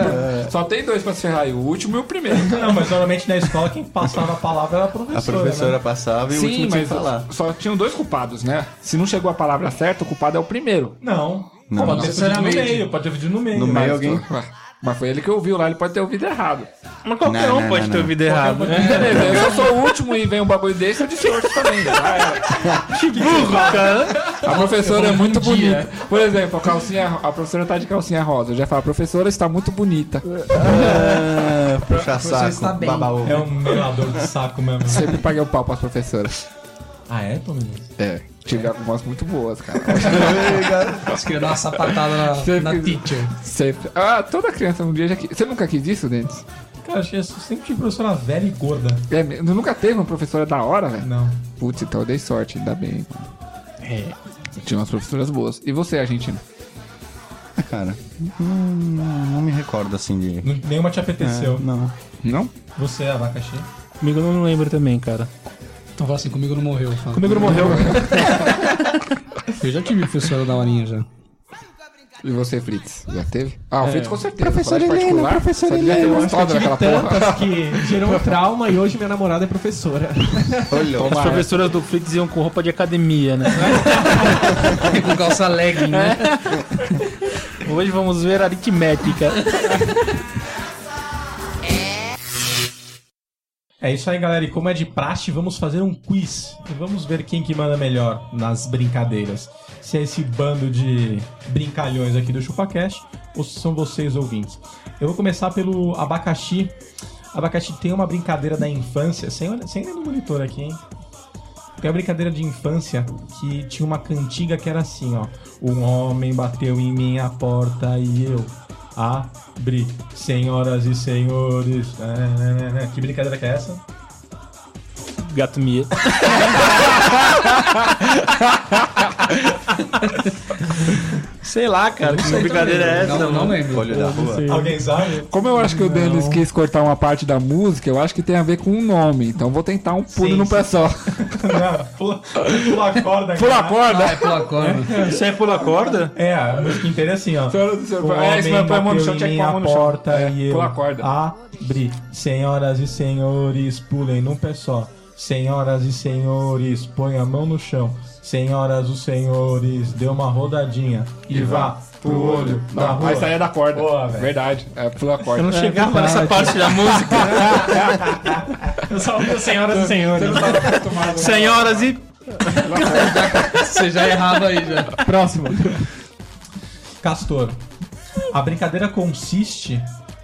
Speaker 4: Só tem dois pra se ferrar aí, o último e o primeiro.
Speaker 3: Não, mas normalmente na escola quem passava a palavra era a professora.
Speaker 7: A professora passava e o
Speaker 4: Sim,
Speaker 7: último tinha
Speaker 4: mas
Speaker 7: que falar.
Speaker 4: só tinham dois culpados, né? Se não chegou a palavra certa, o culpado é o primeiro.
Speaker 3: Né? Não.
Speaker 7: Não,
Speaker 3: pode ter fudido no
Speaker 5: necessariamente.
Speaker 3: meio, pode ter fudido no meio.
Speaker 7: No
Speaker 3: Mas-
Speaker 7: meio alguém.
Speaker 4: Ué, Mas foi ele que ouviu lá, ele pode ter ouvido errado.
Speaker 8: Mas qualquer
Speaker 7: Não,
Speaker 8: um
Speaker 7: não,
Speaker 8: pode
Speaker 7: não,
Speaker 8: ter
Speaker 7: não.
Speaker 8: ouvido errado.
Speaker 4: Beleza, eu sou o último e vem um bagulho desse, eu distorço também. já era.
Speaker 8: Burro,
Speaker 7: Ah,
Speaker 8: cara.
Speaker 4: A professora é muito bonita. Por exemplo, a, calcinha, a professora tá de calcinha rosa. Eu já falo, a professora está muito bonita.
Speaker 7: Ah, puxa
Speaker 5: está
Speaker 7: saco,
Speaker 5: bem.
Speaker 7: babaú.
Speaker 3: É um melador de saco mesmo.
Speaker 4: Sempre paguei o pau pras professoras.
Speaker 3: Ah, é, Tominho?
Speaker 4: É. Tive algumas muito boas, cara.
Speaker 5: Acho que eu ia dar uma sapatada na, na
Speaker 4: Sempre.
Speaker 5: teacher.
Speaker 4: Sempre. Ah, toda criança um dia já quis. Você nunca quis isso, Denis?
Speaker 3: Cara, achei eu sempre tive professora velha e gorda.
Speaker 4: É, me- nunca teve uma professora da hora, velho?
Speaker 3: Não.
Speaker 4: Putz, então eu dei sorte, ainda bem. É. Tinha umas professoras boas. E você, Argentina?
Speaker 7: Cara, hum, não, não me recordo assim de.
Speaker 3: N- Nenhuma te apeteceu.
Speaker 7: Não.
Speaker 4: Não?
Speaker 3: Você é abacaxi?
Speaker 6: Comigo eu não lembro também, cara.
Speaker 5: Então fala assim, comigo não morreu. fala.
Speaker 6: Comigo não morreu.
Speaker 5: (laughs) Eu já tive professora da horinha já.
Speaker 4: E você, Fritz? Já teve? Ah, o Fritz com certeza.
Speaker 9: Professora
Speaker 4: Falar de
Speaker 9: Helena,
Speaker 4: particular,
Speaker 9: professora
Speaker 4: só devia ter
Speaker 9: Helena.
Speaker 4: umas fodas
Speaker 9: Tive
Speaker 4: daquela porra.
Speaker 9: tantas que gerou um (laughs) trauma e hoje minha namorada é professora.
Speaker 7: Olhou.
Speaker 4: Tomara.
Speaker 6: As professoras do Flix iam com roupa de academia, né?
Speaker 5: Com calça legging, né?
Speaker 6: (laughs) Hoje vamos ver aritmética.
Speaker 3: É isso aí, galera. E como é de praxe, vamos fazer um quiz. E vamos ver quem que manda melhor nas brincadeiras. Se é esse bando de brincalhões aqui do ChupaCast ou se são vocês ouvintes. Eu vou começar pelo abacaxi. Abacaxi tem uma brincadeira da infância, sem, olha- sem olhar no monitor aqui, hein? Tem uma brincadeira de infância que tinha uma cantiga que era assim, ó. Um homem bateu em minha porta e eu abri. Senhoras e senhores. É, Que brincadeira que é essa?
Speaker 6: Gato Mia.
Speaker 8: Sei lá, cara. Que brincadeira é essa?
Speaker 5: Não, não lembro.
Speaker 7: Olho da rua.
Speaker 3: Alguém sabe? (laughs)
Speaker 4: Como eu acho que o Denis quis cortar uma parte da música, eu acho que tem a ver com um nome. Então vou tentar um pulo
Speaker 3: Sim,
Speaker 4: no
Speaker 3: sim. (laughs)
Speaker 4: pé só.
Speaker 3: Não, pula, pula a corda. né?
Speaker 4: Pula a
Speaker 3: cara.
Speaker 4: corda.
Speaker 5: Ah, é pela corda.
Speaker 8: Isso é pula corda?
Speaker 3: É, a música inteira é assim, ó.
Speaker 4: Senhora do céu,
Speaker 3: O
Speaker 4: é, isso
Speaker 3: homem
Speaker 4: não é pra mão no
Speaker 3: bateu
Speaker 4: chão,
Speaker 3: em
Speaker 4: tinha que pôr a
Speaker 3: minha
Speaker 4: mão no chão.
Speaker 3: porta
Speaker 4: É,
Speaker 3: e eu
Speaker 4: pula a corda.
Speaker 3: abri. Senhoras e senhores, pulem num pé só. Senhoras e senhores, põe a mão no chão. Senhoras e senhores, dê uma rodadinha e vá pro olho da
Speaker 4: Não,
Speaker 3: rua.
Speaker 4: aí saia da corda.
Speaker 3: Boa, velho.
Speaker 4: Verdade. É, pula a corda.
Speaker 6: Eu não chegava nessa parte.
Speaker 8: Parte da música.
Speaker 10: Eu só ouvi o senhoras e senhores.
Speaker 8: Senhoras
Speaker 3: assim,
Speaker 8: e.
Speaker 5: (laughs) Você já errava aí já.
Speaker 9: Próximo.
Speaker 3: Castor, a brincadeira consiste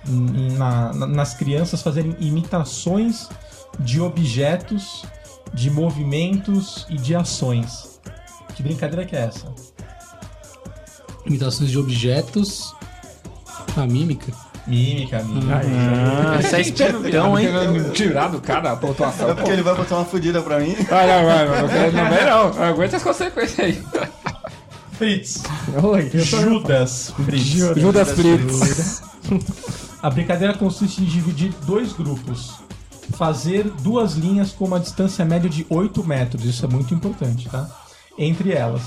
Speaker 3: em- na- na- nas crianças fazerem imitações de objetos, de movimentos e de ações. Que brincadeira que é essa?
Speaker 5: Imitações de objetos. A mímica.
Speaker 3: Mímica, mímica.
Speaker 8: Isso é espertão, hein?
Speaker 4: Tirar do cara a pontuação.
Speaker 7: É porque ele vai botar uma fudida pra mim.
Speaker 4: Vai, vai, vai, vai. Não quero não vem, não. Aguenta as consequências aí.
Speaker 3: Fritz.
Speaker 9: Oi, eu sou-
Speaker 3: Judas Fritz.
Speaker 4: Judas Fritz.
Speaker 3: A brincadeira consiste em dividir dois grupos. Fazer duas linhas com uma distância média de 8 metros, isso é muito importante, tá? Entre elas.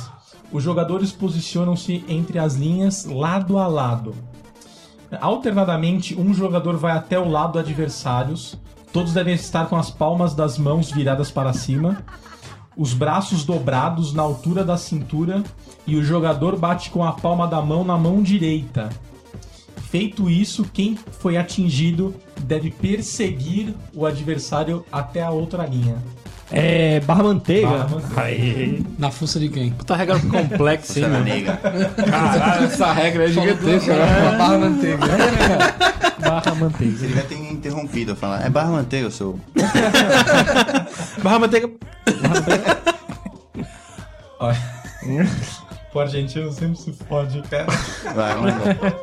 Speaker 3: Os jogadores posicionam-se entre as linhas lado a lado. Alternadamente, um jogador vai até o lado adversários. Todos devem estar com as palmas das mãos viradas para cima, os braços dobrados na altura da cintura e o jogador bate com a palma da mão na mão direita. Feito isso, quem foi atingido deve perseguir o adversário até a outra linha.
Speaker 9: É, barra manteiga. Tá
Speaker 5: Na fuça de quem?
Speaker 8: Puta regra
Speaker 6: (laughs)
Speaker 8: complexa,
Speaker 9: né?
Speaker 8: hein, mano?
Speaker 4: Caralho, essa regra é gigantesca. né?
Speaker 5: Uma barra manteiga.
Speaker 9: Barra manteiga.
Speaker 7: Ele vai ter interrompido eu falar. É barra manteiga, seu.
Speaker 8: Barra manteiga.
Speaker 3: Pô, argentino sempre se fode, cara.
Speaker 7: Vai, manda.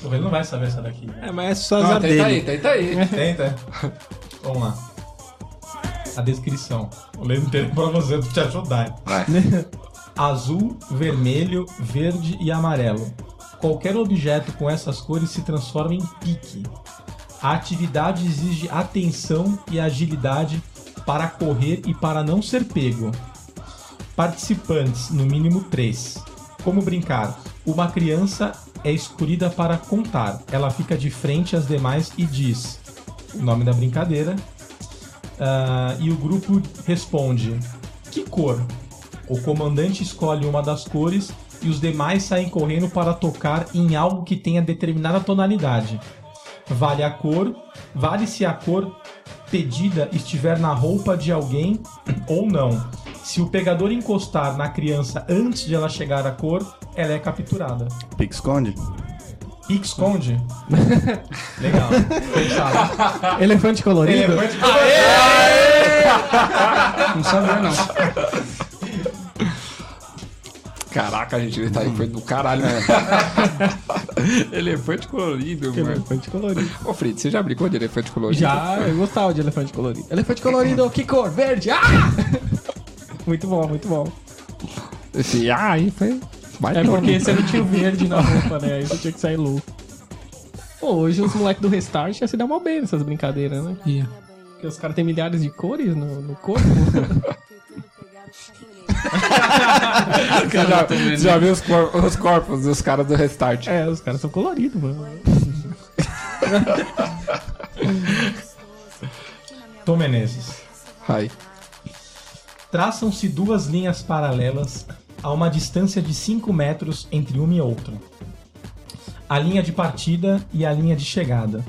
Speaker 3: Pô, Ele não vai saber essa daqui. né?
Speaker 6: É, mas é só
Speaker 4: Não,
Speaker 6: azar
Speaker 4: tenta aí,
Speaker 6: dele.
Speaker 4: tenta aí.
Speaker 3: Tenta. Vamos lá. A descrição. Vou ler inteiro pra você pra te ajudar.
Speaker 7: Vai.
Speaker 3: (laughs) Azul, vermelho, verde e amarelo. Qualquer objeto com essas cores se transforma em pique. A atividade exige atenção e agilidade para correr e para não ser pego. Participantes, no mínimo três. Como brincar? Uma criança é escolhida para contar. Ela fica de frente às demais e diz o nome da brincadeira. Ah, e o grupo responde: Que cor? O comandante escolhe uma das cores e os demais saem correndo para tocar em algo que tenha determinada tonalidade. Vale a cor, vale se a cor pedida estiver na roupa de alguém (clears throat) ou não. Se o pegador encostar na criança antes de ela chegar à cor, ela é capturada.
Speaker 7: Pique esconde?
Speaker 3: Pique
Speaker 9: (laughs)
Speaker 3: esconde? Legal.
Speaker 9: Elefante colorido.
Speaker 3: Elefante
Speaker 5: Não sabia, não.
Speaker 4: Caraca, a gente tá aí foi do caralho, né? elefante colorido, mano.
Speaker 9: Elefante colorido.
Speaker 4: Ô, Fritz, você já brincou de elefante colorido?
Speaker 9: Já, eu gostava de elefante colorido. Elefante colorido, que cor? Verde! Ah! Muito bom, muito bom.
Speaker 4: Esse, ah, aí foi. um. Vai
Speaker 10: É
Speaker 4: pelo
Speaker 10: porque
Speaker 4: mundo.
Speaker 10: você não tinha o verde na roupa, né? Aí você tinha que sair louco.
Speaker 9: Pô, hoje os moleques do Restart já se dão mal bem nessas brincadeiras, né? Porque os caras têm milhares de cores no, no corpo.
Speaker 4: Você (laughs) já, você já viu os, cor- os corpos dos caras do restart?
Speaker 9: é, os caras são coloridos, mano.
Speaker 3: Tom Menezes.
Speaker 4: Aí.
Speaker 3: Traçam-se duas linhas paralelas a uma distância de 5 metros entre uma e outra. A linha de partida e a linha de chegada.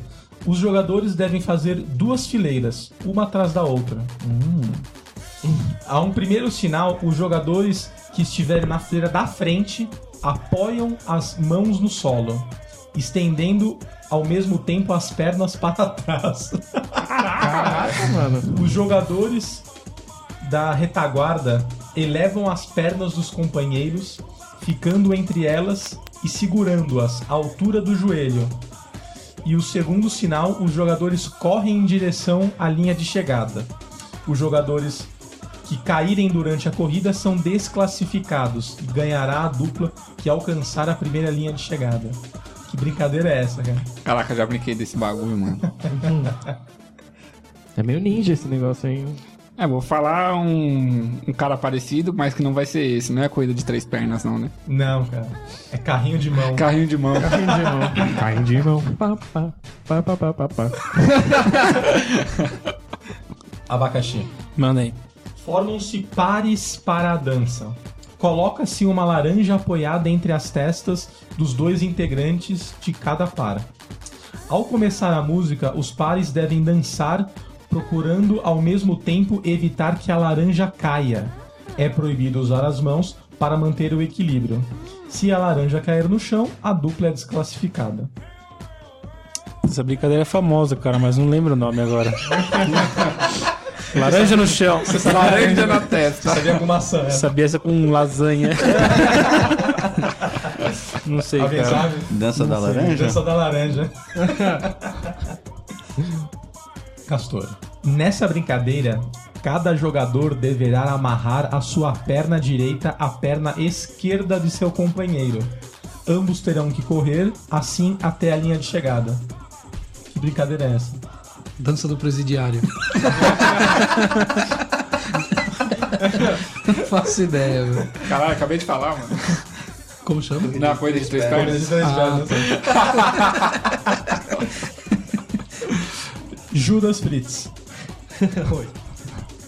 Speaker 3: Os jogadores devem fazer duas fileiras, uma atrás da outra. Hum. A um primeiro sinal, os jogadores que estiverem na fileira da frente apoiam as mãos no solo, estendendo ao mesmo tempo as pernas para (laughs) trás. Os jogadores da retaguarda elevam as pernas dos companheiros, ficando entre elas e segurando-as à altura do joelho. E o segundo sinal, os jogadores correm em direção à linha de chegada. Os jogadores que caírem durante a corrida são desclassificados e ganhará a dupla que alcançar a primeira linha de chegada. Que brincadeira é essa, cara?
Speaker 4: Caraca, já brinquei desse bagulho, mano.
Speaker 9: É meio ninja esse negócio aí.
Speaker 4: É, vou falar um, um cara parecido, mas que não vai ser esse. Não é corrida de três pernas, não, né?
Speaker 3: Não, cara. É carrinho de mão.
Speaker 4: Carrinho de mão.
Speaker 10: Cai de mão.
Speaker 9: Pá, pá, pá, pá, pá, pá, pá.
Speaker 3: Abacaxi.
Speaker 6: Manda aí.
Speaker 3: Formam-se pares para a dança. Coloca-se uma laranja apoiada entre as testas dos dois integrantes de cada par. Ao começar a música, os pares devem dançar, procurando ao mesmo tempo evitar que a laranja caia. É proibido usar as mãos para manter o equilíbrio. Se a laranja cair no chão, a dupla é desclassificada.
Speaker 6: Essa brincadeira é famosa, cara, mas não lembro o nome agora. (laughs) Laranja no chão.
Speaker 9: é?
Speaker 4: Laranja na testa.
Speaker 3: Sabia alguma maçã? né?
Speaker 6: Sabia essa com lasanha. (laughs) não sei, cara.
Speaker 3: Avensável.
Speaker 7: Dança da laranja?
Speaker 3: Dança da laranja. Castor. Nessa brincadeira, cada jogador deverá amarrar a sua perna direita à perna esquerda de seu companheiro. Ambos terão que correr assim até a linha de chegada. Que brincadeira é essa?
Speaker 5: Dança do (laughs) presidiário. não faço ideia, velho.
Speaker 4: Caralho, acabei de falar, mano.
Speaker 5: Como chama?
Speaker 4: Na corrida é de três pernas.
Speaker 3: Ah, tá. Judas Fritz. Oi.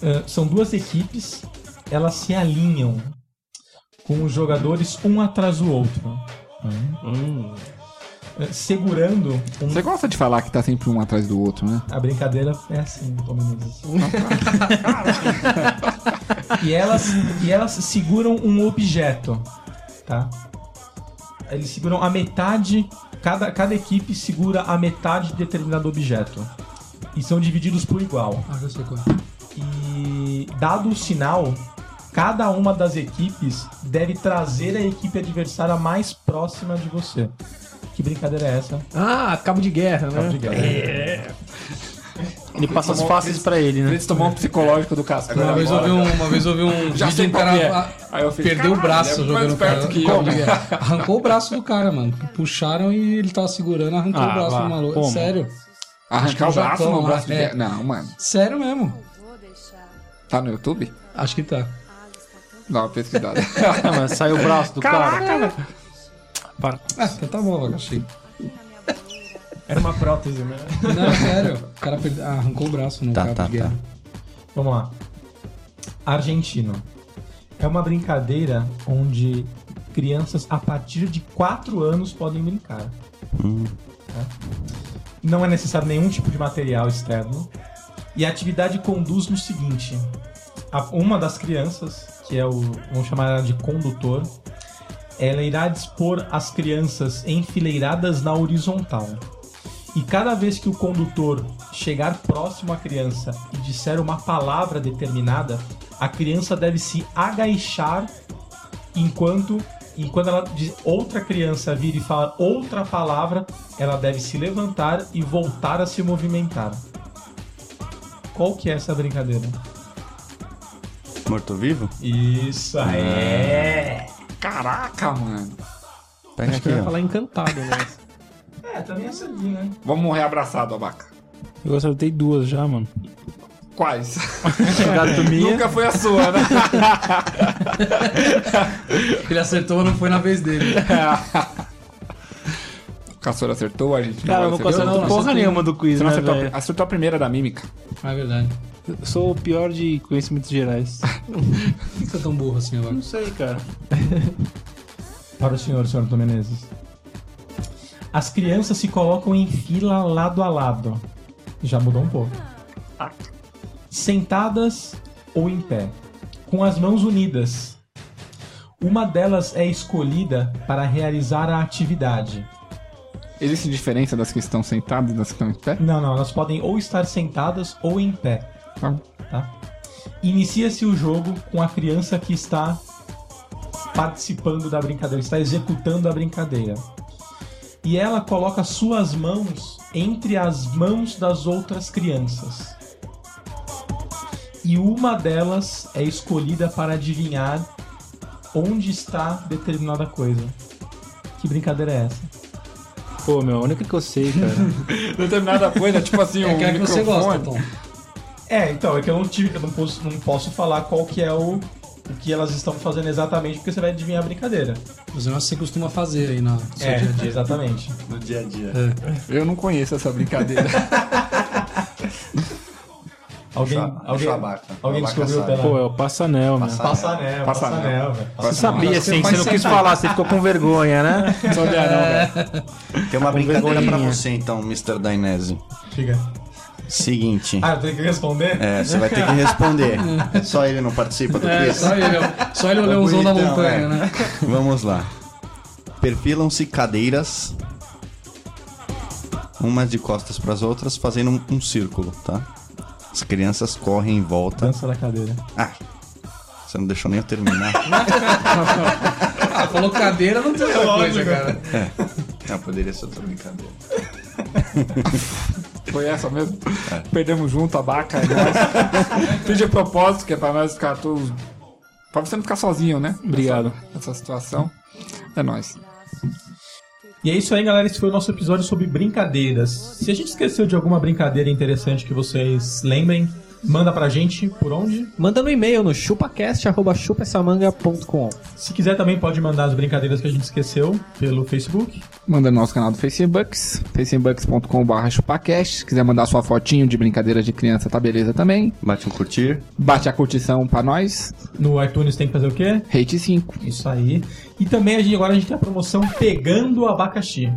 Speaker 3: Ah, são duas equipes, elas se alinham com os jogadores um atrás do outro. Ah, Segurando um-
Speaker 4: Você gosta de falar que tá sempre um atrás do outro, né?
Speaker 3: A brincadeira é assim, Tom
Speaker 5: (laughs)
Speaker 3: Menezes. e, elas, e elas seguram um objeto, tá? Eles seguram a metade, cada, cada equipe segura a metade de determinado objeto. E são divididos por igual.
Speaker 5: Ah, eu sei qual.
Speaker 3: E dado o sinal, cada uma das equipes deve trazer a equipe adversária mais próxima de você. Que brincadeira é essa?
Speaker 9: Ah, cabo de guerra, né?
Speaker 3: Obrigado.
Speaker 6: Ele passa as faces pra ele, né?
Speaker 4: Eles tomou um psicológico do Castor.
Speaker 5: Uma vez, eu vi um, uma vez eu vi um
Speaker 4: Já
Speaker 5: vídeo
Speaker 4: sei
Speaker 5: em
Speaker 4: qual que é.
Speaker 5: cara
Speaker 4: Aí eu fiz,
Speaker 5: perdeu o
Speaker 4: "Caralho,
Speaker 5: braço
Speaker 4: é
Speaker 5: jogando
Speaker 4: mais perto
Speaker 5: cara.
Speaker 4: que eu."
Speaker 5: Como que é? Arrancou o braço do cara, mano. Puxaram e ele tava segurando, arrancou
Speaker 6: Ah,
Speaker 5: o braço
Speaker 6: vá.
Speaker 5: do maluco.
Speaker 6: Como?
Speaker 5: Sério.
Speaker 4: Arrancar o né?
Speaker 5: Já
Speaker 4: braço no
Speaker 5: toma,
Speaker 4: braço de
Speaker 5: é.
Speaker 4: guerra. Não, mano.
Speaker 5: Sério mesmo.
Speaker 4: Tá no YouTube?
Speaker 5: Acho que tá.
Speaker 4: Dá uma pesquisada.
Speaker 6: Ah, mas sai o braço do cara.
Speaker 5: Ah, então tá bom, Abacaxi.
Speaker 10: Era uma prótese, né?
Speaker 5: Não, é sério. O cara perdeu- ah, arrancou o braço no
Speaker 7: Tá,
Speaker 5: cabo
Speaker 7: tá,
Speaker 5: de guerra.
Speaker 7: tá.
Speaker 3: Vamos lá. Argentino. É uma brincadeira onde crianças a partir de 4 anos podem brincar. Tá? Não é necessário nenhum tipo de material externo. E a atividade conduz no seguinte: a- uma das crianças, que é o. vamos chamar ela de condutor, ela irá dispor as crianças enfileiradas na horizontal. E cada vez que o condutor chegar próximo à criança e disser uma palavra determinada, a criança deve se agachar enquanto e quando ela diz- outra criança vir e falar outra palavra, ela deve se levantar e voltar a se movimentar. Qual que é essa brincadeira?
Speaker 7: Morto-vivo?
Speaker 3: Isso aí.
Speaker 4: Caraca, mano.
Speaker 7: Pega aqui, ó.
Speaker 9: Falar encantado,
Speaker 4: (laughs)
Speaker 9: né?
Speaker 3: É, também
Speaker 4: assim,
Speaker 3: essa aqui, né?
Speaker 4: Vamos morrer abraçado, abaca.
Speaker 6: Eu acertei duas já, mano.
Speaker 4: Quais?
Speaker 6: Gato minha.
Speaker 4: Nunca foi a sua, né? (laughs)
Speaker 5: Ele acertou, não foi na vez dele.
Speaker 4: O Caçoura acertou, a gente
Speaker 6: Cara, eu não
Speaker 4: acertou.
Speaker 6: consigo
Speaker 5: Não,
Speaker 6: porra
Speaker 5: acertei.
Speaker 6: nenhuma do quiz,
Speaker 4: Você não
Speaker 6: né,
Speaker 4: acertou, a-
Speaker 6: velho?
Speaker 4: acertou a primeira da mímica.
Speaker 5: Ah, é verdade.
Speaker 6: Eu sou o pior de conhecimentos gerais.
Speaker 5: Por que você é tão burro assim agora?
Speaker 6: não sei, cara.
Speaker 3: Para o senhor, senhor Antônio Menezes. As crianças se colocam em fila lado a lado. Já mudou um pouco. Sentadas ou em pé, com as mãos unidas. Uma delas é escolhida para realizar a atividade.
Speaker 4: Existe diferença das que estão sentadas e das que estão em pé?
Speaker 3: Não, não, elas podem ou estar sentadas ou em pé.
Speaker 4: Tá.
Speaker 3: Tá? Inicia-se o jogo com a criança que está participando da brincadeira, está executando a brincadeira. E ela coloca suas mãos entre as mãos das outras crianças. E uma delas é escolhida para adivinhar onde está determinada coisa. Que brincadeira é essa?
Speaker 6: Pô, meu, a única que eu sei, (laughs) cara.
Speaker 4: Determinada coisa, tipo assim,
Speaker 5: É aquela que você gosta, Tom.
Speaker 3: É, então, é que eu não tive, eu não posso, não posso falar qual que é o, o que elas estão fazendo exatamente, porque você vai adivinhar a brincadeira.
Speaker 5: Os negócios que você costuma fazer aí na
Speaker 6: É.
Speaker 3: É,
Speaker 5: seu dia a
Speaker 3: (laughs)
Speaker 5: dia.
Speaker 3: exatamente.
Speaker 7: No dia a dia.
Speaker 4: Eu não conheço essa brincadeira.
Speaker 3: Alguém,
Speaker 7: Chua-
Speaker 3: alguém,
Speaker 7: chuabaca.
Speaker 3: alguém
Speaker 7: Abaca
Speaker 3: descobriu
Speaker 7: sabe.
Speaker 3: pela...
Speaker 6: Pô, é o Passanel, mano.
Speaker 3: Passa anel,
Speaker 4: Passa
Speaker 3: passa
Speaker 4: anel.
Speaker 3: anel, velho.
Speaker 4: Passa
Speaker 6: Você sabia, assim, que você não quis falar, você ficou com vergonha, (laughs) né?
Speaker 4: Só de anão, velho.
Speaker 7: Tem uma brincadeira pra
Speaker 6: vergonhinha.
Speaker 7: você então, Mr. Dainese.
Speaker 3: Fica.
Speaker 7: Seguinte.
Speaker 3: Ah, eu tenho que responder?
Speaker 7: É, você vai ter que responder. (laughs) Só ele não participa do
Speaker 5: É,
Speaker 7: quiz.
Speaker 5: só ele, ó. só ele é o leãozão da
Speaker 7: Bonitão,
Speaker 5: montanha,
Speaker 7: é.
Speaker 5: né?
Speaker 7: (laughs) Vamos lá. Perfilam-se cadeiras, umas de costas para as outras, fazendo um, um círculo, tá? As crianças correm em volta.
Speaker 3: Dança da cadeira.
Speaker 7: Ah, você não deixou nem eu terminar.
Speaker 5: (laughs) Ah, falou cadeira, não tem outra coisa, cara.
Speaker 7: É não, poderia ser outra brincadeira.
Speaker 4: Foi essa mesmo? Perdemos junto, abaca, é nóis. (laughs) Fiz de propósito, que é pra nós ficar todos... Pra você não ficar sozinho, né?
Speaker 6: Obrigado.
Speaker 4: Essa situação. É nóis.
Speaker 3: E é isso aí, galera. Esse foi o nosso episódio sobre brincadeiras. Se a gente esqueceu de alguma brincadeira interessante que vocês lembrem, manda pra gente por onde?
Speaker 9: Manda no e-mail no chupacast.chupessamanga.com
Speaker 3: Se quiser também pode mandar as brincadeiras que a gente esqueceu pelo Facebook.
Speaker 4: Manda no nosso canal do Facebooks, facebooks.com.br chupacast. Se quiser mandar sua fotinho de brincadeira de criança, tá beleza também.
Speaker 7: Bate um curtir.
Speaker 4: Bate a curtição pra nós.
Speaker 3: No iTunes tem que fazer o quê?
Speaker 4: Rate 5.
Speaker 3: Isso aí. E também a gente, agora a gente tem a promoção Pegando o Abacaxi.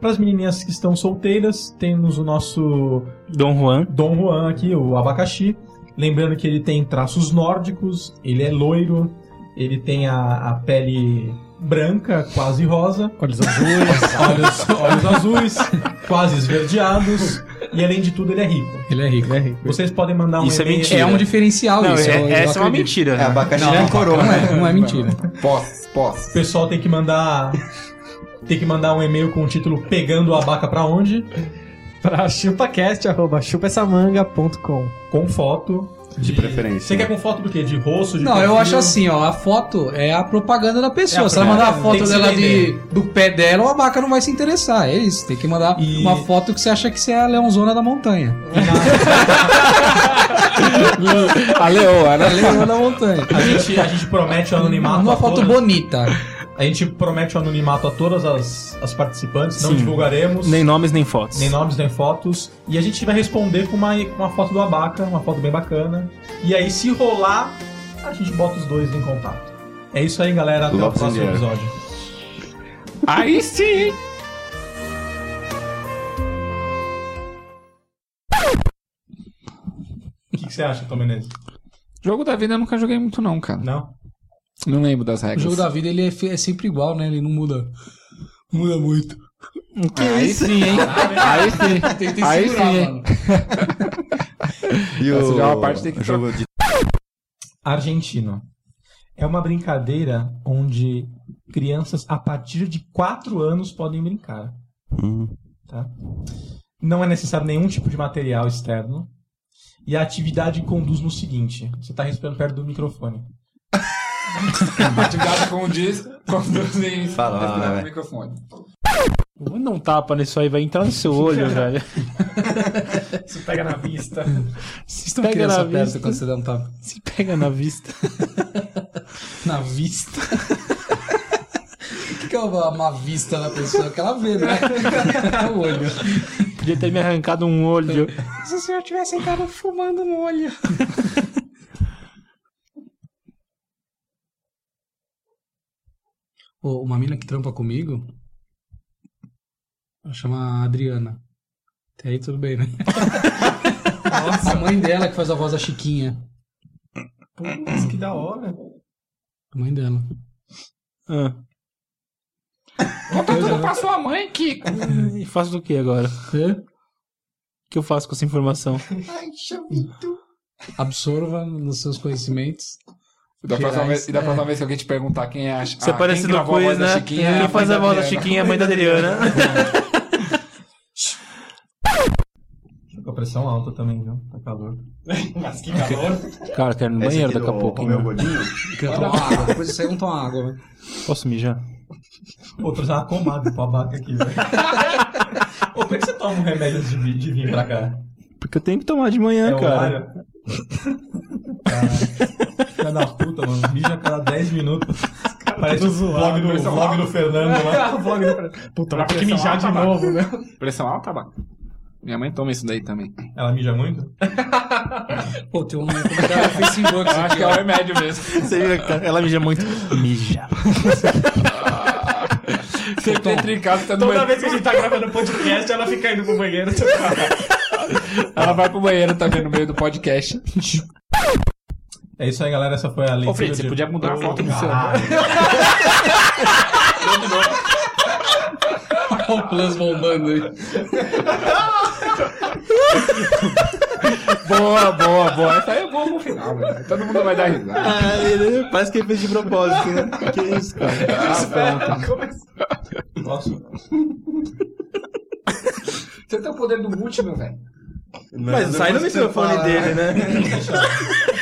Speaker 3: Para as menininhas que estão solteiras, temos o nosso
Speaker 6: Dom Juan.
Speaker 3: Dom Juan aqui, o abacaxi. Lembrando que ele tem traços nórdicos, ele é loiro, ele tem a, a pele branca, quase rosa. Olhos azuis. (laughs) olhos, olhos azuis, quase esverdeados. E além de tudo, ele é rico.
Speaker 5: Ele é rico.
Speaker 3: Vocês podem mandar um
Speaker 6: Isso é
Speaker 3: e-mail-
Speaker 6: mentira.
Speaker 5: É um diferencial
Speaker 6: Não,
Speaker 5: isso.
Speaker 6: é-
Speaker 5: eu- eu
Speaker 6: essa é uma
Speaker 5: acredito.
Speaker 6: mentira. né?
Speaker 7: É, abacaxi
Speaker 5: Não,
Speaker 7: já é coroa.
Speaker 5: não é, não é mentira.
Speaker 4: Posse,
Speaker 3: O
Speaker 4: posse.
Speaker 3: pessoal tem que mandar tem que mandar um e-mail com o título Pegando o Abaca pra onde?
Speaker 9: Pra chupacast.chupessamanga.com
Speaker 3: Com foto.
Speaker 7: De preferência.
Speaker 3: Você quer com foto do quê? De rosto? De
Speaker 5: Não, eu
Speaker 3: perfil? (laughs)
Speaker 5: acho assim, ó, a foto é a propaganda da pessoa.
Speaker 3: É a
Speaker 5: se ela mandar a
Speaker 3: propaganda, tem
Speaker 5: foto
Speaker 3: que se
Speaker 5: dela de,
Speaker 3: vender.
Speaker 5: do pé dela, o abaca não vai se interessar. É isso, tem que mandar
Speaker 3: E-
Speaker 5: uma foto que você acha que você é a leãozona da montanha.
Speaker 4: A leoa,
Speaker 5: É A
Speaker 4: né?
Speaker 5: leãozona da (laughs) montanha.
Speaker 3: A gente, a gente promete o anonimato.
Speaker 5: Uma
Speaker 3: a
Speaker 5: foto
Speaker 3: todas-
Speaker 5: bonita.
Speaker 3: A gente promete o anonimato a todas as, as participantes, não
Speaker 6: Sim.
Speaker 3: divulgaremos.
Speaker 6: Nem nomes, nem fotos.
Speaker 3: nem nomes, nem fotos. E a gente vai responder com uma, com uma foto do Abaca, uma foto bem bacana. E aí, se rolar, a gente bota os dois em contato. É isso aí, galera. Até
Speaker 7: Lopes
Speaker 3: o próximo
Speaker 7: Indiana.
Speaker 3: episódio.
Speaker 4: Aí sim!
Speaker 3: O que, que você acha, Tom Menezes?
Speaker 4: Jogo da vida eu nunca joguei muito, não, cara.
Speaker 3: Não?
Speaker 4: Não lembro das
Speaker 5: O
Speaker 4: regras. (laughs)
Speaker 5: jogo da vida ele é, fe- é sempre igual, né? Ele não muda. Muda muito. é
Speaker 4: Aí sim,
Speaker 5: (laughs)
Speaker 4: hein? Aí sim.
Speaker 5: Tentei
Speaker 4: Aí
Speaker 5: segurar,
Speaker 4: sim.
Speaker 5: mano.
Speaker 7: E
Speaker 4: Essa
Speaker 7: o
Speaker 4: já é uma parte que tem que
Speaker 7: jogo de
Speaker 3: Argentino. É uma brincadeira onde crianças a partir de 4 anos podem brincar.
Speaker 7: Hum.
Speaker 3: Tá? Não é necessário nenhum tipo de material externo. E a atividade conduz no seguinte: você está respirando perto do microfone.
Speaker 4: Atividade com o disco, conduzem
Speaker 7: Fala, fala, vai, vai.
Speaker 4: microfone.
Speaker 6: Manda um tapa nisso aí, vai entrar no seu (laughs) olho, velho.
Speaker 3: Isso pega na vista.
Speaker 6: Se pega
Speaker 5: Pega
Speaker 6: na
Speaker 5: essa
Speaker 6: vista.
Speaker 5: peça quando você dá um tapa.
Speaker 6: Se pega na vista.
Speaker 5: Na vista. (laughs) O que, que é uma, uma vista da pessoa que ela vê, (laughs) né? É o olho.
Speaker 6: Podia ter me arrancado um olho.
Speaker 5: Se o senhor tivesse entrado fumando um olho. Ô, uma mina que trampa comigo. Ela chama Adriana. Até aí tudo bem, né? Nossa, a mãe dela que faz a voz da Chiquinha.
Speaker 3: Putz, que da hora.
Speaker 5: A mãe dela.
Speaker 6: Ah,
Speaker 4: Conta tudo pra sua mãe, Kiko.
Speaker 6: e faço o que agora? O
Speaker 5: Hã?
Speaker 6: que eu faço com essa informação?
Speaker 4: Ah,
Speaker 5: Absorva nos seus conhecimentos.
Speaker 4: E da próxima
Speaker 5: Gerais,
Speaker 4: vez, e da próxima vez que alguém te perguntar quem é a
Speaker 6: Você
Speaker 4: ah,
Speaker 6: aparece
Speaker 4: quem
Speaker 6: no
Speaker 4: gravou a
Speaker 6: quiz,
Speaker 4: voz da
Speaker 6: né?
Speaker 4: Chiquinha, é
Speaker 6: Quem faz a
Speaker 4: mãe
Speaker 6: voz da
Speaker 4: Adriana.
Speaker 6: Chiquinha é a mãe da Adriana.
Speaker 3: Com a pressão alta também, viu? Tá
Speaker 4: (laughs)
Speaker 3: calor.
Speaker 10: Mas que calor.
Speaker 6: Cara, quero ir no banheiro daqui a pouquinho.
Speaker 7: Meu godinho?
Speaker 5: Quer tomar água? Depois você não toma água. né?
Speaker 6: Posso mijar?
Speaker 3: Pô, trouxe uma comadre pra vaca aqui,
Speaker 6: (laughs)
Speaker 3: velho. Ô, por que você toma um remédio antes de, vir- de vir pra cá?
Speaker 6: Porque eu tenho que tomar de
Speaker 4: É
Speaker 6: manhã, cara.
Speaker 3: horário? Caralho. Filha da puta, mano. Mija a cada 10 minutos. Parece o vlog do, vlog do Fernando né? lá.
Speaker 10: Puta, vai ter que mijar de novo, né?
Speaker 4: Pressão alta, tabaco. Minha mãe toma isso daí
Speaker 10: (laughs)
Speaker 4: também.
Speaker 3: Ela mija muito?
Speaker 5: Pô, tem um (laughs) comentário no Facebook. isso
Speaker 10: É
Speaker 5: aqui, ó.
Speaker 4: remédio mesmo.
Speaker 6: Você vê, cara, Ela mija muito.
Speaker 4: (laughs)
Speaker 6: Mija.
Speaker 4: Sempre entra em casa, tá no
Speaker 10: Toda
Speaker 4: banheiro.
Speaker 10: vez que a gente tá gravando podcast, ela fica indo pro banheiro.
Speaker 4: (laughs) Ela vai pro banheiro também no meio do podcast.
Speaker 3: É isso aí, galera. Essa foi a leitura.
Speaker 4: Ô, Fred, você
Speaker 3: de-
Speaker 4: podia mudar a foto do seu.
Speaker 5: Olha o Plus bombando aí.
Speaker 4: Boa, boa, boa. Essa aí é boa no final, velho. Todo mundo vai dar risada.
Speaker 6: Parece que Ah, ele fez de propósito,
Speaker 4: (laughs)
Speaker 6: né? Que isso, cara?
Speaker 4: Ah, Tá é
Speaker 3: Posso?
Speaker 4: Você tem o poder do último, velho. é
Speaker 6: Mas sai no microfone dele, né?